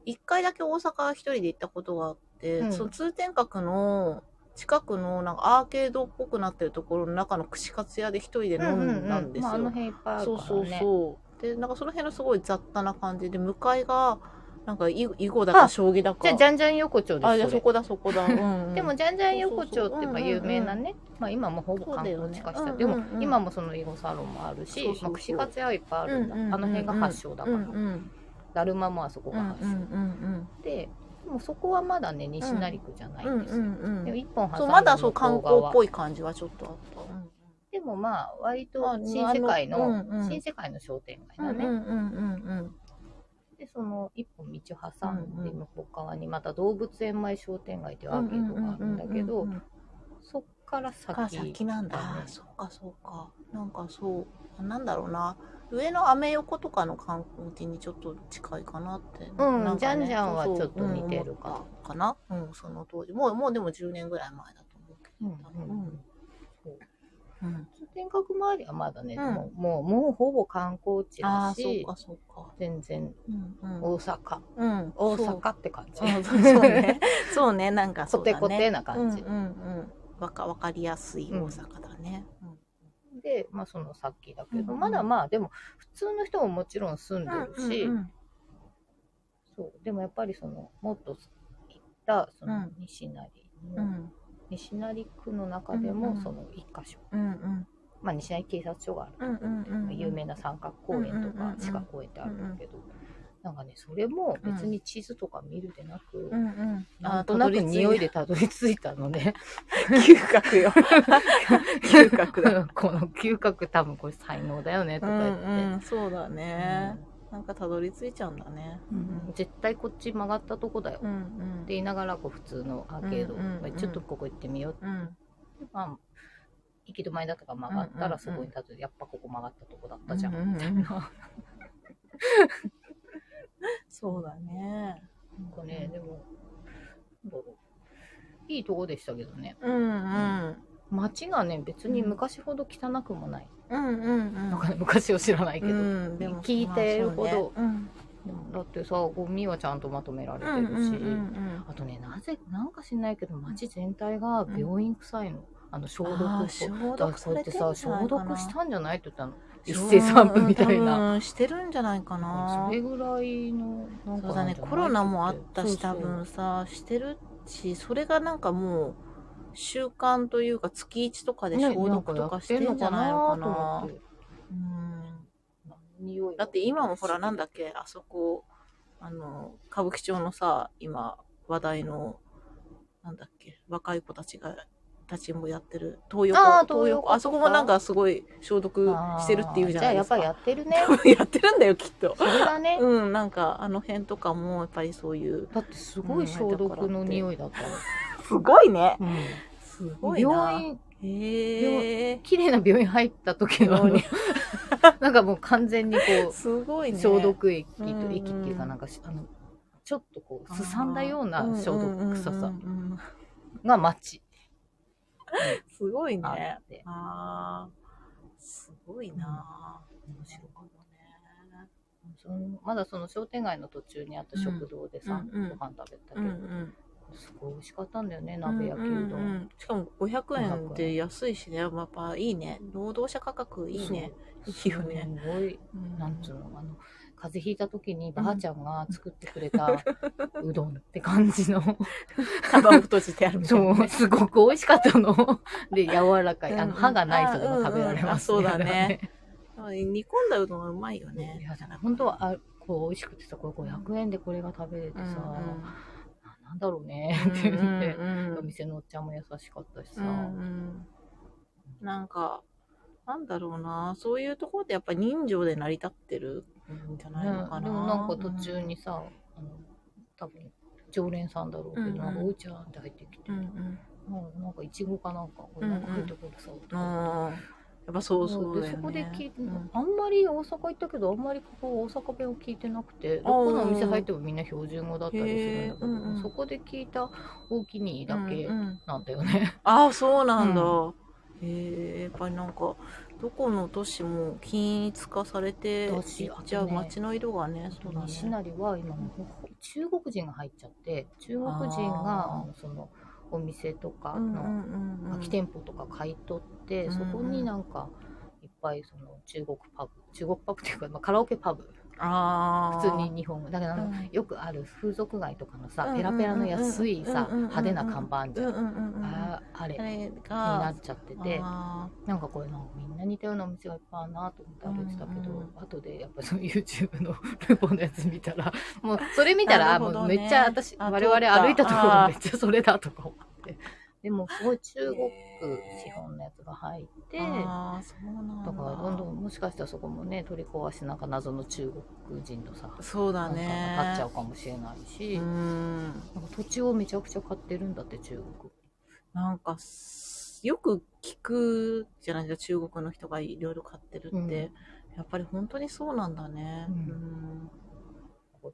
[SPEAKER 2] 一回だけ大阪一人で行ったことがあって、
[SPEAKER 1] うん
[SPEAKER 2] その通天閣の近くのなんかアーケードっぽくなってるところの中の串カツ屋で一人で飲んだんですよ。
[SPEAKER 1] まあ、あの辺いっぱいあるから
[SPEAKER 2] そ
[SPEAKER 1] ね
[SPEAKER 2] うそうそう。で、なんかその辺のすごい雑多な感じで、向かいが、なんか囲囲碁だか
[SPEAKER 1] あ
[SPEAKER 2] 将棋だか。
[SPEAKER 1] じゃあじゃんじゃん横丁です
[SPEAKER 2] あ、じゃあ
[SPEAKER 1] それ
[SPEAKER 2] そこだそこだ。うんうん
[SPEAKER 1] でも、じゃんじゃん横丁って
[SPEAKER 2] そうそうそう
[SPEAKER 1] まあ有名なね、まあ、今もほぼ観光地化し
[SPEAKER 2] そうだ
[SPEAKER 1] た、
[SPEAKER 2] よね
[SPEAKER 1] でも、
[SPEAKER 2] うんうんうん
[SPEAKER 1] 今もその囲碁サロンもあるし
[SPEAKER 2] そうそうそう
[SPEAKER 1] まあ、串カツ屋はいっぱいあるんだ、
[SPEAKER 2] うんうんうんうん
[SPEAKER 1] あの辺が発祥だ
[SPEAKER 2] う
[SPEAKER 1] か
[SPEAKER 2] ん
[SPEAKER 1] ら、
[SPEAKER 2] うん。
[SPEAKER 1] だるまもあそこ
[SPEAKER 2] うんう
[SPEAKER 1] が
[SPEAKER 2] ん
[SPEAKER 1] 発祥、
[SPEAKER 2] うん
[SPEAKER 1] ででもそこはまだね西成区じゃない
[SPEAKER 2] うん。うんん
[SPEAKER 1] です
[SPEAKER 2] う
[SPEAKER 1] よ、
[SPEAKER 2] んう
[SPEAKER 1] でも
[SPEAKER 2] ん。
[SPEAKER 1] 一本挟ん
[SPEAKER 2] そ
[SPEAKER 1] で
[SPEAKER 2] う、まだそう
[SPEAKER 1] 向こ
[SPEAKER 2] 観
[SPEAKER 1] 側
[SPEAKER 2] 光っぽい感じはちょっとあった。うん
[SPEAKER 1] でもまあ割と
[SPEAKER 2] まあ
[SPEAKER 1] 新世界の
[SPEAKER 2] あのうんうん
[SPEAKER 1] 新世界の商店街
[SPEAKER 2] うん
[SPEAKER 1] だね、
[SPEAKER 2] うんうんうん
[SPEAKER 1] でその一本道挟んで向こう側にまた動物園前商店街っていう
[SPEAKER 2] う
[SPEAKER 1] ア
[SPEAKER 2] ん
[SPEAKER 1] ーケードがあるんだけ
[SPEAKER 2] うん
[SPEAKER 1] ど
[SPEAKER 2] うんうんうん
[SPEAKER 1] そっから先
[SPEAKER 2] が先なんだ
[SPEAKER 1] だね
[SPEAKER 2] あそっかそうかなんかそうなんだろうな上のアメ横とかの観光地にちょっと近いかなって
[SPEAKER 1] うん
[SPEAKER 2] なんかね
[SPEAKER 1] ジャンジャンは
[SPEAKER 2] そうそう
[SPEAKER 1] ちょっと似てるか
[SPEAKER 2] うん思ったかなうんその当時もうもうでも10年ぐらい前だと思うけ
[SPEAKER 1] うん
[SPEAKER 2] ど
[SPEAKER 1] うんうんそう
[SPEAKER 2] うん、うん、
[SPEAKER 1] 通天閣周りはまだね、
[SPEAKER 2] うん
[SPEAKER 1] でももうもうほぼ観光地
[SPEAKER 2] あ
[SPEAKER 1] だ
[SPEAKER 2] あそう
[SPEAKER 1] し
[SPEAKER 2] かそうか
[SPEAKER 1] 全然
[SPEAKER 2] うんうん
[SPEAKER 1] 大阪、
[SPEAKER 2] うん
[SPEAKER 1] 大
[SPEAKER 2] そう
[SPEAKER 1] 阪って感じ
[SPEAKER 2] うんそうそう ねそうねなんか
[SPEAKER 1] コ
[SPEAKER 2] そうだ
[SPEAKER 1] テ
[SPEAKER 2] ね
[SPEAKER 1] コテな感じ、
[SPEAKER 2] うんうんうんわかわかりやすい大阪だね、うん
[SPEAKER 1] で、まあ、そのさっきだけど、
[SPEAKER 2] うんうん
[SPEAKER 1] まだまあでも普通の人ももちろん住んでるし、
[SPEAKER 2] うんうん
[SPEAKER 1] そうでもやっぱりそのもっと行ったそうの
[SPEAKER 2] ん
[SPEAKER 1] 西成
[SPEAKER 2] う
[SPEAKER 1] の、
[SPEAKER 2] ん
[SPEAKER 1] 西成区の中で
[SPEAKER 2] うんう
[SPEAKER 1] も
[SPEAKER 2] ん
[SPEAKER 1] その一箇所、
[SPEAKER 2] うんうん
[SPEAKER 1] まあ、西成警察署があるところって、
[SPEAKER 2] うんうんうん
[SPEAKER 1] まあ有名な三角公園と
[SPEAKER 2] うんうん
[SPEAKER 1] か
[SPEAKER 2] うん
[SPEAKER 1] 地下公園ってあるんだけど、なんかねそれも別に地図とか見るでなく、
[SPEAKER 2] うんうん
[SPEAKER 1] なんとなく匂い
[SPEAKER 2] で
[SPEAKER 1] でたどり着いたのね
[SPEAKER 2] 嗅覚よ。嗅覚だ。
[SPEAKER 1] この嗅覚多分これ才能だよねとか言って。
[SPEAKER 2] うん、そうだね。なんかたどり着いちゃうんだね。
[SPEAKER 1] うん絶対こっち曲がったとこだよ
[SPEAKER 2] う
[SPEAKER 1] っ
[SPEAKER 2] んうん。
[SPEAKER 1] て言いながらこう普通のアーケード、
[SPEAKER 2] うんうんうん
[SPEAKER 1] ちょっとここ行ってみようって、
[SPEAKER 2] うん、
[SPEAKER 1] まあ、行き止まりだったから曲がったらそこに立つ、やっぱここ曲がったとこだったじゃん、
[SPEAKER 2] うんうんうん
[SPEAKER 1] みたいな。
[SPEAKER 2] そうだね。
[SPEAKER 1] なんかね、でも、なんだろういいとこでしたけどね。
[SPEAKER 2] うんうん。
[SPEAKER 1] 街がね、別に昔ほど汚くもない。
[SPEAKER 2] うんうんうん。
[SPEAKER 1] なんかね、昔を知らないけど。
[SPEAKER 2] うん、でも
[SPEAKER 1] 聞いてるほど。
[SPEAKER 2] まあ
[SPEAKER 1] でもだってさ、ゴミはちゃんとまとめられて
[SPEAKER 2] そうねうん。うん
[SPEAKER 1] るし。
[SPEAKER 2] うんうん
[SPEAKER 1] あとね、なぜ、なんか知んないけど、街全体が病院臭いの。あの、消毒
[SPEAKER 2] あ
[SPEAKER 1] を
[SPEAKER 2] ー
[SPEAKER 1] そう
[SPEAKER 2] 消
[SPEAKER 1] だから
[SPEAKER 2] 毒
[SPEAKER 1] こう
[SPEAKER 2] さ
[SPEAKER 1] や
[SPEAKER 2] れ
[SPEAKER 1] ってて
[SPEAKER 2] んじゃない
[SPEAKER 1] さ、
[SPEAKER 2] かな
[SPEAKER 1] 消毒したんじゃないって言ったの。一斉散布みたいな。
[SPEAKER 2] うんしてるんじゃないかな
[SPEAKER 1] そ。れぐらいのなんか
[SPEAKER 2] そうだ
[SPEAKER 1] なん
[SPEAKER 2] ね
[SPEAKER 1] じゃない
[SPEAKER 2] コロナもあったし
[SPEAKER 1] そう
[SPEAKER 2] 多
[SPEAKER 1] そう
[SPEAKER 2] 分さしてるしそれがなんかもう習慣というか月一とかで
[SPEAKER 1] ね
[SPEAKER 2] 消毒とかしてんじゃないのかな
[SPEAKER 1] なんやってんのかなと思って
[SPEAKER 2] うん
[SPEAKER 1] 匂いが
[SPEAKER 2] だって今もほらなんだっけあそこあの歌舞伎町のさ今話題のなんだっけ若い子たちがたちもやってる東横
[SPEAKER 1] あー東横とか
[SPEAKER 2] あそこもなんかすごい消毒してるっていうじゃないですか
[SPEAKER 1] あーじゃあやっぱやってる ね
[SPEAKER 2] やってるんだよきっと
[SPEAKER 1] それだね、
[SPEAKER 2] うんなんかあの辺とかもやっぱりそういう
[SPEAKER 1] だってすごい消毒の匂いだった
[SPEAKER 2] すごいね
[SPEAKER 1] の、
[SPEAKER 2] す
[SPEAKER 1] うん
[SPEAKER 2] ごいな。
[SPEAKER 1] 病院
[SPEAKER 2] へえ。
[SPEAKER 1] 綺麗な病院入った時のあの なんかもう完全にこ
[SPEAKER 2] すご
[SPEAKER 1] う、
[SPEAKER 2] いね。
[SPEAKER 1] 消毒液と
[SPEAKER 2] うんうん
[SPEAKER 1] 液っていうかなんかしあのちょっとこうすさんだような消毒臭
[SPEAKER 2] うんうんう
[SPEAKER 1] さ
[SPEAKER 2] んうん
[SPEAKER 1] が街
[SPEAKER 2] すごい
[SPEAKER 1] にあ
[SPEAKER 2] ね
[SPEAKER 1] っ。て
[SPEAKER 2] ああ。すごいな。
[SPEAKER 1] 面白い
[SPEAKER 2] かっ
[SPEAKER 1] そのまだその商店街の途中にあった食堂でさ、
[SPEAKER 2] うんうん
[SPEAKER 1] ご飯食べた
[SPEAKER 2] う
[SPEAKER 1] けど、
[SPEAKER 2] んうん。
[SPEAKER 1] すごい美味しかったんだよね鍋焼きう
[SPEAKER 2] う
[SPEAKER 1] どん,、
[SPEAKER 2] んうんうんしかも500円っ
[SPEAKER 1] 500
[SPEAKER 2] て安いしね。やっぱいいね。労働者価格いいね。いいよね。
[SPEAKER 1] すごいなんつうのあの風邪ひいた時にばあちゃんが作ってくれたうどんって感じ の
[SPEAKER 2] 幅を閉じてあるみたいな
[SPEAKER 1] そ
[SPEAKER 2] ね
[SPEAKER 1] うすごく美味しかったので柔らかいあ
[SPEAKER 2] うん
[SPEAKER 1] の
[SPEAKER 2] うん
[SPEAKER 1] 歯がない人でも食べられます
[SPEAKER 2] あうんうんあそうだね
[SPEAKER 1] あ
[SPEAKER 2] 煮込んだうどんはうまいよ
[SPEAKER 1] れ はねい
[SPEAKER 2] ね。
[SPEAKER 1] やだから本当はあこう美味しくてさこれ500円でこれが食べれて
[SPEAKER 2] うん
[SPEAKER 1] さ、
[SPEAKER 2] うん
[SPEAKER 1] あなんだろうねって言って、
[SPEAKER 2] うんうん
[SPEAKER 1] お店のおっちゃんも優しかったしさ、
[SPEAKER 2] うんうん、なんかなんだろうなそういうところでやっぱ人情で成り立ってるんじゃないのかな、
[SPEAKER 1] ねでもなんか途中にさ、あの多分常連さんだろうけど、
[SPEAKER 2] うんうん
[SPEAKER 1] なんかおうちゃんって入ってきて、
[SPEAKER 2] うん
[SPEAKER 1] もうなんかいちごかなんかこれなんか入ってくるさ、と
[SPEAKER 2] う
[SPEAKER 1] か
[SPEAKER 2] ん、うんやっぱそうそうだ
[SPEAKER 1] で
[SPEAKER 2] よね。
[SPEAKER 1] そこで聞いて、
[SPEAKER 2] うん
[SPEAKER 1] あんまり大阪行ったけどあんまりここ大阪弁を聞いてなくてどこのお店入ってもみんな標準語だったりするんだけど、
[SPEAKER 2] へーうんうん
[SPEAKER 1] そこで聞いた大きにだけ
[SPEAKER 2] うんうん
[SPEAKER 1] なんだよね。
[SPEAKER 2] ああ、そうなんだ。
[SPEAKER 1] う
[SPEAKER 2] へえやっぱりなんか、どこの都市も均一化されて
[SPEAKER 1] だし
[SPEAKER 2] いっちゃ
[SPEAKER 1] あ
[SPEAKER 2] う
[SPEAKER 1] とね
[SPEAKER 2] 街の色がね、そうだね。
[SPEAKER 1] 西成は今もう中国人が入っちゃって中国人が
[SPEAKER 2] あー
[SPEAKER 1] あのそのお店とか
[SPEAKER 2] うんうん
[SPEAKER 1] の
[SPEAKER 2] うんうん
[SPEAKER 1] 空き店舗とか買い取って、
[SPEAKER 2] うんうん
[SPEAKER 1] そこになんかいっぱいその中国パブ中国パブっていうか、まあ、カラオケパブ
[SPEAKER 2] あ
[SPEAKER 1] 普通に日本語だからあの、
[SPEAKER 2] うん
[SPEAKER 1] よくある風俗街とかのさ、
[SPEAKER 2] うんうん
[SPEAKER 1] ペラペラの安いさ、
[SPEAKER 2] うんうんうん
[SPEAKER 1] 派手な看板
[SPEAKER 2] ー
[SPEAKER 1] じゃん、
[SPEAKER 2] うんうんうんうん。あ
[SPEAKER 1] ああれに
[SPEAKER 2] れ
[SPEAKER 1] な
[SPEAKER 2] が
[SPEAKER 1] っ、ちゃってて
[SPEAKER 2] あ
[SPEAKER 1] なんかこれなんかみんな似たようなお店がいっぱいあるなと思って歩いてたけど、
[SPEAKER 2] うんうん
[SPEAKER 1] 後でやっぱその YouTube のルポのやつ見たらもうそれ見たら、
[SPEAKER 2] なる
[SPEAKER 1] も
[SPEAKER 2] ほど
[SPEAKER 1] う
[SPEAKER 2] ね
[SPEAKER 1] めっちゃ私
[SPEAKER 2] あ
[SPEAKER 1] 我々歩いたと
[SPEAKER 2] そう
[SPEAKER 1] ころ
[SPEAKER 2] か
[SPEAKER 1] めっちゃそれだとか思ってでもすごい中国
[SPEAKER 2] へー
[SPEAKER 1] 資本のやつが入って
[SPEAKER 2] ーあー、そうなんだ。
[SPEAKER 1] だからどんどんもしかしたらそこもね取り壊しなんか謎の中国人のさ
[SPEAKER 2] そうだね。
[SPEAKER 1] なんか立っちゃうかもしれないし、
[SPEAKER 2] うん。
[SPEAKER 1] なんか土地をめちゃくちゃ買ってるんだって中国
[SPEAKER 2] なんかす、よく聞くじゃないですか、中国の人がいろいろ買ってるって、
[SPEAKER 1] うん
[SPEAKER 2] やっぱり本当にそうなんだね。
[SPEAKER 1] うん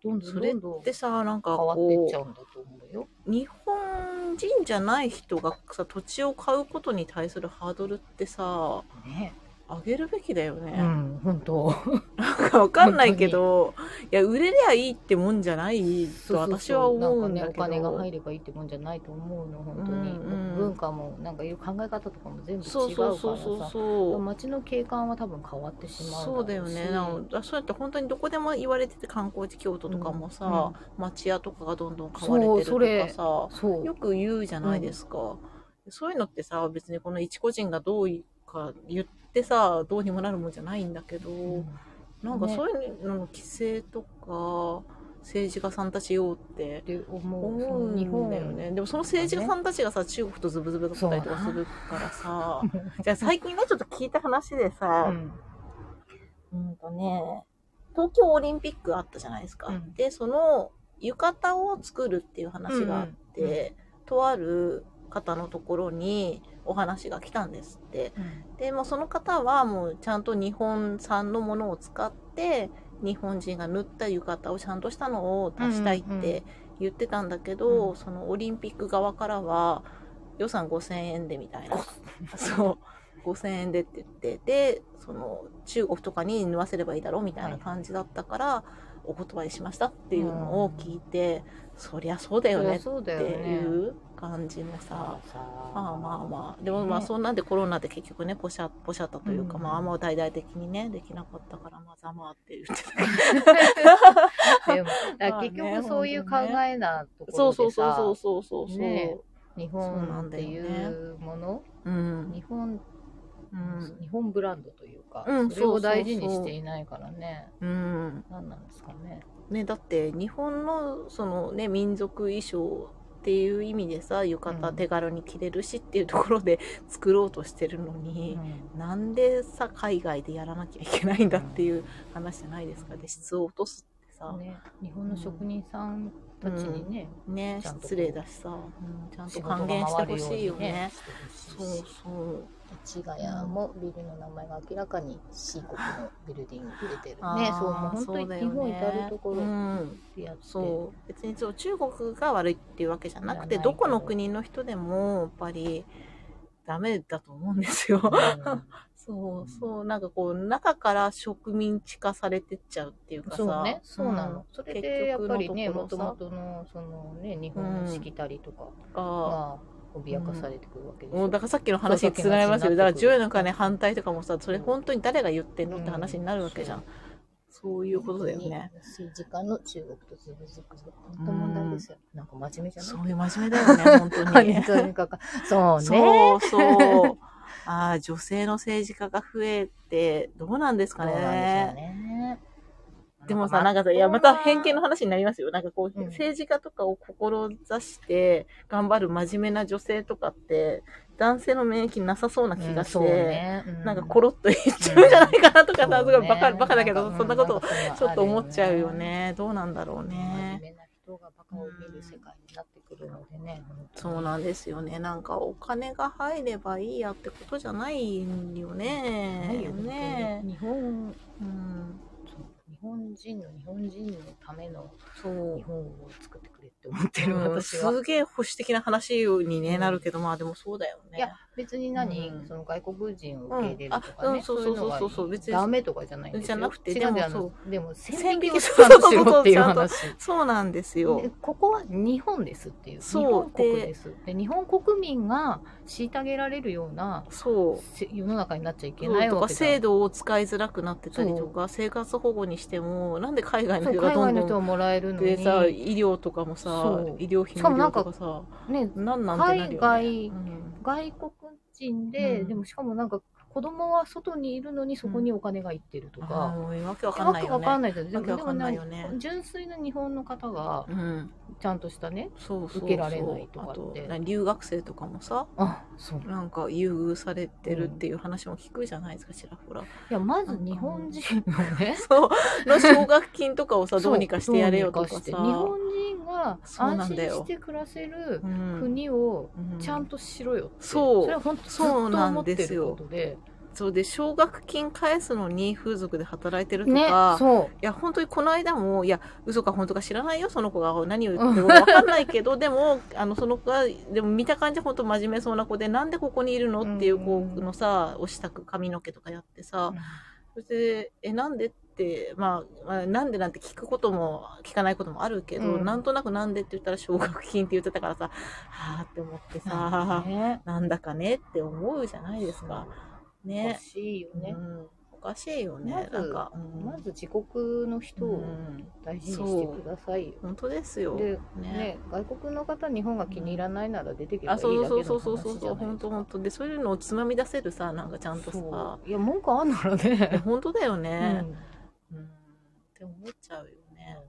[SPEAKER 1] どんどん
[SPEAKER 2] そ
[SPEAKER 1] ど
[SPEAKER 2] れ
[SPEAKER 1] んどん
[SPEAKER 2] でさ、なんか
[SPEAKER 1] 変わってい
[SPEAKER 2] こ
[SPEAKER 1] っちゃうんだと思うよ。
[SPEAKER 2] う、日本人じゃない人がさ、土地を買うことに対するハードルってさ、
[SPEAKER 1] ね、
[SPEAKER 2] 上げるべきだよ
[SPEAKER 1] う
[SPEAKER 2] ね。
[SPEAKER 1] ん本当
[SPEAKER 2] なんかわかんないけど、いや、売れりゃいいってもんじゃないと私は思うんだけど。
[SPEAKER 1] なんかね、お金が入ればいいってもんじゃないと思うの本当に、
[SPEAKER 2] うんうん
[SPEAKER 1] 文化もなんかいう考え方とかも全部違う
[SPEAKER 2] そう
[SPEAKER 1] か
[SPEAKER 2] そ
[SPEAKER 1] ら
[SPEAKER 2] うそうそう
[SPEAKER 1] さ
[SPEAKER 2] そう。
[SPEAKER 1] 街の景観は多分変わってしまう
[SPEAKER 2] そうだよねなんかそうやって本当にどこでも言われてて観光地京都とかもさ、町屋とかがどんどん買われて
[SPEAKER 1] そうそれ
[SPEAKER 2] るとか
[SPEAKER 1] そう
[SPEAKER 2] さよく言うじゃないですか、そういうのってさ別にこの一個人がどういうか言ってさどうにもなるもんじゃないんだけど、
[SPEAKER 1] うん
[SPEAKER 2] なんか
[SPEAKER 1] ね
[SPEAKER 2] そういうのの規制とか政治家さんたちようって
[SPEAKER 1] って思う
[SPEAKER 2] 思
[SPEAKER 1] その日
[SPEAKER 2] うん
[SPEAKER 1] 本
[SPEAKER 2] だよねでもその政治家さんたちがさ中国とズブズブだったりとかするからさじゃあ最近ねちょっと聞いた話でさ、
[SPEAKER 1] うん
[SPEAKER 2] うんとね、東京オリンピックあったじゃないですか。
[SPEAKER 1] うん
[SPEAKER 2] で、その浴衣を作るっていう話があって、
[SPEAKER 1] うんうんう
[SPEAKER 2] とある方のところにお話が来たんですって。で、もうその方はもうちゃんと日本産のものを使って、日本人が縫った浴衣をちゃんとしたのを出したい
[SPEAKER 1] うん
[SPEAKER 2] っ
[SPEAKER 1] うんうん
[SPEAKER 2] て言ってたんだけど、
[SPEAKER 1] うん
[SPEAKER 2] そのオリンピック側からは予算5000円でみたいな。 そう。5000円でって言って、で、その、中国とかに縫わせればいいだろうみたいな感じだったから、お断りしましたっていうのを聞いて、そりゃそうだよねっ
[SPEAKER 1] そうだ
[SPEAKER 2] て
[SPEAKER 1] よね
[SPEAKER 2] いう感じもさ、まあまあまあ、でもまあ
[SPEAKER 1] ね
[SPEAKER 2] そんなんでコロナで結局ね、ポシャ、ポシャったというか、
[SPEAKER 1] うん
[SPEAKER 2] まああんま大々的にね、できなかったから、まあざまあって言ってたけど
[SPEAKER 1] でもだから結局そういう考えなとこ
[SPEAKER 2] そ
[SPEAKER 1] ろ
[SPEAKER 2] うそうそうそ
[SPEAKER 1] でさ
[SPEAKER 2] うそうそう。
[SPEAKER 1] ね
[SPEAKER 2] う
[SPEAKER 1] 日
[SPEAKER 2] そうな
[SPEAKER 1] 本っ
[SPEAKER 2] んだ
[SPEAKER 1] て
[SPEAKER 2] よね
[SPEAKER 1] いうもの、
[SPEAKER 2] うん。
[SPEAKER 1] 日本、
[SPEAKER 2] うん。
[SPEAKER 1] 日本ブランドというか、
[SPEAKER 2] うん
[SPEAKER 1] それを
[SPEAKER 2] そうそうそう
[SPEAKER 1] 大事にしていないからね
[SPEAKER 2] うん。
[SPEAKER 1] 何なんですかね
[SPEAKER 2] ね、だって日本のそのね民族衣装っていう意味でさ浴
[SPEAKER 1] う
[SPEAKER 2] 衣
[SPEAKER 1] ん
[SPEAKER 2] 手軽に着れるしっていうところで 作ろうとしてるのに、なんでさ海外でやらなきゃいけないんだっていう話じゃないですかで質を落とすってさ
[SPEAKER 1] ね、日本の職人さんたちにね、
[SPEAKER 2] ね
[SPEAKER 1] ちゃんと
[SPEAKER 2] 失礼だしさ、うんちゃんと
[SPEAKER 1] 仕事
[SPEAKER 2] 還
[SPEAKER 1] が
[SPEAKER 2] 元してほ
[SPEAKER 1] 回るよう
[SPEAKER 2] しいよ
[SPEAKER 1] に
[SPEAKER 2] ね。
[SPEAKER 1] し
[SPEAKER 2] そ
[SPEAKER 1] てほし
[SPEAKER 2] う
[SPEAKER 1] いし
[SPEAKER 2] そう
[SPEAKER 1] 市ヶ谷もビルの名前が明らかに C 国のビルディング出てる
[SPEAKER 2] あ
[SPEAKER 1] ね
[SPEAKER 2] ー
[SPEAKER 1] そうもう本当
[SPEAKER 2] そ
[SPEAKER 1] に
[SPEAKER 2] うだ
[SPEAKER 1] 日
[SPEAKER 2] よ
[SPEAKER 1] 本
[SPEAKER 2] ね
[SPEAKER 1] 至るとこ
[SPEAKER 2] う
[SPEAKER 1] ろ
[SPEAKER 2] ん
[SPEAKER 1] でやって、
[SPEAKER 2] そう別にそう中国が悪いっていうわけじゃなく
[SPEAKER 1] じゃ
[SPEAKER 2] て
[SPEAKER 1] ないけど
[SPEAKER 2] どこの国の人でもやっぱりダメだと思うんですよ。
[SPEAKER 1] うん
[SPEAKER 2] そううんそう、なんかこう、中から植民地化されてっちゃうっていうかさ。
[SPEAKER 1] そうね、そうなの。
[SPEAKER 2] ん
[SPEAKER 1] それでやっぱりね、も
[SPEAKER 2] 結
[SPEAKER 1] と
[SPEAKER 2] 局の
[SPEAKER 1] も
[SPEAKER 2] とこと
[SPEAKER 1] の、そのね、日本のしきたりとか
[SPEAKER 2] が、
[SPEAKER 1] が脅かされてくるわけでしょ。
[SPEAKER 2] もうだからさっきの話につながりますよ。だから、10の金反対とかもさ、それ本当に誰が言ってんのって話になるわけじゃん。
[SPEAKER 1] うん
[SPEAKER 2] そういうことだよね。
[SPEAKER 1] 政治家の中国とズブズブズブ本当問題ですよ。なんか真面目じゃ
[SPEAKER 2] そ
[SPEAKER 1] ないう
[SPEAKER 2] いう真面目だよね、 本当に。
[SPEAKER 1] 本当にかかそうね。
[SPEAKER 2] そうそう。ああ、女性の政治家が増えて、どうなんです
[SPEAKER 1] そ
[SPEAKER 2] か
[SPEAKER 1] うな
[SPEAKER 2] ね。
[SPEAKER 1] んですよね。
[SPEAKER 2] でもさ、なんかさ、いや、また偏見の話になりますよ。なんかこう、
[SPEAKER 1] うん
[SPEAKER 2] 政治家とかを志して頑張る真面目な女性とかって、男性の免疫なさそうな気がして、なんかコ
[SPEAKER 1] ロ
[SPEAKER 2] ロッといっちゃうんじゃないかなとかさ、
[SPEAKER 1] ナ
[SPEAKER 2] すごいバカ、バカだけど、そんなことをちょっと思っちゃうよ。ね。どうなんだろう
[SPEAKER 1] 真面
[SPEAKER 2] ね。
[SPEAKER 1] 目な人がバカを見いう世界になってくるのでね。
[SPEAKER 2] そうなんですよね。なんかお金が入ればいいやってことじゃないよね。
[SPEAKER 1] ないよね。日本、
[SPEAKER 2] うん。
[SPEAKER 1] そう日本人の日本人のための
[SPEAKER 2] そう
[SPEAKER 1] 日。本を作ってくれって思って
[SPEAKER 2] う
[SPEAKER 1] る、
[SPEAKER 2] ん、
[SPEAKER 1] 私は。
[SPEAKER 2] すげえ保守的な話に、ね
[SPEAKER 1] うん
[SPEAKER 2] なるけど、まあでもそうだよね。
[SPEAKER 1] いや、別に何、
[SPEAKER 2] うん
[SPEAKER 1] その外国人を受け入れるとかね、
[SPEAKER 2] うんあうんそうそうそうそう
[SPEAKER 1] いのは
[SPEAKER 2] 別に
[SPEAKER 1] ダメとかじゃないんですよ
[SPEAKER 2] じゃなくて
[SPEAKER 1] 違うんだよ
[SPEAKER 2] でも
[SPEAKER 1] あのでも
[SPEAKER 2] 線
[SPEAKER 1] 線
[SPEAKER 2] 引
[SPEAKER 1] 引
[SPEAKER 2] き
[SPEAKER 1] きをちゃんとしろっていう
[SPEAKER 2] そうそう
[SPEAKER 1] 話
[SPEAKER 2] そうなんですよ。
[SPEAKER 1] でここは日本ですっていう
[SPEAKER 2] そう
[SPEAKER 1] 日本国ですで日本国民が虐げられるような
[SPEAKER 2] そう。
[SPEAKER 1] せ世の中になっちゃいけ
[SPEAKER 2] そ
[SPEAKER 1] な
[SPEAKER 2] う
[SPEAKER 1] い
[SPEAKER 2] と
[SPEAKER 1] わ
[SPEAKER 2] か
[SPEAKER 1] けだ
[SPEAKER 2] 制度を使いづらくなってたりとか生活保護にしてもなんで海外の
[SPEAKER 1] そう
[SPEAKER 2] 人が
[SPEAKER 1] 海
[SPEAKER 2] ど
[SPEAKER 1] 外
[SPEAKER 2] ん
[SPEAKER 1] の人
[SPEAKER 2] ど
[SPEAKER 1] はもらえる
[SPEAKER 2] ん
[SPEAKER 1] の
[SPEAKER 2] で
[SPEAKER 1] に
[SPEAKER 2] さ医療とかもさ
[SPEAKER 1] そう
[SPEAKER 2] 医療費
[SPEAKER 1] しかも
[SPEAKER 2] 無
[SPEAKER 1] な
[SPEAKER 2] 料
[SPEAKER 1] んか
[SPEAKER 2] とかさ
[SPEAKER 1] ね、
[SPEAKER 2] なんなんてなるよね
[SPEAKER 1] 海外
[SPEAKER 2] うん
[SPEAKER 1] 外国人で、
[SPEAKER 2] うん
[SPEAKER 1] でもしかもなんか子供は外にいるのにそこにお金がいってると
[SPEAKER 2] あー
[SPEAKER 1] か、
[SPEAKER 2] もうわけわ
[SPEAKER 1] え
[SPEAKER 2] かん
[SPEAKER 1] わ
[SPEAKER 2] ない
[SPEAKER 1] け
[SPEAKER 2] よ
[SPEAKER 1] わ
[SPEAKER 2] ね
[SPEAKER 1] かんないけど、で
[SPEAKER 2] わけ
[SPEAKER 1] も
[SPEAKER 2] わ
[SPEAKER 1] で
[SPEAKER 2] か
[SPEAKER 1] も
[SPEAKER 2] んな
[SPEAKER 1] ないん
[SPEAKER 2] よ
[SPEAKER 1] か
[SPEAKER 2] ね
[SPEAKER 1] 純粋な日本の方が
[SPEAKER 2] うん
[SPEAKER 1] ちゃんとしたね、
[SPEAKER 2] そうそうそう
[SPEAKER 1] 受けられないとか
[SPEAKER 2] あ
[SPEAKER 1] って
[SPEAKER 2] とな留学生とかもさ
[SPEAKER 1] あそう
[SPEAKER 2] なんか優遇されてるっていう話も聞くじゃないですかちらほら
[SPEAKER 1] いやまず日本人のね
[SPEAKER 2] そうの奨学金とかをさどうにかしてやれよとか
[SPEAKER 1] どう
[SPEAKER 2] さ
[SPEAKER 1] にして日本人が
[SPEAKER 2] そうな
[SPEAKER 1] 安
[SPEAKER 2] ん
[SPEAKER 1] 心
[SPEAKER 2] だよ
[SPEAKER 1] して暮らせる
[SPEAKER 2] うん
[SPEAKER 1] 国を
[SPEAKER 2] うん
[SPEAKER 1] ちゃんとしろよって、
[SPEAKER 2] そう
[SPEAKER 1] れは本当ずっと
[SPEAKER 2] そうな
[SPEAKER 1] 思
[SPEAKER 2] ん
[SPEAKER 1] っ
[SPEAKER 2] で
[SPEAKER 1] て
[SPEAKER 2] す
[SPEAKER 1] る
[SPEAKER 2] よ
[SPEAKER 1] ことで
[SPEAKER 2] そうで奨学金返すのに風俗で働いてると
[SPEAKER 1] ね
[SPEAKER 2] か、
[SPEAKER 1] そ
[SPEAKER 2] いや本当にこの間もいや嘘か本当か知らないよその子が何を言ってるか分かんないけど でもあのその子がでも見た感じ本当真面目そうな子でなんでここにいるのっていう子のさお支度髪の毛とかやって
[SPEAKER 1] う
[SPEAKER 2] さそしてえなんでって、まあまあ、なんでなんて聞くことも聞かないこともあるけど、
[SPEAKER 1] うん
[SPEAKER 2] なんとなくなんでって言ったら奨学金って言ってたからさはあって思ってさ、
[SPEAKER 1] ね
[SPEAKER 2] なんだかねって思うじゃないですか。ね
[SPEAKER 1] 欲、しいよね、
[SPEAKER 2] うん、おかしいよね。
[SPEAKER 1] まず
[SPEAKER 2] なんか、うん
[SPEAKER 1] まず自国の人
[SPEAKER 2] う
[SPEAKER 1] を
[SPEAKER 2] ん
[SPEAKER 1] 大事にしてくださいよ、
[SPEAKER 2] 本当ですよ。
[SPEAKER 1] で
[SPEAKER 2] ね
[SPEAKER 1] ね、外国の方日本が気に入らないなら出てけばい
[SPEAKER 2] あ、
[SPEAKER 1] いだ
[SPEAKER 2] そ
[SPEAKER 1] けの
[SPEAKER 2] う
[SPEAKER 1] 話
[SPEAKER 2] そうそうそうそう
[SPEAKER 1] じゃない
[SPEAKER 2] 本当本当でそういうのをつまみ出せるさ、なんかちゃんとさ、
[SPEAKER 1] そういや文句あんなら
[SPEAKER 2] いや
[SPEAKER 1] ね、
[SPEAKER 2] 本当だよ
[SPEAKER 1] う
[SPEAKER 2] ね、
[SPEAKER 1] ん
[SPEAKER 2] うん。って思っちゃうよね。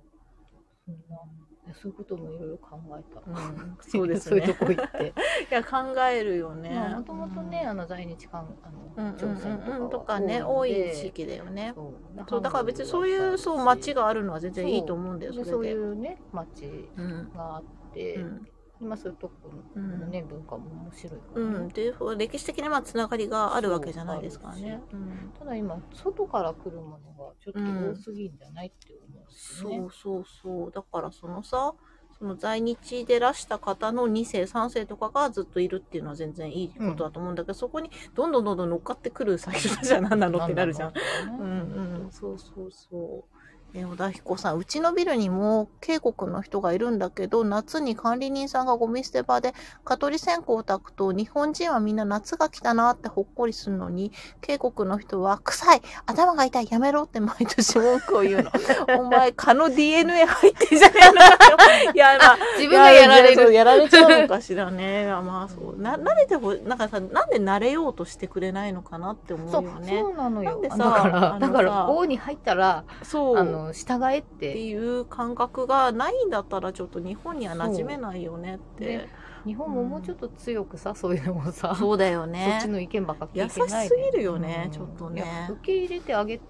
[SPEAKER 1] そんなそういうこともいろいろ考えた、
[SPEAKER 2] うん、そうです
[SPEAKER 1] そういう
[SPEAKER 2] ね
[SPEAKER 1] と。こ行って
[SPEAKER 2] いや考えるよ ね。
[SPEAKER 1] もともとね、あの在日韓あ
[SPEAKER 2] うん、う
[SPEAKER 1] の
[SPEAKER 2] ん、う
[SPEAKER 1] 朝
[SPEAKER 2] ん
[SPEAKER 1] 鮮
[SPEAKER 2] うん、うん、と
[SPEAKER 1] とか
[SPEAKER 2] か
[SPEAKER 1] が
[SPEAKER 2] ね、多い地
[SPEAKER 1] 域
[SPEAKER 2] 域だよね。
[SPEAKER 1] そう
[SPEAKER 2] そうだから別にそういうそう町があるのは全然いいと思うんだよ。
[SPEAKER 1] で
[SPEAKER 2] そ
[SPEAKER 1] そう
[SPEAKER 2] れ
[SPEAKER 1] い
[SPEAKER 2] で。
[SPEAKER 1] うね町
[SPEAKER 2] うん。
[SPEAKER 1] があって、
[SPEAKER 2] うん
[SPEAKER 1] 今そういうとこのね、文化も面白いか
[SPEAKER 2] う
[SPEAKER 1] らね、
[SPEAKER 2] ん、で歴史的にまあつながりがあるわけじゃないですからね。うん
[SPEAKER 1] ただ今外から来るものがちょっと多すぎんじゃないって思うしね、
[SPEAKER 2] そうそうそうだからそのさその在日でらした方の2世3世とかがずっといるっていうのは全然いいことだと思うんだけど、そこにどんどんどんどん乗っかってくる最初じゃ何なのってなるじゃん。
[SPEAKER 1] ん
[SPEAKER 2] うんうん、そうそうそう。え小田彦さん、うちのビルにも渓谷の人がいるんだけど、夏に管理人さんがゴミ捨て場で、蚊取り線香を焚くと、日本人はみんな夏が来たなってほっこりするのに、渓谷の人は、臭い頭が痛いやめろって毎年文句を言う の。お前、蚊の DNA 入ってんじゃねえのいや、まあ、
[SPEAKER 1] 自分 がやられ
[SPEAKER 2] いそう
[SPEAKER 1] る
[SPEAKER 2] やられちゃうのかしらね。まあ、そう。な、慣れてほ、なんかさ、なんで慣れようとしてくれないのかなって思う
[SPEAKER 1] そ
[SPEAKER 2] よ
[SPEAKER 1] う
[SPEAKER 2] ね。
[SPEAKER 1] そうなの
[SPEAKER 2] な
[SPEAKER 1] よ
[SPEAKER 2] んでさ
[SPEAKER 1] だか
[SPEAKER 2] あ
[SPEAKER 1] ら
[SPEAKER 2] の
[SPEAKER 1] だ
[SPEAKER 2] さ
[SPEAKER 1] からこうに入ったら
[SPEAKER 2] そう
[SPEAKER 1] あの従えっ
[SPEAKER 2] って
[SPEAKER 1] て
[SPEAKER 2] いう感覚がないんだったらちょっと日本には馴染めないよねって
[SPEAKER 1] ね日本ももうちょっと強くさそういうのもさ
[SPEAKER 2] そうだよ
[SPEAKER 1] そっちの意見ばっか聞いてない
[SPEAKER 2] 優しすぎるよねちょっとね
[SPEAKER 1] いや受け入れてあげる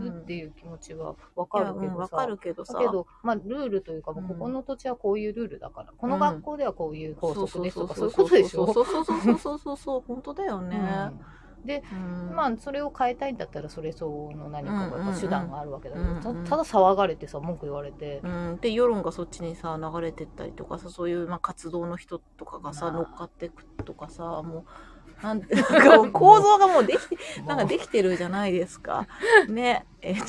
[SPEAKER 2] うん
[SPEAKER 1] っていう気持ちはわ
[SPEAKER 2] い
[SPEAKER 1] か
[SPEAKER 2] や
[SPEAKER 1] る
[SPEAKER 2] う
[SPEAKER 1] け
[SPEAKER 2] ん
[SPEAKER 1] ど
[SPEAKER 2] わ
[SPEAKER 1] さ、
[SPEAKER 2] かるけどさ
[SPEAKER 1] だけど、まあ、ルールというか、もう
[SPEAKER 2] うん
[SPEAKER 1] ここの土地はこういうルールだから、こ
[SPEAKER 2] う
[SPEAKER 1] の
[SPEAKER 2] ん
[SPEAKER 1] 学校ではこういう校則ですとか、そういう
[SPEAKER 2] そ
[SPEAKER 1] ことでしょ
[SPEAKER 2] そうそうそうそうそうそう 本当だよね、
[SPEAKER 1] うんまあ、それを変えたいんだったら、それ相応の何か
[SPEAKER 2] うんうんう
[SPEAKER 1] が
[SPEAKER 2] ん
[SPEAKER 1] 手段があるわけだけど、た
[SPEAKER 2] うんうん
[SPEAKER 1] ただ騒がれてさ、文句言われて
[SPEAKER 2] う、ん、で世論がそっちにさ流れてったりとかさそういう、まあ、活動の人とかがさ
[SPEAKER 1] ま
[SPEAKER 2] 乗
[SPEAKER 1] あ
[SPEAKER 2] っかってくとかさもうなん てなんかもう構造がもうできて なんか
[SPEAKER 1] もう
[SPEAKER 2] できてるじゃないですか。ね。えっ、と、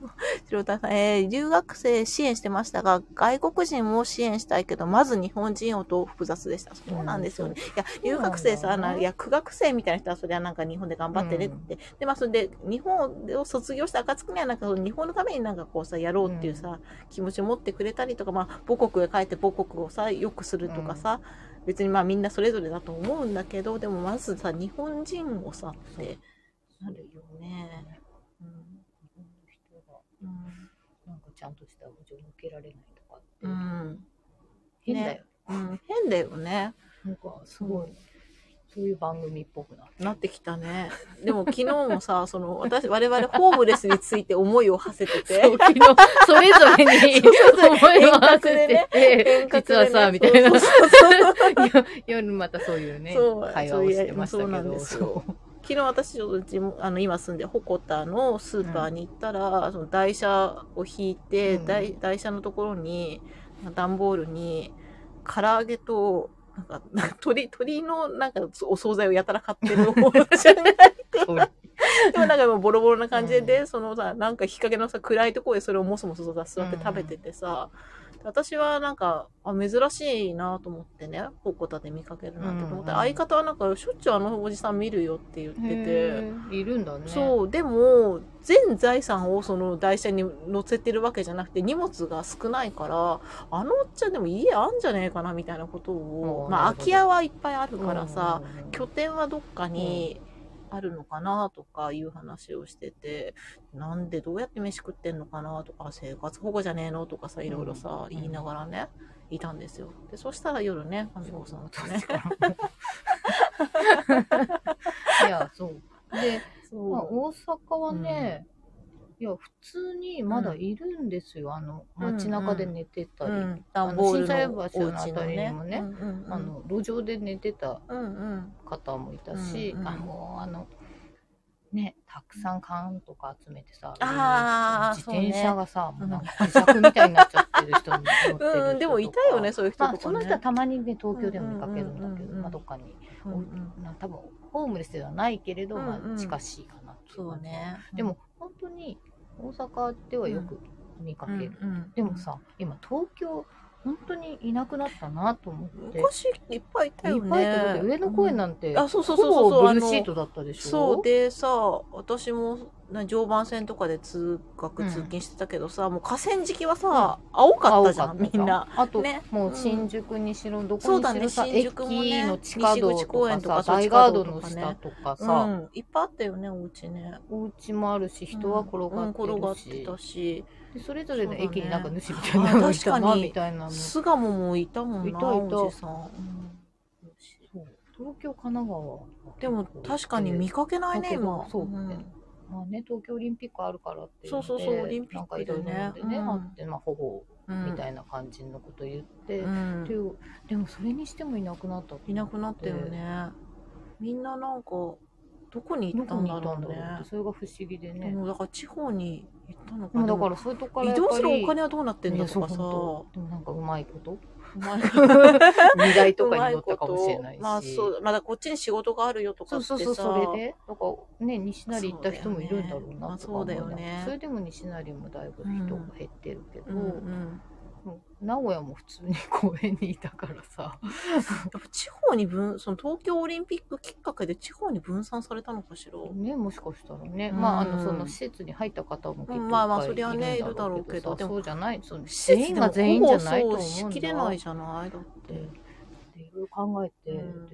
[SPEAKER 2] 白田さん、えー留学生支援してましたが、外国人も支援したいけど、まず日本人をどう複雑でした。そうなんですよね。いや、留学生
[SPEAKER 1] そ
[SPEAKER 2] さ、
[SPEAKER 1] うなんだよね
[SPEAKER 2] な、いや、苦学生みたいな人は、それはなんか日本で頑張ってねって。で、まあ、それで、日本を卒業した暁には、なんかその日本のためになんかこうさ、やろうっていうさ、気持ちを持ってくれたりとか、まあ、母国へ帰って母国をさ、良くするとかさ、別にまあみんなそれぞれだと思うんだけど、でもまずさ、日本人をさっ
[SPEAKER 1] そう
[SPEAKER 2] て、なるよね。うん
[SPEAKER 1] 日本の人が
[SPEAKER 2] うん
[SPEAKER 1] なんかちゃんとした補助を受けられないとかって、
[SPEAKER 2] うん
[SPEAKER 1] 変だよ。
[SPEAKER 2] うん変だよね。
[SPEAKER 1] なんかすごい、そういう番組っぽくなる。
[SPEAKER 2] なってきたね。でも昨日もさ、 その、私、我々ホームレスについて思いを馳せてて、
[SPEAKER 1] そう昨日、 それぞれに思いを合わせてて、
[SPEAKER 2] 遠隔で
[SPEAKER 1] 実
[SPEAKER 2] ね
[SPEAKER 1] はさ、みたいな
[SPEAKER 2] そう。そうそうそう
[SPEAKER 1] 夜夜またそういうね
[SPEAKER 2] そう、
[SPEAKER 1] 会話をしてましたけ
[SPEAKER 2] そうなん
[SPEAKER 1] ど。
[SPEAKER 2] です よ昨日私、ちょっと地元あの今住んでる鉾田のスーパーに行ったら、その台車を引いて、
[SPEAKER 1] うん
[SPEAKER 2] 台台車のところに、段ボールに、唐揚げと、なんか、なんか鳥、鳥の、なんか、お惣菜をやたら買ってる
[SPEAKER 1] そうそう
[SPEAKER 2] でもなんかもうボロボロな感じで、
[SPEAKER 1] う
[SPEAKER 2] そのさ、なんか日陰のさ、暗いところでそれをもそもそさ、座って食べててさ、私はなんか、あ、珍しいなと思ってね、ポコタで見かけるなって思って、
[SPEAKER 1] うん
[SPEAKER 2] 相方はなんか、しょっちゅうあのおじさん見るよって言ってて、
[SPEAKER 1] へーいるんだね。
[SPEAKER 2] そう、でも、全財産をその台車に乗せてるわけじゃなくて、荷物が少ないから、あのおっちゃんでも家あんじゃねえかなみたいなことを、
[SPEAKER 1] うん
[SPEAKER 2] ま
[SPEAKER 1] な
[SPEAKER 2] あ、
[SPEAKER 1] るほ
[SPEAKER 2] 空
[SPEAKER 1] ど
[SPEAKER 2] き家はいっぱいある
[SPEAKER 1] うん、
[SPEAKER 2] からさ、
[SPEAKER 1] うん
[SPEAKER 2] 拠点はどっかにあるのかなとかいう話をしてて、なんでどうやって飯食ってんのかなとか、生活保護じゃねえのとかさ、いろいろさ、
[SPEAKER 1] うん
[SPEAKER 2] 言いながらね、いたんですよ。で、そしたら夜ね、神子さんとね。
[SPEAKER 1] いや、そう。で、まあ、
[SPEAKER 2] そ
[SPEAKER 1] 大阪はね、いや、普通にまだいるんですよ。あの、
[SPEAKER 2] うん
[SPEAKER 1] 街中で寝てた
[SPEAKER 2] う。
[SPEAKER 1] り、
[SPEAKER 2] うん、
[SPEAKER 1] あ
[SPEAKER 2] 段
[SPEAKER 1] の
[SPEAKER 2] ボー
[SPEAKER 1] 震
[SPEAKER 2] ル
[SPEAKER 1] 災
[SPEAKER 2] の
[SPEAKER 1] 橋
[SPEAKER 2] お
[SPEAKER 1] のあ
[SPEAKER 2] 家
[SPEAKER 1] た
[SPEAKER 2] の
[SPEAKER 1] りに
[SPEAKER 2] ね
[SPEAKER 1] も。ね、
[SPEAKER 2] うんうんうん
[SPEAKER 1] あ、の、路上で寝てた
[SPEAKER 2] うんうん。
[SPEAKER 1] 方もいたし、
[SPEAKER 2] うんうん
[SPEAKER 1] あの、あの、ね、たくさん缶とか集めてさ、
[SPEAKER 2] あー
[SPEAKER 1] 自転車がさ、
[SPEAKER 2] そ
[SPEAKER 1] も
[SPEAKER 2] うね
[SPEAKER 1] うなんか自作みたいになっちゃってる人も乗ってる人とか
[SPEAKER 2] うん、でもいたよね、。そういう人と
[SPEAKER 1] ま
[SPEAKER 2] か、ね。
[SPEAKER 1] あ、その人はたまにね、東京でも見かけるんだけ
[SPEAKER 2] うんうんうん
[SPEAKER 1] ど、
[SPEAKER 2] うん
[SPEAKER 1] まあ、どっかに、
[SPEAKER 2] うんうん
[SPEAKER 1] な多分、ホームレスではないけれど、ま
[SPEAKER 2] うんう
[SPEAKER 1] あ、
[SPEAKER 2] ん
[SPEAKER 1] 近しいかなってい
[SPEAKER 2] そうね。
[SPEAKER 1] でも、本当に、大阪ではよく見か
[SPEAKER 2] う
[SPEAKER 1] け
[SPEAKER 2] ん、
[SPEAKER 1] る。
[SPEAKER 2] うんうん
[SPEAKER 1] でも、さ、今、東京、本当にいなくなったなと思って。いっ
[SPEAKER 2] 昔いっぱいいた
[SPEAKER 1] ぱい
[SPEAKER 2] よ
[SPEAKER 1] い
[SPEAKER 2] ね。
[SPEAKER 1] たけど、上の公園なんて、
[SPEAKER 2] あ、そうそうそうそう
[SPEAKER 1] ほ
[SPEAKER 2] そう。
[SPEAKER 1] ぼ
[SPEAKER 2] あ
[SPEAKER 1] ブル
[SPEAKER 2] の
[SPEAKER 1] ーシートだったでしょ
[SPEAKER 2] そうでさ私もな常磐線とかで通学
[SPEAKER 1] うん
[SPEAKER 2] 通勤してたけどさ、もう河川敷はさ、青かったじゃんみんな。
[SPEAKER 1] あと、
[SPEAKER 2] ね
[SPEAKER 1] も
[SPEAKER 2] う
[SPEAKER 1] うん新宿にしろ、どこ
[SPEAKER 2] そうだ
[SPEAKER 1] にしろ
[SPEAKER 2] ね
[SPEAKER 1] さ、
[SPEAKER 2] 新宿もね
[SPEAKER 1] 駅の地下道
[SPEAKER 2] 西口
[SPEAKER 1] と
[SPEAKER 2] 公
[SPEAKER 1] か
[SPEAKER 2] 園
[SPEAKER 1] さ
[SPEAKER 2] とかそう
[SPEAKER 1] 大ガード
[SPEAKER 2] 地下道と
[SPEAKER 1] の
[SPEAKER 2] かね
[SPEAKER 1] 下とか
[SPEAKER 2] う
[SPEAKER 1] さ、
[SPEAKER 2] ん、いっぱいあったよねお家ね
[SPEAKER 1] お家もあるし、人は転がって
[SPEAKER 2] うん転がっ
[SPEAKER 1] るし、
[SPEAKER 2] てたし
[SPEAKER 1] でそれぞれの駅になんか主みたい
[SPEAKER 2] そう
[SPEAKER 1] な
[SPEAKER 2] だね
[SPEAKER 1] のがい
[SPEAKER 2] あ確か
[SPEAKER 1] たな、
[SPEAKER 2] に
[SPEAKER 1] みたいなの。
[SPEAKER 2] 巣鴨もいたもんない
[SPEAKER 1] たいた
[SPEAKER 2] おじさん、うん
[SPEAKER 1] そう東京、神奈川は
[SPEAKER 2] でも確かに見かけないね
[SPEAKER 1] だけど
[SPEAKER 2] 今
[SPEAKER 1] そうんまあね、東京オリンピックあるからっていので
[SPEAKER 2] そうそうそうオリンピックでね
[SPEAKER 1] なんかいろいろ飲んでね、
[SPEAKER 2] うん
[SPEAKER 1] あって、まあ、保護
[SPEAKER 2] うん
[SPEAKER 1] みたいな感じのこと言って、
[SPEAKER 2] うん
[SPEAKER 1] っていうでもそれにしてもいなくなった
[SPEAKER 2] いなくなったよねみんななんかどこに行
[SPEAKER 1] ど
[SPEAKER 2] った
[SPEAKER 1] こ
[SPEAKER 2] ん
[SPEAKER 1] に
[SPEAKER 2] だ
[SPEAKER 1] 行った
[SPEAKER 2] ろ
[SPEAKER 1] ん
[SPEAKER 2] う
[SPEAKER 1] だろ
[SPEAKER 2] ね
[SPEAKER 1] うってそれが不思議でね、
[SPEAKER 2] もうだから地方に行ったのか
[SPEAKER 1] もう
[SPEAKER 2] な
[SPEAKER 1] だからそういうとこから
[SPEAKER 2] 移動するお金
[SPEAKER 1] は
[SPEAKER 2] はどうなってんだとかさ
[SPEAKER 1] でもなんかうまいこと
[SPEAKER 2] うまい
[SPEAKER 1] 荷台とかに乗ったかもしれないし
[SPEAKER 2] まあそう、まだこっちに仕事があるよとか
[SPEAKER 1] そ
[SPEAKER 2] っ
[SPEAKER 1] う
[SPEAKER 2] て
[SPEAKER 1] そ
[SPEAKER 2] さ。
[SPEAKER 1] うそうそれでだからね西成行った人もいるんだろうなとか思いながら
[SPEAKER 2] そうだよね
[SPEAKER 1] それでも西成もだいぶ人が減ってるけど、
[SPEAKER 2] うんうん
[SPEAKER 1] もう名古屋も普通に公園にいたからさ
[SPEAKER 2] やっぱ地方に分、その東京オリンピックきっかけで地方に分散されたのかしら。
[SPEAKER 1] ねもしかしたらね、
[SPEAKER 2] うん
[SPEAKER 1] まああのその施設に入った方もきっといっぱい
[SPEAKER 2] まあまあそりゃね
[SPEAKER 1] いるんだろうけ
[SPEAKER 2] い
[SPEAKER 1] ど
[SPEAKER 2] るだろうけどで
[SPEAKER 1] さ
[SPEAKER 2] も
[SPEAKER 1] そうじゃないその
[SPEAKER 2] 施
[SPEAKER 1] 全
[SPEAKER 2] 設
[SPEAKER 1] 員
[SPEAKER 2] で
[SPEAKER 1] が
[SPEAKER 2] も
[SPEAKER 1] 全員じゃないと
[SPEAKER 2] ほ
[SPEAKER 1] 思
[SPEAKER 2] ぼそう
[SPEAKER 1] うんだ
[SPEAKER 2] しきれないじゃないだっ
[SPEAKER 1] で
[SPEAKER 2] て。
[SPEAKER 1] でいろいろ考えて、
[SPEAKER 2] うん
[SPEAKER 1] ででも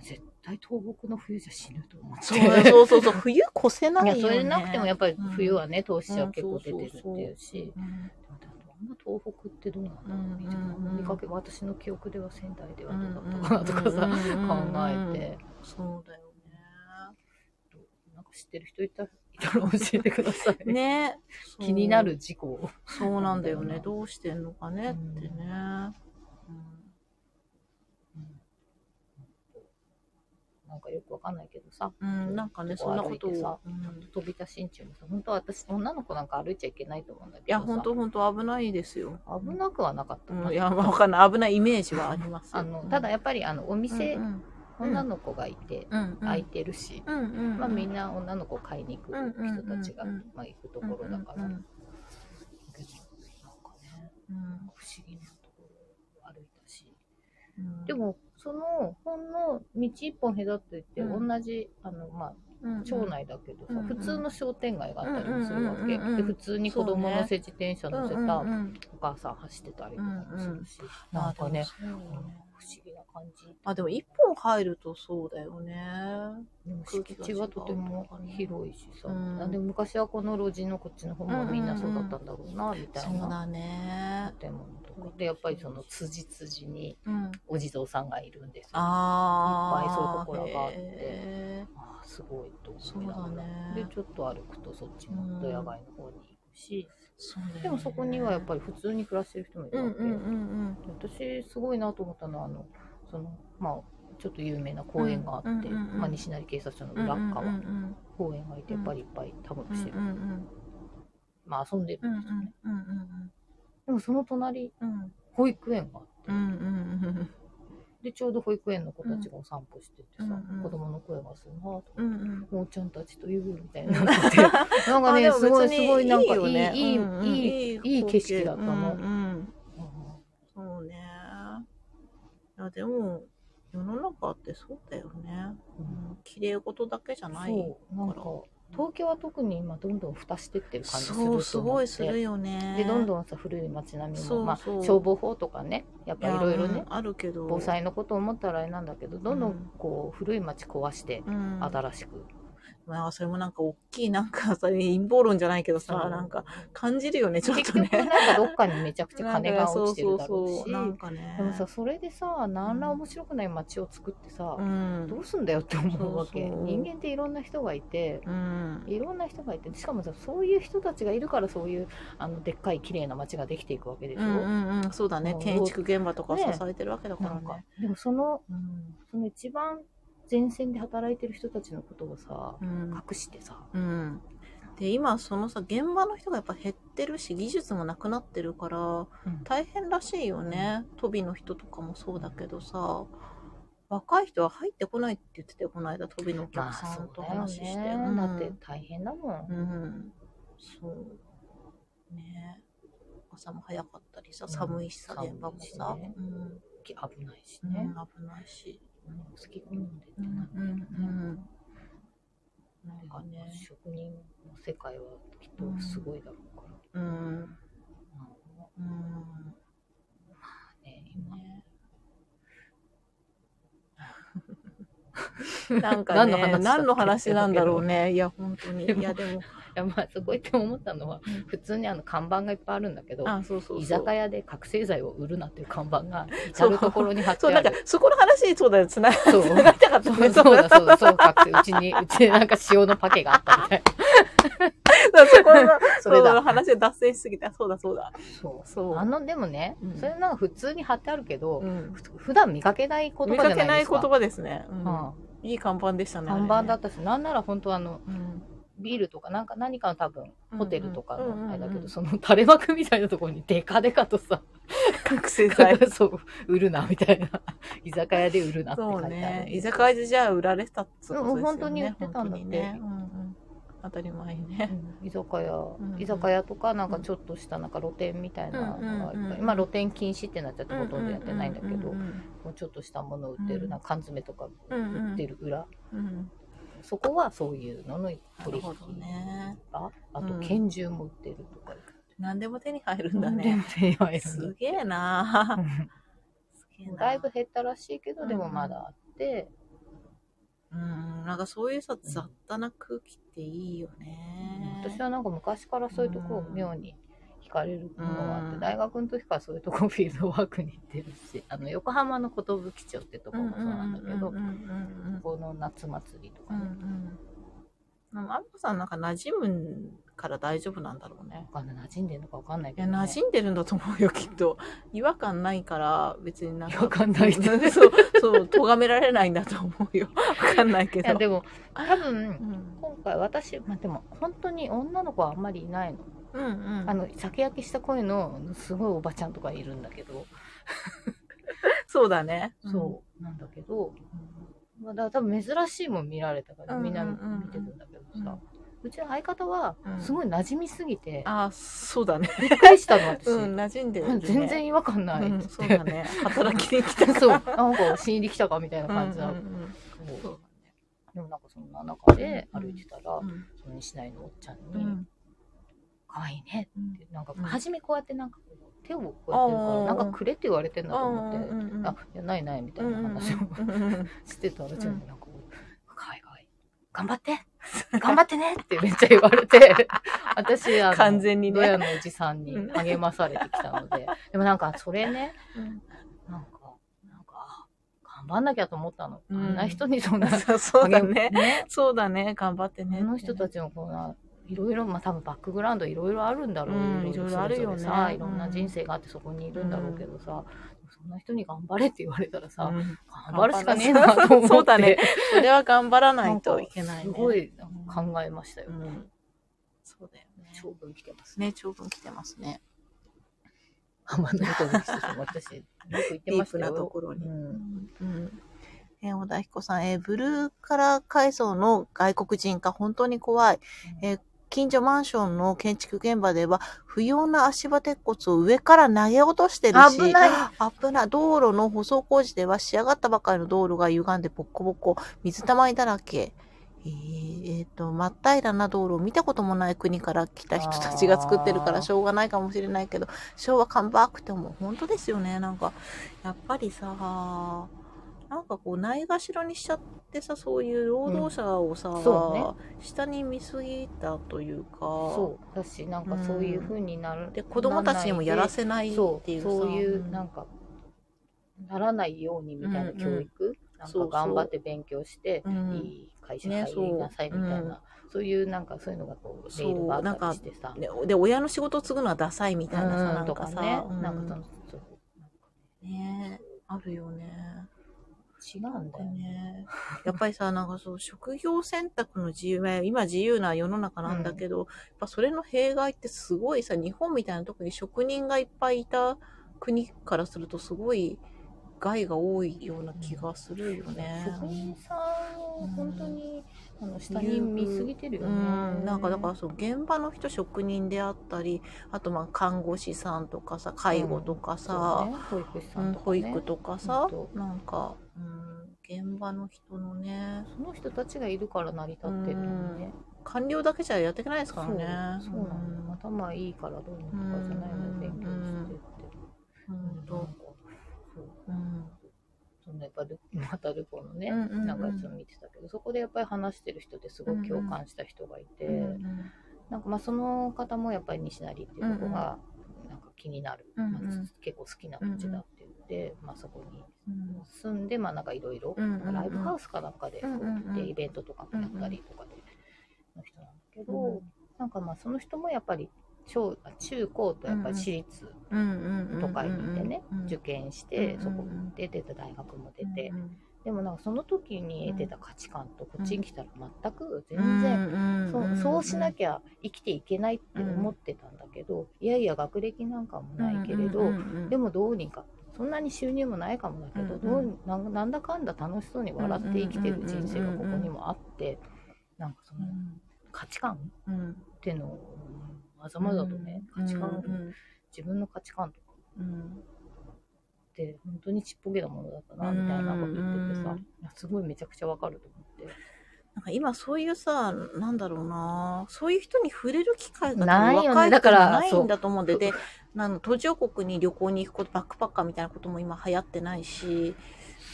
[SPEAKER 1] 絶対東北の冬じゃ死ぬと思って
[SPEAKER 2] そうだよそうそうそう、冬越せない
[SPEAKER 1] い
[SPEAKER 2] よ、ね。
[SPEAKER 1] やそれなくてもやっぱり
[SPEAKER 2] うん
[SPEAKER 1] 冬はね投資者結構出てるっていうし、
[SPEAKER 2] うん
[SPEAKER 1] でもあんな東北ってどうなんだろうみたいな、
[SPEAKER 2] うんうんうん
[SPEAKER 1] 見かけ私の記憶では仙台では
[SPEAKER 2] う
[SPEAKER 1] ど
[SPEAKER 2] ん
[SPEAKER 1] うだったかなとかさ、
[SPEAKER 2] うん
[SPEAKER 1] 考えて、
[SPEAKER 2] そうだよね。
[SPEAKER 1] なんか知ってる人いたいたら教えてください、
[SPEAKER 2] ね。
[SPEAKER 1] 気になる事故を
[SPEAKER 2] そうなんだよ
[SPEAKER 1] なんだ
[SPEAKER 2] ね。
[SPEAKER 1] よな
[SPEAKER 2] どうしてんのかねってね。
[SPEAKER 1] なんかよくわかんないけどさ
[SPEAKER 2] うん、うんなんかね、そんなことを。
[SPEAKER 1] 歩いてさ
[SPEAKER 2] うんい
[SPEAKER 1] 飛び出しんちゅうもさ本当は私女の子なんか歩いちゃいけないと思うんだけどさ
[SPEAKER 2] や、ほんとほんと危ないですよ。
[SPEAKER 1] 危なくはなかった
[SPEAKER 2] う
[SPEAKER 1] な、
[SPEAKER 2] ん、いや、まあわかんない。危ないイメージはありますよ。
[SPEAKER 1] あのただやっぱりあのお
[SPEAKER 2] ぱ
[SPEAKER 1] 店、
[SPEAKER 2] うんうん
[SPEAKER 1] 女の子がいて、
[SPEAKER 2] うん、うん
[SPEAKER 1] 空いてるし、
[SPEAKER 2] うんうん。
[SPEAKER 1] まあ、みん
[SPEAKER 2] な
[SPEAKER 1] な女の子買いに行く人たちが、
[SPEAKER 2] うんうんうんうん
[SPEAKER 1] まあ、行くところだから、
[SPEAKER 2] うんうんう
[SPEAKER 1] だ
[SPEAKER 2] ん
[SPEAKER 1] けどなんかね
[SPEAKER 2] うん
[SPEAKER 1] 不思議なところを歩いたし
[SPEAKER 2] うん
[SPEAKER 1] でもそのほんの道一本隔ってって、
[SPEAKER 2] うん
[SPEAKER 1] 同じあの、まあ、
[SPEAKER 2] うん
[SPEAKER 1] 町内だけどさ、
[SPEAKER 2] うんうん
[SPEAKER 1] 普通の商店街があったりもするわけ、
[SPEAKER 2] うんうんうんうん
[SPEAKER 1] で普通に子供乗せ自転車乗せたお
[SPEAKER 2] うんうんうん
[SPEAKER 1] 母さん走ってたりとかもするし、
[SPEAKER 2] ま
[SPEAKER 1] な
[SPEAKER 2] あ
[SPEAKER 1] んか
[SPEAKER 2] でも
[SPEAKER 1] ね
[SPEAKER 2] そうよ
[SPEAKER 1] 不
[SPEAKER 2] ね
[SPEAKER 1] 思議な感じ
[SPEAKER 2] まあでも一本入るとそうだよね。
[SPEAKER 1] でも敷地はとても広いしさ、
[SPEAKER 2] うん
[SPEAKER 1] なんで昔はこの路地のこっちの方もみんなそうだったんだろうなみたいな
[SPEAKER 2] そうだね。
[SPEAKER 1] 建物とかでやっぱりその辻辻に
[SPEAKER 2] うん、
[SPEAKER 1] お地蔵さんがいるんですよ
[SPEAKER 2] ああ
[SPEAKER 1] いっぱいそういうところがあって
[SPEAKER 2] へ
[SPEAKER 1] あーすごいと思いながら
[SPEAKER 2] そうだね
[SPEAKER 1] でちょっと歩くとそっちのドヤ街の方に行くし、
[SPEAKER 2] ーそうだよね
[SPEAKER 1] でもそこにはやっぱり普通に暮らしてる人もいる
[SPEAKER 2] う
[SPEAKER 1] わ
[SPEAKER 2] ん
[SPEAKER 1] け、
[SPEAKER 2] うんうん
[SPEAKER 1] 私すごいなと思ったのはあのそのまあちょっと有名な公園があって、
[SPEAKER 2] うんうんうんうん
[SPEAKER 1] まあ、西成警察署の
[SPEAKER 2] うん
[SPEAKER 1] 裏っ
[SPEAKER 2] うん
[SPEAKER 1] 側
[SPEAKER 2] うん
[SPEAKER 1] 公園がいてやっぱりいっぱいタブ
[SPEAKER 2] う
[SPEAKER 1] ロ
[SPEAKER 2] ん
[SPEAKER 1] してる、
[SPEAKER 2] うんうん
[SPEAKER 1] まあ遊んで
[SPEAKER 2] う
[SPEAKER 1] る
[SPEAKER 2] んうんん
[SPEAKER 1] ですよね、
[SPEAKER 2] うんうん
[SPEAKER 1] でもその隣
[SPEAKER 2] うん
[SPEAKER 1] 保育園があって、
[SPEAKER 2] うんうんうん
[SPEAKER 1] でちょうど保育園の子たちがお散歩しててさ、
[SPEAKER 2] うんうん
[SPEAKER 1] 子供の声がするなと思って。
[SPEAKER 2] うんうん
[SPEAKER 1] おーちゃんたちと言うみたいになっててなんか ね
[SPEAKER 2] あ
[SPEAKER 1] す
[SPEAKER 2] でも
[SPEAKER 1] ごい
[SPEAKER 2] 別
[SPEAKER 1] す
[SPEAKER 2] に
[SPEAKER 1] ごいなんかいい
[SPEAKER 2] よね
[SPEAKER 1] いい
[SPEAKER 2] うんうん
[SPEAKER 1] いいいい景色だったの
[SPEAKER 2] うんうん
[SPEAKER 1] うん
[SPEAKER 2] そうねいやでも世の中ってそうだよね、うん、綺麗事だけじゃない
[SPEAKER 1] そうなんか東京は特に今どんどん蓋してってる感じすると
[SPEAKER 2] そ
[SPEAKER 1] 思
[SPEAKER 2] う
[SPEAKER 1] って
[SPEAKER 2] すごいするよね
[SPEAKER 1] でどんどんさ古い街並み
[SPEAKER 2] そ
[SPEAKER 1] も
[SPEAKER 2] うそう
[SPEAKER 1] まあ、消防法とかねやっぱいろいろね
[SPEAKER 2] やうんあるけど
[SPEAKER 1] 防災のことを思ったらあれなんだけどどんど
[SPEAKER 2] うん
[SPEAKER 1] んこう古い街壊して
[SPEAKER 2] うん、
[SPEAKER 1] 新しく、
[SPEAKER 2] まあそれもなんか大きいなんか さ陰謀論じゃないけど
[SPEAKER 1] そ
[SPEAKER 2] さ
[SPEAKER 1] う
[SPEAKER 2] なんか感じるよねちょっ
[SPEAKER 1] 結
[SPEAKER 2] と ね
[SPEAKER 1] 局なんかどっかにめちゃくちゃ金が落ちてるだろうし
[SPEAKER 2] なんかそうそうそうなんかね
[SPEAKER 1] でもさそれでさ何ら面白くない街を作ってさ、
[SPEAKER 2] うん
[SPEAKER 1] どうすんだよって思うわけ
[SPEAKER 2] そうそう
[SPEAKER 1] 人間っていろんな人がいて
[SPEAKER 2] うん
[SPEAKER 1] いろんな人がいてしかもさそういう人たちがいるからそういうあのでっかい綺麗な街ができていくわけでしょ、
[SPEAKER 2] うんうんうん、そうだね
[SPEAKER 1] もう
[SPEAKER 2] 建築現場とか支
[SPEAKER 1] ね
[SPEAKER 2] えてるわけだか
[SPEAKER 1] な
[SPEAKER 2] ら
[SPEAKER 1] ん
[SPEAKER 2] ね
[SPEAKER 1] かでもその
[SPEAKER 2] うん
[SPEAKER 1] その一番前線で働いてる人たちのことをさ
[SPEAKER 2] うん
[SPEAKER 1] 隠してさ
[SPEAKER 2] うんで今そのさ現場の人がやっぱ減ってるし技術もなくなってるから
[SPEAKER 1] うん
[SPEAKER 2] 大変らしいよね飛びの人とかもそうだけどさ若い人は入ってこないって言っててこの間飛びのお客さんと話して、うん
[SPEAKER 1] だって大変だもん、
[SPEAKER 2] うんそうね朝も早かったりさ
[SPEAKER 1] うん
[SPEAKER 2] 寒いしさ
[SPEAKER 1] 寒いし
[SPEAKER 2] 現場もさ、
[SPEAKER 1] ね
[SPEAKER 2] うん
[SPEAKER 1] 危ないしね、
[SPEAKER 2] 危ないし
[SPEAKER 1] うん、好き好んでって
[SPEAKER 2] う
[SPEAKER 1] なる
[SPEAKER 2] んうんうんなん
[SPEAKER 1] な
[SPEAKER 2] か
[SPEAKER 1] んかね
[SPEAKER 2] ね
[SPEAKER 1] 職人の世界はきっとすごいだろうから、
[SPEAKER 2] うん
[SPEAKER 1] なんか
[SPEAKER 2] うん
[SPEAKER 1] ね今
[SPEAKER 2] なんか
[SPEAKER 1] 何
[SPEAKER 2] ね
[SPEAKER 1] の話だっ、け
[SPEAKER 2] 何の話なんだろうね。いや、本当に。いや、でも、
[SPEAKER 1] いやまあそこ行って思ったのは
[SPEAKER 2] うん
[SPEAKER 1] 普通にあの看板がいっぱいあるんだけど
[SPEAKER 2] あ、そうそうそう。
[SPEAKER 1] 居酒屋で覚醒剤を売るなっていう看板が至る所に貼って
[SPEAKER 2] そう、な
[SPEAKER 1] あ
[SPEAKER 2] んか
[SPEAKER 1] る、
[SPEAKER 2] そこの話、そうだよ、つなが
[SPEAKER 1] そうそう
[SPEAKER 2] りたかった
[SPEAKER 1] そう
[SPEAKER 2] ね。
[SPEAKER 1] そう
[SPEAKER 2] そうだ
[SPEAKER 1] だそうだそう覚醒うちにうちでなんか塩のパケがあったみたいな
[SPEAKER 2] そこの、
[SPEAKER 1] そ
[SPEAKER 2] そう
[SPEAKER 1] れだ
[SPEAKER 2] だ話で脱線しすぎた。そうだ、そうだ。
[SPEAKER 1] そ
[SPEAKER 2] そう
[SPEAKER 1] あのでもね、
[SPEAKER 2] うん
[SPEAKER 1] それなんか普通に貼ってあるけど、
[SPEAKER 2] うん
[SPEAKER 1] ふ普段見かけない言
[SPEAKER 2] 見
[SPEAKER 1] 葉
[SPEAKER 2] か
[SPEAKER 1] じゃ
[SPEAKER 2] け
[SPEAKER 1] な
[SPEAKER 2] な
[SPEAKER 1] いで
[SPEAKER 2] い
[SPEAKER 1] す
[SPEAKER 2] 言
[SPEAKER 1] か
[SPEAKER 2] 葉ですね。うん
[SPEAKER 1] うん
[SPEAKER 2] いい看板でしたね。
[SPEAKER 1] 看板だ
[SPEAKER 2] あ
[SPEAKER 1] ったし、なんなら本当あの、
[SPEAKER 2] れね。
[SPEAKER 1] ビールとか、なんか何かの多分、
[SPEAKER 2] うん
[SPEAKER 1] ホテルとか
[SPEAKER 2] うんうん
[SPEAKER 1] のあれだ
[SPEAKER 2] う
[SPEAKER 1] け
[SPEAKER 2] んうん
[SPEAKER 1] ど、その垂れ幕みたいなところにデカデカとさ、
[SPEAKER 2] 覚醒 剤。
[SPEAKER 1] そう、売るなみたいな。居酒屋で売るなって
[SPEAKER 2] そ
[SPEAKER 1] 書
[SPEAKER 2] う
[SPEAKER 1] いてあ
[SPEAKER 2] ね
[SPEAKER 1] る。。
[SPEAKER 2] 居酒屋でじゃあ売られてたっつうことですよね。
[SPEAKER 1] うん本当に売ってたんだって
[SPEAKER 2] 本当にねうんうん当たり前にね。
[SPEAKER 1] うん居酒屋、
[SPEAKER 2] んうん
[SPEAKER 1] 居酒屋とかなんかちょっとしたなんか露店みたいなのがいっぱい、
[SPEAKER 2] うんうんうんうん
[SPEAKER 1] まあ露店禁止ってなっちゃってほとんどやってないんだけど、
[SPEAKER 2] うん
[SPEAKER 1] もうちょっとしたものを売ってる、
[SPEAKER 2] うん
[SPEAKER 1] なんか缶詰とか
[SPEAKER 2] うんうん。
[SPEAKER 1] 売って
[SPEAKER 2] る。
[SPEAKER 1] る裏、
[SPEAKER 2] うん。
[SPEAKER 1] そこはそういうのの
[SPEAKER 2] な
[SPEAKER 1] 取
[SPEAKER 2] る
[SPEAKER 1] 引
[SPEAKER 2] ほ
[SPEAKER 1] と
[SPEAKER 2] ど
[SPEAKER 1] か、
[SPEAKER 2] ね。
[SPEAKER 1] あと拳銃も売ってるとか、
[SPEAKER 2] 何でも手に入 るんだ
[SPEAKER 1] で
[SPEAKER 2] ね。
[SPEAKER 1] も手に入る
[SPEAKER 2] すげえなすげえな
[SPEAKER 1] だいぶ減ったらしいけど、
[SPEAKER 2] うん
[SPEAKER 1] でもまだあって、
[SPEAKER 2] うん、なんかそういうさ、雑多な空気っていいよね。
[SPEAKER 1] 私はなんか昔からそういうとこ妙に惹かれるのがあって、
[SPEAKER 2] うん
[SPEAKER 1] 大学の時からそういうとこフィールドワークに行ってるしあの横浜の寿町ってとこもそうなんだけど、
[SPEAKER 2] うんうんうん
[SPEAKER 1] ここの夏祭りと
[SPEAKER 2] う
[SPEAKER 1] か
[SPEAKER 2] んうん。うんう
[SPEAKER 1] ね、
[SPEAKER 2] んでもアッコさんなんか馴染むから大丈夫なんだろうね。
[SPEAKER 1] わかんない馴染んでるのかわかんない
[SPEAKER 2] い
[SPEAKER 1] け
[SPEAKER 2] や、
[SPEAKER 1] ど、ね、
[SPEAKER 2] 馴染んでるんだと思うよ、きっと。違和感ないから、別になんか。
[SPEAKER 1] 違和感ないっ て
[SPEAKER 2] そう、そう、咎められないんだと思うよ。わかんないけ
[SPEAKER 1] いや
[SPEAKER 2] ど。
[SPEAKER 1] でも多分
[SPEAKER 2] うん
[SPEAKER 1] 今回私、まあ、でも本当に女の子はあんまりいないの
[SPEAKER 2] うんうん
[SPEAKER 1] あの酒焼けした声のすごいおばちゃんとかいるんだけど、
[SPEAKER 2] そうだね。
[SPEAKER 1] そうなんだけど、まあ、だから多分珍しいもん見られたから
[SPEAKER 2] うんうん
[SPEAKER 1] み
[SPEAKER 2] う
[SPEAKER 1] ん
[SPEAKER 2] んう
[SPEAKER 1] なん見てるんだけどさ、う
[SPEAKER 2] うん
[SPEAKER 1] ちの相方は
[SPEAKER 2] うん
[SPEAKER 1] すごい馴染みすぎて、
[SPEAKER 2] ああ、そうだね。
[SPEAKER 1] びっくりしたの私、
[SPEAKER 2] うん、馴染んでる、ね。
[SPEAKER 1] 全然違和感ないっ
[SPEAKER 2] うん
[SPEAKER 1] つ
[SPEAKER 2] そ
[SPEAKER 1] っ
[SPEAKER 2] う
[SPEAKER 1] て、
[SPEAKER 2] だね。働きに来た
[SPEAKER 1] そうなんか新入り来たかみたいな感じなの、
[SPEAKER 2] うん
[SPEAKER 1] そう
[SPEAKER 2] そう
[SPEAKER 1] でもなんかそんな中で歩いてたら、
[SPEAKER 2] だね
[SPEAKER 1] その西成のおっちゃん
[SPEAKER 2] う
[SPEAKER 1] に
[SPEAKER 2] ん
[SPEAKER 1] 「可愛いね」ってなんか
[SPEAKER 2] うん
[SPEAKER 1] 初めこうやってなんかこう手をこうやってるから
[SPEAKER 2] あー
[SPEAKER 1] なんかくれって言われてんだと思って。
[SPEAKER 2] うんうんうん
[SPEAKER 1] あいやないないみたいな話を
[SPEAKER 2] うんうんうんうん
[SPEAKER 1] してたら、
[SPEAKER 2] ん
[SPEAKER 1] ちゃんもなんかこう、かわいいかわいい、頑張って頑張ってねってめっちゃ言われて、私、あの、
[SPEAKER 2] 完全にね
[SPEAKER 1] ドヤのおじさんに励まされてきたので、でもなんか、それね、なんか、なんか、あ頑張んなきゃと思ったの。
[SPEAKER 2] うん
[SPEAKER 1] あんな人にそんな、
[SPEAKER 2] そうそうだね。
[SPEAKER 1] ね。
[SPEAKER 2] そうだね。頑張って
[SPEAKER 1] こ
[SPEAKER 2] ね。
[SPEAKER 1] の人たちのこんな、いろいろ、まあ多分バックグラウンドいろいろあるんだろう。
[SPEAKER 2] うんいろいろあるよね
[SPEAKER 1] それぞれさいろん
[SPEAKER 2] う
[SPEAKER 1] なん人生があってそこにいるんだろうけどさ、そんな人に頑張れって言われたらさ、
[SPEAKER 2] うん
[SPEAKER 1] 頑張るしかねえなと思っ て。
[SPEAKER 2] そうだね。それは頑張らないといけない、ね。
[SPEAKER 1] すごい考えましたよ
[SPEAKER 2] う
[SPEAKER 1] ね。
[SPEAKER 2] ん。そうだよね。
[SPEAKER 1] 長文来てますね。
[SPEAKER 2] ね、長文来てますね。
[SPEAKER 1] 浜のことにしてしまう私、よく言って
[SPEAKER 2] ディ
[SPEAKER 1] ま
[SPEAKER 2] ー
[SPEAKER 1] し
[SPEAKER 2] プ
[SPEAKER 1] た
[SPEAKER 2] なと
[SPEAKER 1] よ。
[SPEAKER 2] ころに
[SPEAKER 1] う。ん
[SPEAKER 2] うんえー小田彦さん、えーブルーカラー階層の外国人化、本当に怖い。えー近所マンションの建築現場では、不要な足場鉄骨を上から投げ落としてるし、
[SPEAKER 1] 危ない
[SPEAKER 2] 危ない道路の舗装工事では仕上がったばかりの道路が歪んでボッコボコ、水たまりだらけ。えーえーと、真っ平らな道路を見たこともない国から来た人たちが作ってるか
[SPEAKER 1] あ
[SPEAKER 2] ら
[SPEAKER 1] ー
[SPEAKER 2] しょうがないかもしれないけど、昭和感ばくても本当ですよね。なんか、やっぱりさ、なんかこう、ないがしろにしちゃってさ、そういう労働者をさ、
[SPEAKER 1] んそうね
[SPEAKER 2] 下に見すぎたというか、
[SPEAKER 1] そうだしなんかそういう風になる、
[SPEAKER 2] で、子供たちにもやらせないっていうさ、
[SPEAKER 1] そうそういう
[SPEAKER 2] うん
[SPEAKER 1] なんかならないようにみたいな教育、なん
[SPEAKER 2] そうそ
[SPEAKER 1] か
[SPEAKER 2] う
[SPEAKER 1] 頑張って勉強して、
[SPEAKER 2] うん
[SPEAKER 1] いい会社
[SPEAKER 2] ね
[SPEAKER 1] 入りなさいみた
[SPEAKER 2] そ
[SPEAKER 1] いな、
[SPEAKER 2] ううん
[SPEAKER 1] そういうなんかそういうのがこう
[SPEAKER 2] そ
[SPEAKER 1] レ
[SPEAKER 2] う
[SPEAKER 1] ールがあったりしてさ
[SPEAKER 2] でで親の仕事を継ぐのはダサいみたいなさ、
[SPEAKER 1] う
[SPEAKER 2] なんん
[SPEAKER 1] と
[SPEAKER 2] か
[SPEAKER 1] か
[SPEAKER 2] さ、
[SPEAKER 1] ね、
[SPEAKER 2] うん
[SPEAKER 1] なんかそのそうなんか
[SPEAKER 2] ねあるよね。
[SPEAKER 1] 違うんだよね
[SPEAKER 2] ねやっぱりさ、なんかそう、職業選択の自由ね、今自由な世の中なんだけど、やっぱそれの弊害ってすごいさ、日本みたいな特に職人がいっぱいいた国からするとすごい害が多いような気がするよね。
[SPEAKER 1] 職人さんを本当に、あの下
[SPEAKER 2] 優
[SPEAKER 1] に
[SPEAKER 2] 遇
[SPEAKER 1] 見すぎてるよね、
[SPEAKER 2] うん、なんかだからそう現場の人職人であったりあとまあ看護師さんとかさ介護とかさ、
[SPEAKER 1] そうね、保育士さ
[SPEAKER 2] うんん
[SPEAKER 1] とか、
[SPEAKER 2] 保
[SPEAKER 1] ね
[SPEAKER 2] 育とかさ、
[SPEAKER 1] ほんと
[SPEAKER 2] なんか、うん、現場の人のね
[SPEAKER 1] その人たちがいるから成り立ってるのね、
[SPEAKER 2] 官僚だけじゃやっていけないですからね
[SPEAKER 1] そうそうなんだよ頭いいからどうのとかじゃないの勉強してって
[SPEAKER 2] うん
[SPEAKER 1] どうそうそのやっぱルまたルポのね、
[SPEAKER 2] うんうんうん
[SPEAKER 1] なんかちょっと見てたけどそこでやっぱり話してる人ですごい共感した人がいて、
[SPEAKER 2] うん
[SPEAKER 1] なんかまあその方もやっぱり西成っていうとこがなんか気になる、
[SPEAKER 2] うんうん
[SPEAKER 1] まあ結構好きな土地だって言って、まあ、そこに
[SPEAKER 2] うん
[SPEAKER 1] 住んでまあなんかいろいろ
[SPEAKER 2] うんうんうん
[SPEAKER 1] ライブハウスかなんかでこ
[SPEAKER 2] うんうんうん
[SPEAKER 1] うでイベントとかもやったりとかでの人なんだけど、
[SPEAKER 2] うん
[SPEAKER 1] なんかまあその人もやっぱり小あ中高とやっぱり私立
[SPEAKER 2] うん
[SPEAKER 1] 都会にいてね、受
[SPEAKER 2] 験
[SPEAKER 1] 験して
[SPEAKER 2] うん
[SPEAKER 1] そこで出てた大学も出て、
[SPEAKER 2] うん
[SPEAKER 1] でもなんかその時に得てた価値観とこっちに来たら全く
[SPEAKER 2] う
[SPEAKER 1] 全
[SPEAKER 2] ん
[SPEAKER 1] 然
[SPEAKER 2] うん
[SPEAKER 1] そううんそうしなきゃ生きていけないって思ってたんだけど、いやいや学歴なんかもないけれど、
[SPEAKER 2] うんうんうんうん
[SPEAKER 1] でもどうにかそんなに収入もないかもだけど,、
[SPEAKER 2] うん
[SPEAKER 1] どうになんなんだかんだ楽しそうに笑って生きてる人生がここにもあってなんかその価値観
[SPEAKER 2] うん
[SPEAKER 1] っていうのをまざまざとね価値観、
[SPEAKER 2] うん
[SPEAKER 1] 自分の価値観とか
[SPEAKER 2] うん
[SPEAKER 1] って本当にちっぽけなものだったなみたいなこと言っててさ、
[SPEAKER 2] うん
[SPEAKER 1] いやすごいめちゃくちゃわかると思って。
[SPEAKER 2] なんか今そういうさ、なんだろうな、そういう人に触れる機会が
[SPEAKER 1] ないよね
[SPEAKER 2] 若い
[SPEAKER 1] だ
[SPEAKER 2] 人
[SPEAKER 1] か
[SPEAKER 2] に
[SPEAKER 1] ら
[SPEAKER 2] ないんだと思うんで、
[SPEAKER 1] そう
[SPEAKER 2] で、あの途上国に旅行に行くこと、バックパッカーみたいなことも今流行ってないし、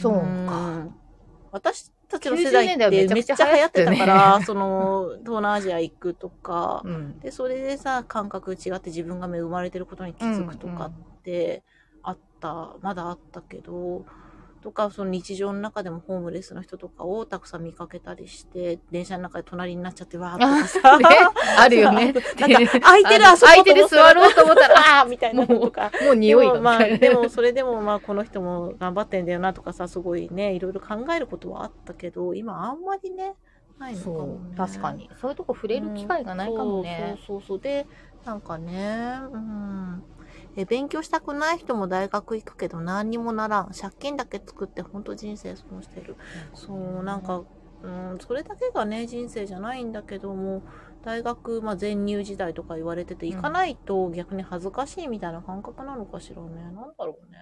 [SPEAKER 1] そうか、
[SPEAKER 2] ん私たちの世代って
[SPEAKER 1] 90年代は
[SPEAKER 2] め
[SPEAKER 1] め
[SPEAKER 2] っち
[SPEAKER 1] ち
[SPEAKER 2] ゃ流
[SPEAKER 1] ゃくちゃ流
[SPEAKER 2] 行
[SPEAKER 1] 行
[SPEAKER 2] っ
[SPEAKER 1] って
[SPEAKER 2] た
[SPEAKER 1] てたね
[SPEAKER 2] から、 その、東南アジア行くとか、
[SPEAKER 1] うん
[SPEAKER 2] で、それでさ、感覚違って自分が恵まれてることに気づくとかってあった、まだあったけど、とか、その日常の中でもホームレスの人とかをたくさん見かけたりして、電車の中で隣になっちゃってわーって
[SPEAKER 1] あ
[SPEAKER 2] さ、なん
[SPEAKER 1] ね
[SPEAKER 2] か、
[SPEAKER 1] あるよね。
[SPEAKER 2] 空いてるあそこ
[SPEAKER 1] 空いてる座 ろうと思ったら、あ
[SPEAKER 2] みたいなのとか。
[SPEAKER 1] もう匂い
[SPEAKER 2] で
[SPEAKER 1] が
[SPEAKER 2] も まあ、
[SPEAKER 1] みた
[SPEAKER 2] で
[SPEAKER 1] いな
[SPEAKER 2] もそ れでもまあ、この人も頑張ってんだよなとかさ、すごいね、いろいろ考えることはあったけど、今あんまりね、ないのかも、
[SPEAKER 1] そ
[SPEAKER 2] ね。
[SPEAKER 1] う、確か。に。そういうとこ触れる機会がないかもね。
[SPEAKER 2] そうそうそうそうでなんかねうんえ勉強したくない人も大学行くけど何にもならん借金だけ作ってほんと人生損してるそうなんか、うん、それだけがね人生じゃないんだけども大学、まあ、全入時代とか言われてて
[SPEAKER 1] うん
[SPEAKER 2] 行かないと逆に恥ずかしいみたいな感覚なのかしらねなんだろうね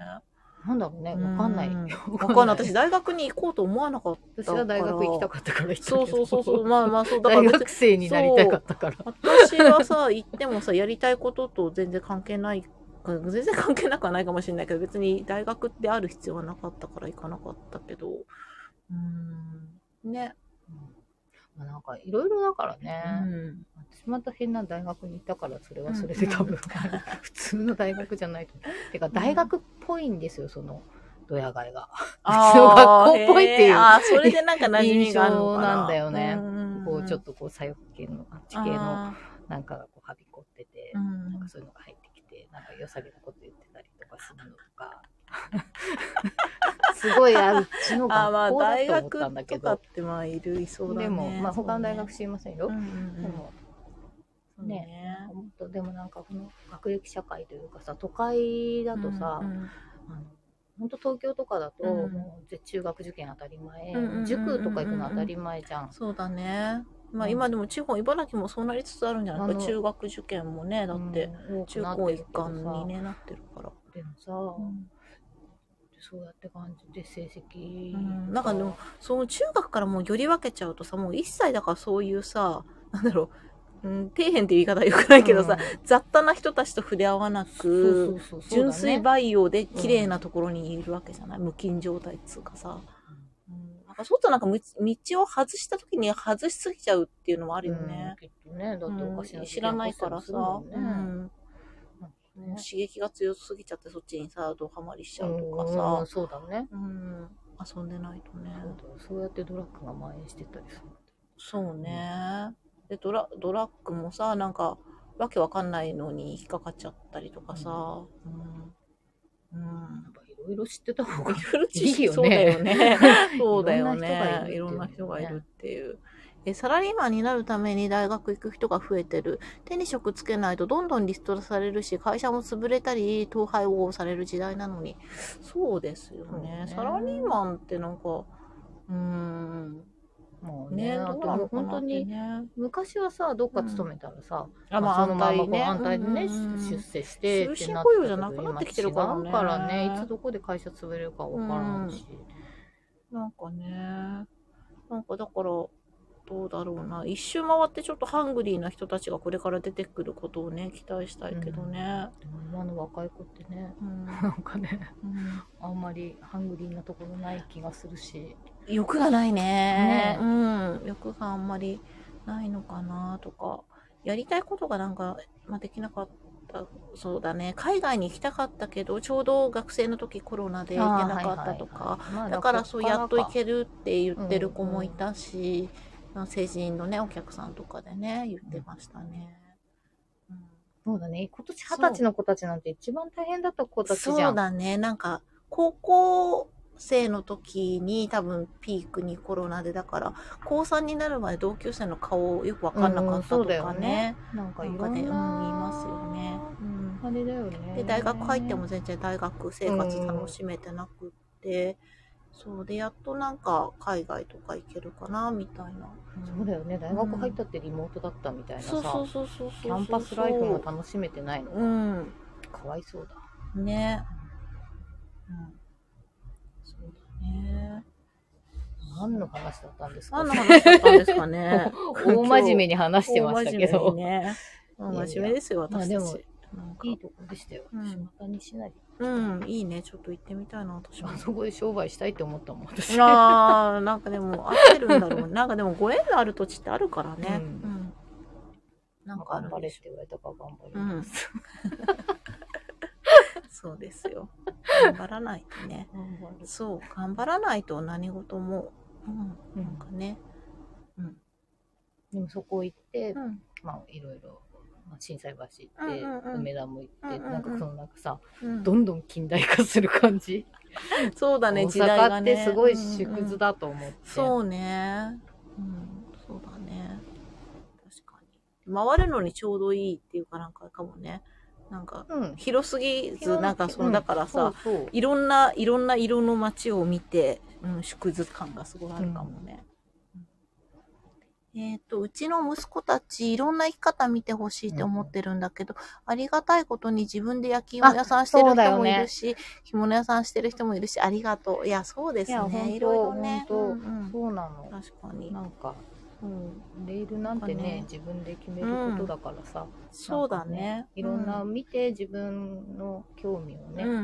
[SPEAKER 1] なんだろうね、わかんない。
[SPEAKER 2] うん
[SPEAKER 1] わ
[SPEAKER 2] 分かんない私大学に行こうと思わなかった
[SPEAKER 1] 私が大学行きたかったから行ったけ
[SPEAKER 2] そ
[SPEAKER 1] ど
[SPEAKER 2] うそうそうそう。 まあまあそうだから
[SPEAKER 1] 大
[SPEAKER 2] 別に
[SPEAKER 1] 学生になりたかったから。
[SPEAKER 2] 私はさ、行ってもさ、やりたいことと全然関係ないか、全然関係なくはないかもしれないけど、別に大学ってある必要はなかったから行かなかったけど、うーん、ね。
[SPEAKER 1] うんまあなんかいろいろだからね、
[SPEAKER 2] うん
[SPEAKER 1] 私また変な大学に行ったからそれはそれで多
[SPEAKER 2] う
[SPEAKER 1] 分、
[SPEAKER 2] ん
[SPEAKER 1] 普通の大学じゃないとてか大学っぽいんですよそのドヤ顔が
[SPEAKER 2] あー
[SPEAKER 1] の学校っぽいっていう
[SPEAKER 2] へーあーそれでなんか馴染みがあるのかな。
[SPEAKER 1] 印象なんだよね
[SPEAKER 2] ん
[SPEAKER 1] こうちょっとこう左翼系のあっち系の
[SPEAKER 2] あ
[SPEAKER 1] なんかがこうはびこってて
[SPEAKER 2] ーう、ん
[SPEAKER 1] なんかそういうのが入ってきてなんか良さげなこと言ってたりとかするのとか すごいあうちの
[SPEAKER 2] あーまあ
[SPEAKER 1] 学校だ
[SPEAKER 2] 大
[SPEAKER 1] と思ったんだ
[SPEAKER 2] 学
[SPEAKER 1] け
[SPEAKER 2] と
[SPEAKER 1] ど、
[SPEAKER 2] かってまあいるいそうだね。
[SPEAKER 1] でも、まあ、
[SPEAKER 2] そうね
[SPEAKER 1] 他の大学知りませんよ、
[SPEAKER 2] うんうんうん
[SPEAKER 1] でも
[SPEAKER 2] そうね
[SPEAKER 1] ほんとでもなんかこの学歴社会というかさ都会だとさ、
[SPEAKER 2] うんうん
[SPEAKER 1] あの本当東京とかだと、
[SPEAKER 2] うん
[SPEAKER 1] もう中学受験当たり
[SPEAKER 2] う
[SPEAKER 1] 前、
[SPEAKER 2] んうんうんうん
[SPEAKER 1] 塾とか行くの当たり前じゃん。
[SPEAKER 2] そうだね。まあ
[SPEAKER 1] うん
[SPEAKER 2] 今でも地方、茨城もそうなりつつあるんじゃない
[SPEAKER 1] あ
[SPEAKER 2] か。
[SPEAKER 1] の
[SPEAKER 2] 中学受験もね、だって、
[SPEAKER 1] うん、多く
[SPEAKER 2] 中
[SPEAKER 1] なって
[SPEAKER 2] 高
[SPEAKER 1] る
[SPEAKER 2] 一
[SPEAKER 1] けど
[SPEAKER 2] 貫に
[SPEAKER 1] さ
[SPEAKER 2] ね、なってるから。
[SPEAKER 1] でもさ、
[SPEAKER 2] うん
[SPEAKER 1] そうやって感じで成績、
[SPEAKER 2] うんなんかでもその中学からもうより分けちゃうとさ、もう一切だからそういうさ、 なんだろう、うん、底辺っていう言い方はよくないけどさ、雑多な人たちと触れ合わなく、
[SPEAKER 1] うん、そうそうそうそう
[SPEAKER 2] 純粋
[SPEAKER 1] だね
[SPEAKER 2] 培養で綺麗なところにいるわけじゃない、無菌状態っつうかさ。うん、なんかそうするとなんかむ道を外した時に外しすぎちゃうっていうのもあるよ
[SPEAKER 1] うん
[SPEAKER 2] ね。
[SPEAKER 1] きっとねだっておかし
[SPEAKER 2] う
[SPEAKER 1] なん
[SPEAKER 2] 知らないからさ、
[SPEAKER 1] ね、
[SPEAKER 2] うん
[SPEAKER 1] うん
[SPEAKER 2] もう刺激が強すぎちゃってそっちにさ、ドハマりしちゃうとか
[SPEAKER 1] うん
[SPEAKER 2] さ、
[SPEAKER 1] そうだね
[SPEAKER 2] うん、遊んでないとね。
[SPEAKER 1] そうだそうやってドラッグが蔓延してったりする
[SPEAKER 2] そうね。で、ドラドラッグもさ、なんか、わけわかんないのに引っかかっちゃったりとかさ、うん。うん
[SPEAKER 1] やっぱいろいろ知ってた方がいい
[SPEAKER 2] フル知識
[SPEAKER 1] いいよね
[SPEAKER 2] そうだよね。そうだよね。
[SPEAKER 1] い
[SPEAKER 2] い
[SPEAKER 1] ろ
[SPEAKER 2] ろ
[SPEAKER 1] ん
[SPEAKER 2] ん
[SPEAKER 1] な
[SPEAKER 2] な
[SPEAKER 1] 人
[SPEAKER 2] 人
[SPEAKER 1] が
[SPEAKER 2] が
[SPEAKER 1] い
[SPEAKER 2] い
[SPEAKER 1] る
[SPEAKER 2] るっていう。えサラリーマンになるために大学行く人が増えてる。手に職つけないとどんどんリストラされるし、会社も潰れたり、統廃合される時代なのに。そうですよ
[SPEAKER 1] そう
[SPEAKER 2] ね
[SPEAKER 1] ね。
[SPEAKER 2] サラリーマンってなんか、うーん。
[SPEAKER 1] もうね
[SPEAKER 2] ね、
[SPEAKER 1] あ
[SPEAKER 2] どう
[SPEAKER 1] と
[SPEAKER 2] な
[SPEAKER 1] も
[SPEAKER 2] の
[SPEAKER 1] う
[SPEAKER 2] か
[SPEAKER 1] 本
[SPEAKER 2] な
[SPEAKER 1] 当
[SPEAKER 2] って
[SPEAKER 1] に
[SPEAKER 2] ね。
[SPEAKER 1] 昔はさどっか勤めたらさ、
[SPEAKER 2] あ、まあ、
[SPEAKER 1] その
[SPEAKER 2] 安泰にね。
[SPEAKER 1] 安泰にね、
[SPEAKER 2] うんうんうん
[SPEAKER 1] 出世して
[SPEAKER 2] 終身
[SPEAKER 1] ってな
[SPEAKER 2] 雇用じゃなくなってきてるからね
[SPEAKER 1] 今違うからねいつどこで会社潰れるかわからんし、
[SPEAKER 2] なんかね、なんかだから、どうだろうな、一周回ってちょっとハングリーな人たちがこれから出てくることをね、期待したいけどね。
[SPEAKER 1] でも今の若い子ってね
[SPEAKER 2] うん
[SPEAKER 1] なんかね
[SPEAKER 2] うん
[SPEAKER 1] あんまりハングリーなところない気がするし
[SPEAKER 2] 欲がないね
[SPEAKER 1] ね
[SPEAKER 2] うん。欲があんまりないのかなとか、やりたいことがなんか、まあ、できなかった。そうだね海外に行きたかったけどちょうど学生の時コロナで行けなかったとか、だからそうやっといけるって言ってる子もいたし、まあ成人のねお客さんとかでね言ってましたね、うん
[SPEAKER 1] そうだね今年二十歳の子たちなんて一番大変だった子たちじゃん
[SPEAKER 2] そうだねなんか高校生の時に多分ピークにコロナでだから高3になるまで同級生の顔よく分かんなかったと
[SPEAKER 1] うんそうだよ
[SPEAKER 2] かね,、
[SPEAKER 1] なんかい
[SPEAKER 2] なん
[SPEAKER 1] ろ
[SPEAKER 2] か
[SPEAKER 1] んな
[SPEAKER 2] ねうんいますよね、うん
[SPEAKER 1] あれだよね
[SPEAKER 2] で大学入っても全然大学生活楽しめてなくって、そうでやっとなんか海外とか行けるかなみたいな、
[SPEAKER 1] そうだよね大学入ったってリモートだったみたいなさ、
[SPEAKER 2] そうそうそうそうそう
[SPEAKER 1] キャンパスライフが楽しめてないの
[SPEAKER 2] うん
[SPEAKER 1] かわいそうだ
[SPEAKER 2] ね、うん、そうだね
[SPEAKER 1] 何の話だったんですか
[SPEAKER 2] 何の話だったんですかね
[SPEAKER 1] 大真面目に 話してましたけ
[SPEAKER 2] 大真面
[SPEAKER 1] ど、
[SPEAKER 2] 目にねうん真面目ですよ
[SPEAKER 1] いや
[SPEAKER 2] 私た
[SPEAKER 1] い
[SPEAKER 2] ち、
[SPEAKER 1] や
[SPEAKER 2] なんか
[SPEAKER 1] いいとこでしたよ
[SPEAKER 2] うん
[SPEAKER 1] 私また西成
[SPEAKER 2] うんいいねちょっと行ってみたいな私も
[SPEAKER 1] あそこで商売したいと思ったもん私
[SPEAKER 2] あー なんかでも合ってるんだ ろうなんかでもご縁のある土地ってあるからね、
[SPEAKER 1] うん
[SPEAKER 2] うんなんかあ
[SPEAKER 1] 頑
[SPEAKER 2] る
[SPEAKER 1] 張
[SPEAKER 2] んで
[SPEAKER 1] れっ
[SPEAKER 2] して
[SPEAKER 1] 言われたから頑張り
[SPEAKER 2] ょう
[SPEAKER 1] ま
[SPEAKER 2] ん
[SPEAKER 1] す、
[SPEAKER 2] そうですよ頑張らないとね
[SPEAKER 1] 頑張る
[SPEAKER 2] そう頑張らないと何事も、う、
[SPEAKER 1] うんん
[SPEAKER 2] なんかねうん
[SPEAKER 1] でもそこ行って、
[SPEAKER 2] うん
[SPEAKER 1] まあいろいろ、まあ、震災橋行って、
[SPEAKER 2] うんうんうん
[SPEAKER 1] 梅田も行って、
[SPEAKER 2] うんうんうん
[SPEAKER 1] なんかそのなんかさ
[SPEAKER 2] うん
[SPEAKER 1] どんどん近代化する感じ、
[SPEAKER 2] そうだね
[SPEAKER 1] 大
[SPEAKER 2] 時代
[SPEAKER 1] 阪
[SPEAKER 2] が
[SPEAKER 1] っ
[SPEAKER 2] ね
[SPEAKER 1] てすごい縮図
[SPEAKER 2] だ、
[SPEAKER 1] だと思って、
[SPEAKER 2] うんうんそうねうんそうだね確かに回るのにちょうどいいっていうかなんかかもねなんか
[SPEAKER 1] うん、うん
[SPEAKER 2] 広すぎずなんかそのだからさ、
[SPEAKER 1] そうそう
[SPEAKER 2] いろんないろんな色の街を見て、うん、縮図感がすごいあるかもね。えっ、と、うちの息子たち、いろんな生き方見てほしいって思ってるんだけど、ありがたいことに自分で焼き芋屋さんしてる人もいるし、着物屋さんしてる人もいるし、ありがとう。いや、そうです
[SPEAKER 1] いや
[SPEAKER 2] ね。
[SPEAKER 1] 本当
[SPEAKER 2] いろいろね。
[SPEAKER 1] 本当
[SPEAKER 2] うんうん
[SPEAKER 1] そうなの
[SPEAKER 2] 確かに。
[SPEAKER 1] なんか
[SPEAKER 2] うん、
[SPEAKER 1] レールなんてね
[SPEAKER 2] なんかね
[SPEAKER 1] 自分で決めることだからさ、
[SPEAKER 2] そうだね。
[SPEAKER 1] いろんな
[SPEAKER 2] う
[SPEAKER 1] 見て自分の興味をね、
[SPEAKER 2] うんう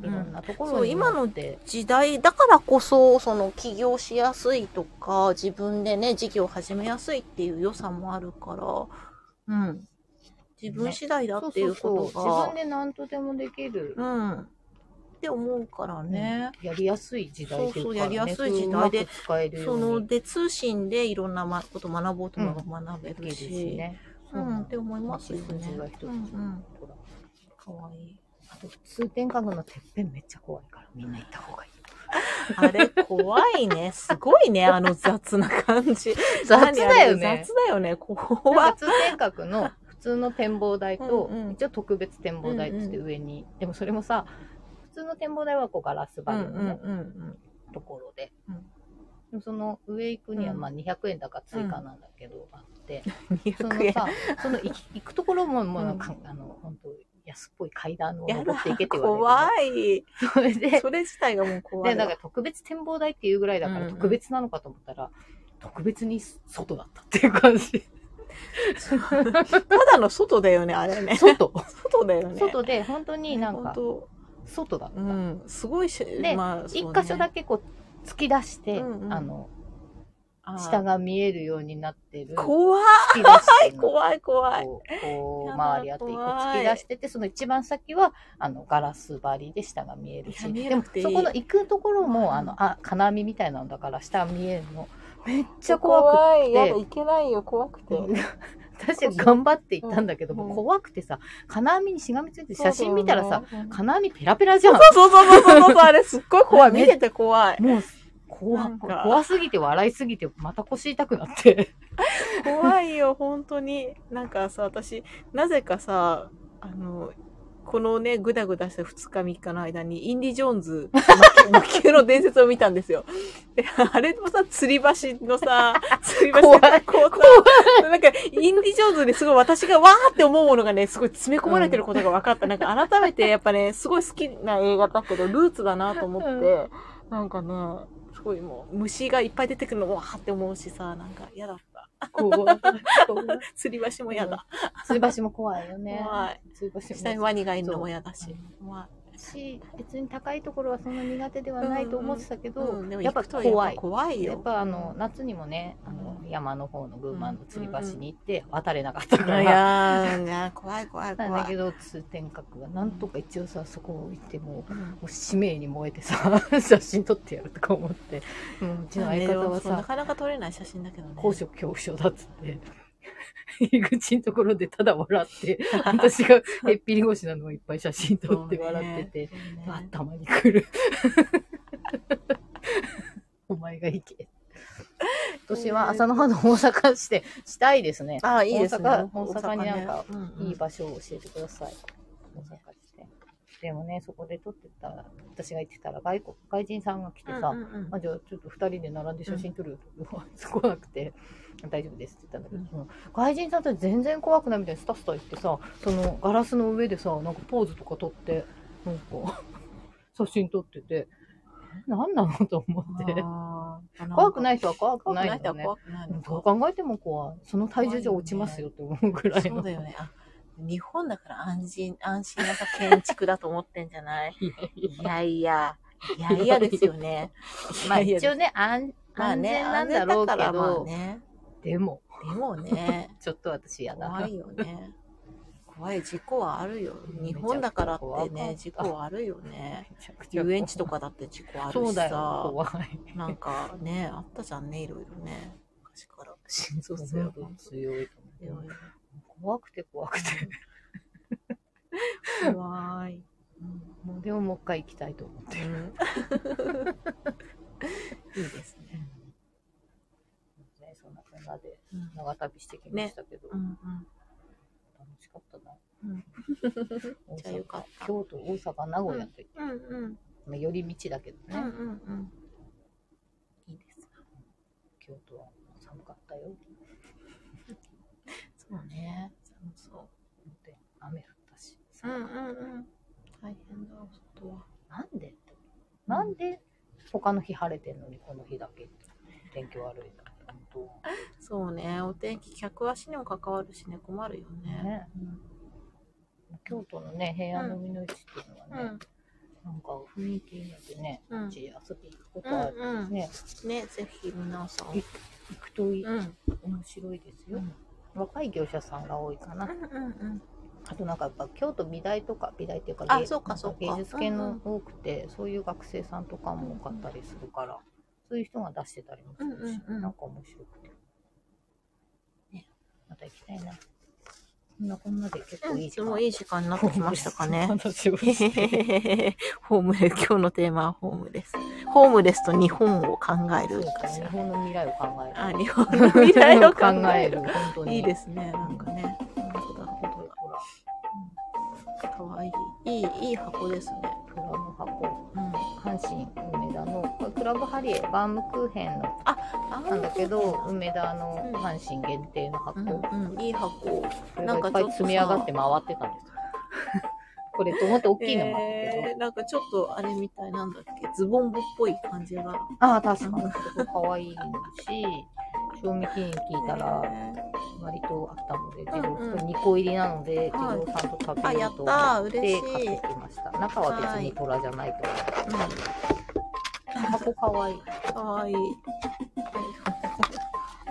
[SPEAKER 2] ん
[SPEAKER 1] いろんなところ
[SPEAKER 2] そう
[SPEAKER 1] に
[SPEAKER 2] 今の
[SPEAKER 1] 持って
[SPEAKER 2] 時代だからこそ、その起業しやすいとか、自分でね、事業を始めやすいっていう良さもあるから、うん。自分次第だ
[SPEAKER 1] そ
[SPEAKER 2] っ
[SPEAKER 1] う
[SPEAKER 2] て
[SPEAKER 1] そ
[SPEAKER 2] いううこ
[SPEAKER 1] そう
[SPEAKER 2] と
[SPEAKER 1] 自
[SPEAKER 2] が
[SPEAKER 1] 分、で何とでもできる、
[SPEAKER 2] うん。って思うからね。
[SPEAKER 1] やりやすい時代ってい
[SPEAKER 2] そうそう
[SPEAKER 1] う
[SPEAKER 2] や
[SPEAKER 1] か
[SPEAKER 2] り
[SPEAKER 1] ね
[SPEAKER 2] やすい時代で
[SPEAKER 1] うまく使えるよ
[SPEAKER 2] そうの、
[SPEAKER 1] に
[SPEAKER 2] で、通信でいろんなまこと学ぼうとも学べ
[SPEAKER 1] できる
[SPEAKER 2] るし、
[SPEAKER 1] しね。
[SPEAKER 2] う、
[SPEAKER 1] そなんの
[SPEAKER 2] って思いますよ
[SPEAKER 1] 道
[SPEAKER 2] ね。
[SPEAKER 1] 筋が一つ、
[SPEAKER 2] うんうん、
[SPEAKER 1] ほら
[SPEAKER 2] かわいい。
[SPEAKER 1] あと通天閣のてっぺんめっちゃ怖いからみんな行った方がいい
[SPEAKER 2] あれ、怖いね。すご いね、あの雑な感じ。
[SPEAKER 1] 雑だよ
[SPEAKER 2] 何あれ
[SPEAKER 1] ね
[SPEAKER 2] 雑だよね、ここ
[SPEAKER 1] なん
[SPEAKER 2] は
[SPEAKER 1] か。通天閣の普通の展望台と
[SPEAKER 2] うんうん
[SPEAKER 1] 一応特別展望台っつって上に、でもそれもさ普通の展望台はこうガラス張りのね、
[SPEAKER 2] うん
[SPEAKER 1] ところで、
[SPEAKER 2] うん
[SPEAKER 1] でもその上行くには
[SPEAKER 2] うん
[SPEAKER 1] まあ200円だか追加なんだけど、あって
[SPEAKER 2] うん。200
[SPEAKER 1] その
[SPEAKER 2] 円。
[SPEAKER 1] さその行 き行くところももうなんか、
[SPEAKER 2] う
[SPEAKER 1] あの本当安っぽい階段を
[SPEAKER 2] や
[SPEAKER 1] 登
[SPEAKER 2] だ
[SPEAKER 1] っていけって言わ
[SPEAKER 2] 怖い。
[SPEAKER 1] れてそれ で
[SPEAKER 2] それ自体がもう怖
[SPEAKER 1] で
[SPEAKER 2] いわ。
[SPEAKER 1] なんか特別展望台っていうぐらいだか
[SPEAKER 2] うん
[SPEAKER 1] ら
[SPEAKER 2] うん
[SPEAKER 1] 特別なのかと思ったら、特別に外だったっていう感じ
[SPEAKER 2] ただの外だよね、あれね。
[SPEAKER 1] 外
[SPEAKER 2] 外だよね。
[SPEAKER 1] 外で本当になん
[SPEAKER 2] 本
[SPEAKER 1] か外だっ
[SPEAKER 2] 当う
[SPEAKER 1] た、
[SPEAKER 2] ん。すごいし、
[SPEAKER 1] で
[SPEAKER 2] まあ、
[SPEAKER 1] 一箇所だ
[SPEAKER 2] け
[SPEAKER 1] けこう突き出して、
[SPEAKER 2] うんうん
[SPEAKER 1] あの下が見えるようになってる
[SPEAKER 2] 怖い、
[SPEAKER 1] 突き出してる
[SPEAKER 2] 怖い、怖い。
[SPEAKER 1] こう、こう
[SPEAKER 2] やだ
[SPEAKER 1] 周りあって、こう
[SPEAKER 2] 怖い
[SPEAKER 1] 突き出してて、その一番先は、あの、ガラス張りで下が見える
[SPEAKER 2] いや
[SPEAKER 1] し、
[SPEAKER 2] 見え
[SPEAKER 1] で
[SPEAKER 2] な
[SPEAKER 1] も、
[SPEAKER 2] くていい
[SPEAKER 1] そこの行くところ
[SPEAKER 2] うん
[SPEAKER 1] も、あの、あ、金網みたいなのだから、下見えるの。めっちゃ怖く
[SPEAKER 2] 怖い。
[SPEAKER 1] や
[SPEAKER 2] や
[SPEAKER 1] だ
[SPEAKER 2] だ、
[SPEAKER 1] い
[SPEAKER 2] いけないよ、怖くて。
[SPEAKER 1] て。私、頑張って行ったんだけども、
[SPEAKER 2] うん
[SPEAKER 1] 怖くてさ、金網にしがみついて、写真見たらさ、、金網ペラペラじゃん。
[SPEAKER 2] そうそうそうそうそう、あれすっごい怖い。
[SPEAKER 1] ね
[SPEAKER 2] 見てて怖い。
[SPEAKER 1] もう、怖
[SPEAKER 2] なんか
[SPEAKER 1] 怖すぎて、笑いすぎて、また腰痛くなって。
[SPEAKER 2] 怖いよ、本当に。なんかさ、私、なぜかさ、あの、このね、ぐだぐだした2日3日の間に、インディ・ジョーンズ、魔球魔球の伝説を見たんですよ。で、あれもさ、吊り橋のさ、吊り橋の
[SPEAKER 1] 怖い
[SPEAKER 2] こうさなんか、インディ・ジョーンズですごい私がわーって思うものがね、すごい詰め込まれてることが分かった。なんか改めて、やっぱね、すごい好きな映画だけど、ルーツだなと思って、なんかね、すごいもう、虫がいっぱい出てくるのも、わーって思うしさ、なんか嫌だった。
[SPEAKER 1] 怖い。
[SPEAKER 2] 吊り橋も嫌だ。
[SPEAKER 1] 吊り橋も怖いよね。
[SPEAKER 2] 怖い。
[SPEAKER 1] 吊り橋も
[SPEAKER 2] 下にワニがいるのも嫌だ
[SPEAKER 1] そう
[SPEAKER 2] し。怖い。
[SPEAKER 1] し別に高いところはそんな苦手ではないと思ってたけど、
[SPEAKER 2] うんでも
[SPEAKER 1] やっぱ
[SPEAKER 2] 行くと
[SPEAKER 1] 怖い
[SPEAKER 2] 怖い
[SPEAKER 1] やっ
[SPEAKER 2] よ。
[SPEAKER 1] ぱあの夏にもねあの
[SPEAKER 2] うん
[SPEAKER 1] 山の方の群馬の吊り
[SPEAKER 2] うん
[SPEAKER 1] 橋に行って渡れなかった
[SPEAKER 2] い
[SPEAKER 1] から、
[SPEAKER 2] やー、いやー怖い怖い
[SPEAKER 1] なんだ
[SPEAKER 2] 怖
[SPEAKER 1] け
[SPEAKER 2] い。
[SPEAKER 1] ど通天閣がなんとか一応さそこを行ってもう。
[SPEAKER 2] うん
[SPEAKER 1] もう使命に燃えてさ 写真撮ってやるとか思って、うん、うちの相方は
[SPEAKER 2] そうな
[SPEAKER 1] さ
[SPEAKER 2] かなか撮れない写真だけどね。
[SPEAKER 1] 高所恐怖症だっつって 入り口のところでただ笑って私がへっぴり腰なのをいっぱい写真撮って笑って て、
[SPEAKER 2] そうね。そうね
[SPEAKER 1] 頭にくる。 お前が行け。今年は朝の葉の大阪市でしたいですね。
[SPEAKER 2] ああ、いいですね。
[SPEAKER 1] 大阪大阪になんか
[SPEAKER 2] 大阪ね、
[SPEAKER 1] いい
[SPEAKER 2] 場。
[SPEAKER 1] 場所を教えてください。大阪市で。でもね、そこで撮ってたら、私が行ってたら外国、外人さんが来てさ、あじゃあちょっと2人で並んで写真撮るよって来なくて 大丈夫ですって言ったんだけど、その外人さんって全然怖くないみたいにスタスタ言ってさそのガラスの上でさなんかポーズとか撮ってなんか 写真撮ってて何なのと思って怖くないい人は怖く
[SPEAKER 2] 怖
[SPEAKER 1] な
[SPEAKER 2] く
[SPEAKER 1] い
[SPEAKER 2] な
[SPEAKER 1] の
[SPEAKER 2] い人は怖
[SPEAKER 1] ね
[SPEAKER 2] くない
[SPEAKER 1] で
[SPEAKER 2] の
[SPEAKER 1] もどう考えても怖いその体重じゃ落ちますよって思うぐらい
[SPEAKER 2] そ
[SPEAKER 1] の
[SPEAKER 2] う だよね。あ、日本だから安心、安心なさ建築だと思ってんじゃない
[SPEAKER 1] いや いや
[SPEAKER 2] いやいや、いやいやですよね。
[SPEAKER 1] まあ
[SPEAKER 2] いやいや
[SPEAKER 1] 一応ね安
[SPEAKER 2] まあ
[SPEAKER 1] 安
[SPEAKER 2] ね、
[SPEAKER 1] 全なんだろうけ
[SPEAKER 2] 安全だからまあ
[SPEAKER 1] ど
[SPEAKER 2] ね。
[SPEAKER 1] でも
[SPEAKER 2] でも ね、
[SPEAKER 1] ちょっと私やだ
[SPEAKER 2] 怖いよね。怖い事故はあるよ。日本だからってね、
[SPEAKER 1] めち
[SPEAKER 2] 事
[SPEAKER 1] ゃくちゃ怖かった
[SPEAKER 2] 故はあるよね。
[SPEAKER 1] めちゃくちゃ
[SPEAKER 2] 遊
[SPEAKER 1] 怖い
[SPEAKER 2] 園地とかだって事故あ
[SPEAKER 1] そ
[SPEAKER 2] る
[SPEAKER 1] う
[SPEAKER 2] し
[SPEAKER 1] だよ
[SPEAKER 2] さ、
[SPEAKER 1] 怖い
[SPEAKER 2] なんかね、あったじゃんね、いろいろね。昔から。心臓
[SPEAKER 1] 強
[SPEAKER 2] 強
[SPEAKER 1] い
[SPEAKER 2] くなっ
[SPEAKER 1] 強いと
[SPEAKER 2] てるよ
[SPEAKER 1] 思う
[SPEAKER 2] ね。
[SPEAKER 1] 怖くて怖くて
[SPEAKER 2] 怖い。うん
[SPEAKER 1] もうでももう一回行きたいと思ってる、
[SPEAKER 2] いいですね。
[SPEAKER 1] ね、そんなこんなで
[SPEAKER 2] うん
[SPEAKER 1] 長旅してきましたけど、
[SPEAKER 2] うん
[SPEAKER 1] 楽しかったな、
[SPEAKER 2] うん
[SPEAKER 1] 大
[SPEAKER 2] じゃあよかっ
[SPEAKER 1] 阪
[SPEAKER 2] た
[SPEAKER 1] 京都大阪名古屋と、
[SPEAKER 2] うんうん
[SPEAKER 1] まあ、寄り道だけどね、
[SPEAKER 2] うんうんうん。いいですね。
[SPEAKER 1] 京都は寒かったよ
[SPEAKER 2] そうね。寒そ
[SPEAKER 1] で雨降ったし、
[SPEAKER 2] う。うんうん。大変だ、外は。
[SPEAKER 1] なんでなんで他の日晴れてんのにこの日だけ天気悪いんだと。
[SPEAKER 2] そうね、お天気、客足にも関わるしね、困るよね。
[SPEAKER 1] ね。京都のね、平安の海の市っていうのはね、なんか雰囲気になってね、
[SPEAKER 2] うん。
[SPEAKER 1] うち遊びに行くことは
[SPEAKER 2] うんうん
[SPEAKER 1] ね、
[SPEAKER 2] ね、ぜひ皆さん。
[SPEAKER 1] 行くといい
[SPEAKER 2] うん。
[SPEAKER 1] 面白いですよ
[SPEAKER 2] うん。
[SPEAKER 1] 若い業者さんが多いかな。
[SPEAKER 2] うんうん
[SPEAKER 1] あとなんかやっぱ京都美大とか、美大っていうか、
[SPEAKER 2] あ
[SPEAKER 1] 芸
[SPEAKER 2] そうか
[SPEAKER 1] なん
[SPEAKER 2] そうか
[SPEAKER 1] 芸術系の多くて、そういう学生さんとかも多かったりするから、そういう人が出してたりもする
[SPEAKER 2] うん
[SPEAKER 1] し、
[SPEAKER 2] うんうん
[SPEAKER 1] なんか面白くて。ね、また行きたいな。こんなこんなで結
[SPEAKER 2] う
[SPEAKER 1] 構
[SPEAKER 2] ん。
[SPEAKER 1] いい時間。
[SPEAKER 2] もういい時間になってきましたか ね。
[SPEAKER 1] 話を
[SPEAKER 2] へ
[SPEAKER 1] し
[SPEAKER 2] へ
[SPEAKER 1] て。
[SPEAKER 2] へへへホームレス、今日のテーマはホームレス。ホームレスと日本を考え
[SPEAKER 1] そう
[SPEAKER 2] る
[SPEAKER 1] か
[SPEAKER 2] です
[SPEAKER 1] 日
[SPEAKER 2] よ。
[SPEAKER 1] 本の未来を考える。
[SPEAKER 2] あ、日本の未来を考える。
[SPEAKER 1] 本当に。。
[SPEAKER 2] いいですすね、なんかね。本当だ、
[SPEAKER 1] ほら、
[SPEAKER 2] 本当だ。かわいい。いい、いい箱ですね。
[SPEAKER 1] 虎の箱、
[SPEAKER 2] うん。
[SPEAKER 1] 阪神梅田の、これクラブハリエ、バームクーヘンの、
[SPEAKER 2] あ
[SPEAKER 1] なんだけど、
[SPEAKER 2] うん
[SPEAKER 1] 梅田の
[SPEAKER 2] うん
[SPEAKER 1] 阪神限定の箱、
[SPEAKER 2] うん、いい箱。
[SPEAKER 1] これ
[SPEAKER 2] な
[SPEAKER 1] が
[SPEAKER 2] んか
[SPEAKER 1] いっ
[SPEAKER 2] ちょっ
[SPEAKER 1] ぱい
[SPEAKER 2] とさ
[SPEAKER 1] 積み上がって回ってたんですよ。これと思って大きいのもあったけど、
[SPEAKER 2] えーなんかちょっとあれみたいなんだっけ、ズボン部っぽい感じが。
[SPEAKER 1] ああ、確かに。すごい可愛いし、賞味期限聞いたら、
[SPEAKER 2] え
[SPEAKER 1] 割とあったので、
[SPEAKER 2] んうん
[SPEAKER 1] 二2個入りなので、児童さんと食べようと思
[SPEAKER 2] あや
[SPEAKER 1] っ
[SPEAKER 2] ったー
[SPEAKER 1] て
[SPEAKER 2] 嬉しい
[SPEAKER 1] 買ってきました。中は別に虎じゃないと思う。
[SPEAKER 2] ー
[SPEAKER 1] 箱かわいい。
[SPEAKER 2] うん、か わいい。こ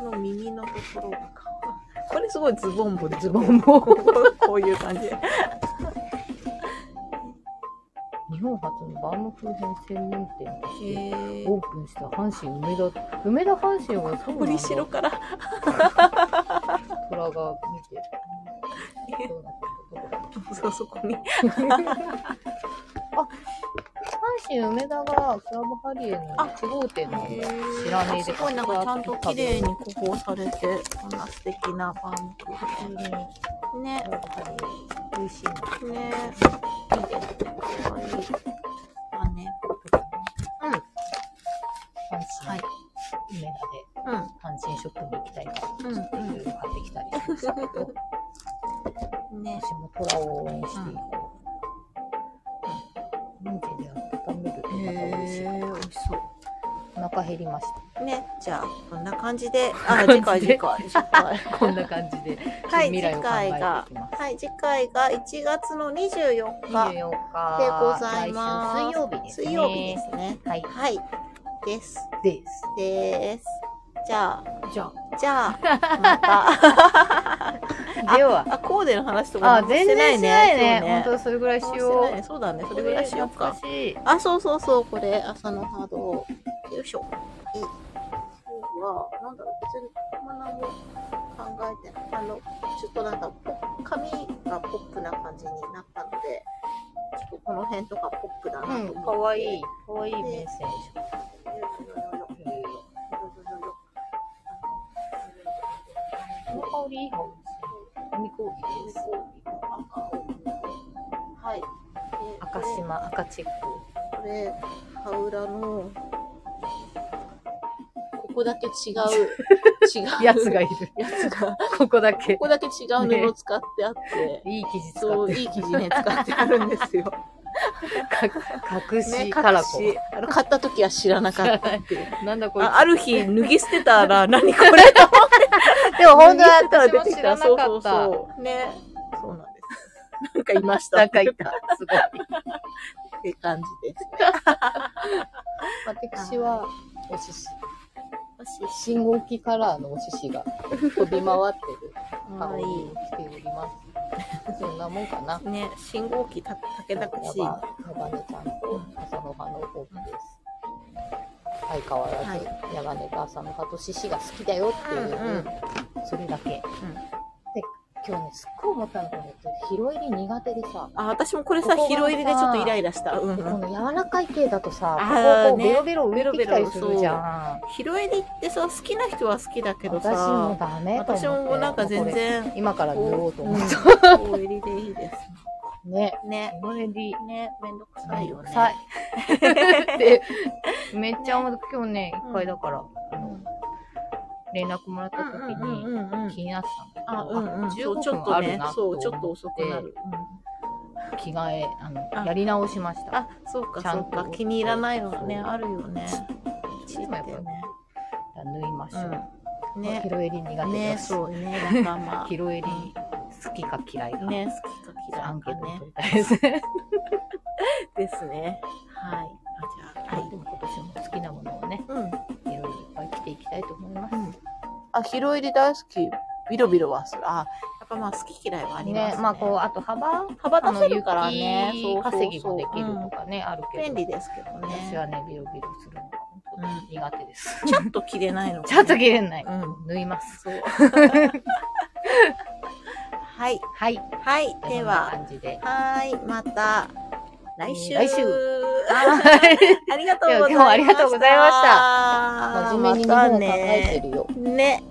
[SPEAKER 2] の耳のところがかわいい。これすごいズボン部で、ズボン部。 こういう感じ。
[SPEAKER 1] 日本初のバームクーヘン専門店として
[SPEAKER 2] え
[SPEAKER 1] オープンした阪神梅田、梅田阪神はそうなん
[SPEAKER 2] り
[SPEAKER 1] だ。
[SPEAKER 2] 白から。
[SPEAKER 1] 虎が見て、どうなってるどこだ
[SPEAKER 2] そう、そこに。
[SPEAKER 1] 阪神梅田がクラブハリエの1号店なんだ。知らねえです
[SPEAKER 2] ごいなんかちゃんと綺麗に加工されて、こんな素敵なバンク
[SPEAKER 1] 普通にク
[SPEAKER 2] ー。ね
[SPEAKER 1] ラ、ブハリエ、美味しいの。
[SPEAKER 2] ね、いいですね。かわいい。まあね。うん。
[SPEAKER 1] 阪神、
[SPEAKER 2] はい。
[SPEAKER 1] 梅田
[SPEAKER 2] う
[SPEAKER 1] で
[SPEAKER 2] ん。
[SPEAKER 1] 阪神ショップに行きたいから。
[SPEAKER 2] うん
[SPEAKER 1] いろいろ買ってきたりしましたけど、
[SPEAKER 2] うん。ね。
[SPEAKER 1] 私も虎を応援していこう。うん。レンジで温めるとまた美味しいから。
[SPEAKER 2] 美味しそ
[SPEAKER 1] お腹減りました。
[SPEAKER 2] う。ね。じゃあ、こんな感じで、 あ、次回、次回、次回。
[SPEAKER 1] こんな感じで、
[SPEAKER 2] はい、
[SPEAKER 1] 未
[SPEAKER 2] 次
[SPEAKER 1] 来を考え
[SPEAKER 2] 回が
[SPEAKER 1] ていき、ます。
[SPEAKER 2] はい、次回が1月の24
[SPEAKER 1] 24
[SPEAKER 2] 日、で
[SPEAKER 1] 日
[SPEAKER 2] ございます
[SPEAKER 1] 来週水曜日です
[SPEAKER 2] 水
[SPEAKER 1] ね。
[SPEAKER 2] 曜日ですね。
[SPEAKER 1] はい。
[SPEAKER 2] はい。です。
[SPEAKER 1] です。
[SPEAKER 2] です。じゃ
[SPEAKER 1] じゃ
[SPEAKER 2] あ、じゃあ、また。
[SPEAKER 1] あ、では。
[SPEAKER 2] あ、コーデの話とか
[SPEAKER 1] あ、
[SPEAKER 2] 何も
[SPEAKER 1] 全然しないね。
[SPEAKER 2] そう
[SPEAKER 1] 本当にそれぐらいし
[SPEAKER 2] 何もして
[SPEAKER 1] よ。
[SPEAKER 2] ないうねそうだね。それぐらいしようか。
[SPEAKER 1] 懐しい。
[SPEAKER 2] あ、そうそうそう、これ、朝の波動。よいしょ。いい。今日は、なんだろう、別に、こんなも考えてない。あの、ちょっとなんか、ポッ紙がポップな感じになったので、ちょっとこの辺とかポップだなと思って。
[SPEAKER 1] うん、かわいい。かわいいメッセージ。
[SPEAKER 2] よいしょ。
[SPEAKER 1] いいよこの香りいい香りですね。海コーヒーです。
[SPEAKER 2] はい。
[SPEAKER 1] 赤島、赤チェック。
[SPEAKER 2] これ、ハウラの、ここだけ違う、違う。
[SPEAKER 1] やつがいる。
[SPEAKER 2] やつが、こ
[SPEAKER 1] ここだけ。
[SPEAKER 2] こだけ違う布を使ってあって、
[SPEAKER 1] いい生地使
[SPEAKER 2] そ
[SPEAKER 1] っ
[SPEAKER 2] う、
[SPEAKER 1] てる。
[SPEAKER 2] いい生地ね、使ってあるんです よ。
[SPEAKER 1] か隠し
[SPEAKER 2] ね、
[SPEAKER 1] カラ
[SPEAKER 2] 隠
[SPEAKER 1] コ。
[SPEAKER 2] し。あの、買った時は知らなかったっていう。
[SPEAKER 1] なんだこれ。
[SPEAKER 2] あある日、脱ぎ捨てたら、何これと思って。
[SPEAKER 1] でも
[SPEAKER 2] 本当だった
[SPEAKER 1] た
[SPEAKER 2] ら出てきた。
[SPEAKER 1] そ
[SPEAKER 2] そうう
[SPEAKER 1] そ
[SPEAKER 2] そうう
[SPEAKER 1] そう。
[SPEAKER 2] そう。ね。そうなんです。なんかいました。
[SPEAKER 1] なんかいた。すごい。
[SPEAKER 2] って感じです。
[SPEAKER 1] 私は、おしし。
[SPEAKER 2] おしし。
[SPEAKER 1] 信号機カラーのおししが飛び回ってる香りをしております。そんなもんかな。
[SPEAKER 2] い。ね、信号機た、竹田く
[SPEAKER 1] や
[SPEAKER 2] し。
[SPEAKER 1] ば、やばねちゃんと朝の葉のオープンです。相変わらず、やばねと朝の葉と獅子が好きだよっていう、
[SPEAKER 2] うんうん
[SPEAKER 1] それだけ。で、今日ね、すっごい思ったのがね、ヒロエリ苦手でさ、
[SPEAKER 2] あ、私もこれさ、
[SPEAKER 1] ここがさ
[SPEAKER 2] 拾い入れでちょっとイライラした。うん
[SPEAKER 1] で
[SPEAKER 2] う
[SPEAKER 1] こ
[SPEAKER 2] ん。
[SPEAKER 1] の柔らかい系だとさ、
[SPEAKER 2] あー
[SPEAKER 1] ここをこう
[SPEAKER 2] ね
[SPEAKER 1] ベロベロ浮いてきたりするじゃん。
[SPEAKER 2] 拾い入れってさ、好きな人は好きだけど
[SPEAKER 1] 私
[SPEAKER 2] さ、
[SPEAKER 1] もダメと思って
[SPEAKER 2] 私もなんか全。
[SPEAKER 1] これ
[SPEAKER 2] 然、
[SPEAKER 1] 今から言おうと思っ
[SPEAKER 2] こう入りでいいです。
[SPEAKER 1] て。ね。
[SPEAKER 2] ね。
[SPEAKER 1] ヒロエリ。
[SPEAKER 2] ね、めんどくさいよね。
[SPEAKER 1] 臭い。って、めっちゃ思う。今日ね、一回だから、あの、連絡もらった時
[SPEAKER 2] うん
[SPEAKER 1] に
[SPEAKER 2] うんうん
[SPEAKER 1] 気になってた
[SPEAKER 2] あ、
[SPEAKER 1] んだけ
[SPEAKER 2] う
[SPEAKER 1] ど、
[SPEAKER 2] んうん。そ
[SPEAKER 1] 15
[SPEAKER 2] う、ちょっ
[SPEAKER 1] 分
[SPEAKER 2] と
[SPEAKER 1] ある
[SPEAKER 2] ね
[SPEAKER 1] な、と
[SPEAKER 2] そう、ちょっと
[SPEAKER 1] 思
[SPEAKER 2] 遅くなる。
[SPEAKER 1] って着替え、あの、
[SPEAKER 2] あ
[SPEAKER 1] やり直しまし
[SPEAKER 2] うん
[SPEAKER 1] た。
[SPEAKER 2] あ、そうか、
[SPEAKER 1] ちゃ
[SPEAKER 2] そ
[SPEAKER 1] ん
[SPEAKER 2] う
[SPEAKER 1] と
[SPEAKER 2] か。気に入らないのがね、
[SPEAKER 1] そう
[SPEAKER 2] あるよね。
[SPEAKER 1] ちょっと今やっぱ
[SPEAKER 2] ね。
[SPEAKER 1] 脱いましょ
[SPEAKER 2] う。。
[SPEAKER 1] うん
[SPEAKER 2] ね
[SPEAKER 1] ヒロエリ苦手です。
[SPEAKER 2] ねそうね、仲間。
[SPEAKER 1] ヒロエリ好きか嫌いか。
[SPEAKER 2] ね、好きか嫌い
[SPEAKER 1] アンケ
[SPEAKER 2] か
[SPEAKER 1] ートを
[SPEAKER 2] ね
[SPEAKER 1] 取。りたいです。で
[SPEAKER 2] ですね。はい。あじゃあ、はい。
[SPEAKER 1] も今年も好きなものをね、
[SPEAKER 2] うん。
[SPEAKER 1] いろいろいっぱい着ていきたいと思います。
[SPEAKER 2] あ、ヒロ入り大好き。ビロビロはする。あ、やっぱまあ好き嫌いはあります
[SPEAKER 1] ね
[SPEAKER 2] ね。
[SPEAKER 1] まあこう、あと幅、
[SPEAKER 2] う、幅
[SPEAKER 1] あ
[SPEAKER 2] 出
[SPEAKER 1] の、
[SPEAKER 2] せ
[SPEAKER 1] 雪
[SPEAKER 2] るからね。
[SPEAKER 1] 稼ぎもできる
[SPEAKER 2] うん
[SPEAKER 1] とかね、あるけど。
[SPEAKER 2] 便利ですけど
[SPEAKER 1] 私
[SPEAKER 2] ね。
[SPEAKER 1] はね、ビロビロするのが本当に苦手です。
[SPEAKER 2] ちょっと着れないのかな
[SPEAKER 1] ちょっと切れない。
[SPEAKER 2] うん
[SPEAKER 1] 縫います。
[SPEAKER 2] そう。 はい。
[SPEAKER 1] はい。
[SPEAKER 2] はい。で
[SPEAKER 1] こん
[SPEAKER 2] は、
[SPEAKER 1] な感じで。
[SPEAKER 2] はい。また、来週。
[SPEAKER 1] 来週
[SPEAKER 2] ありがとうございました。
[SPEAKER 1] いや今日はありがとうございました
[SPEAKER 2] ま
[SPEAKER 1] 真面目に日本を考えてるよ。
[SPEAKER 2] ね。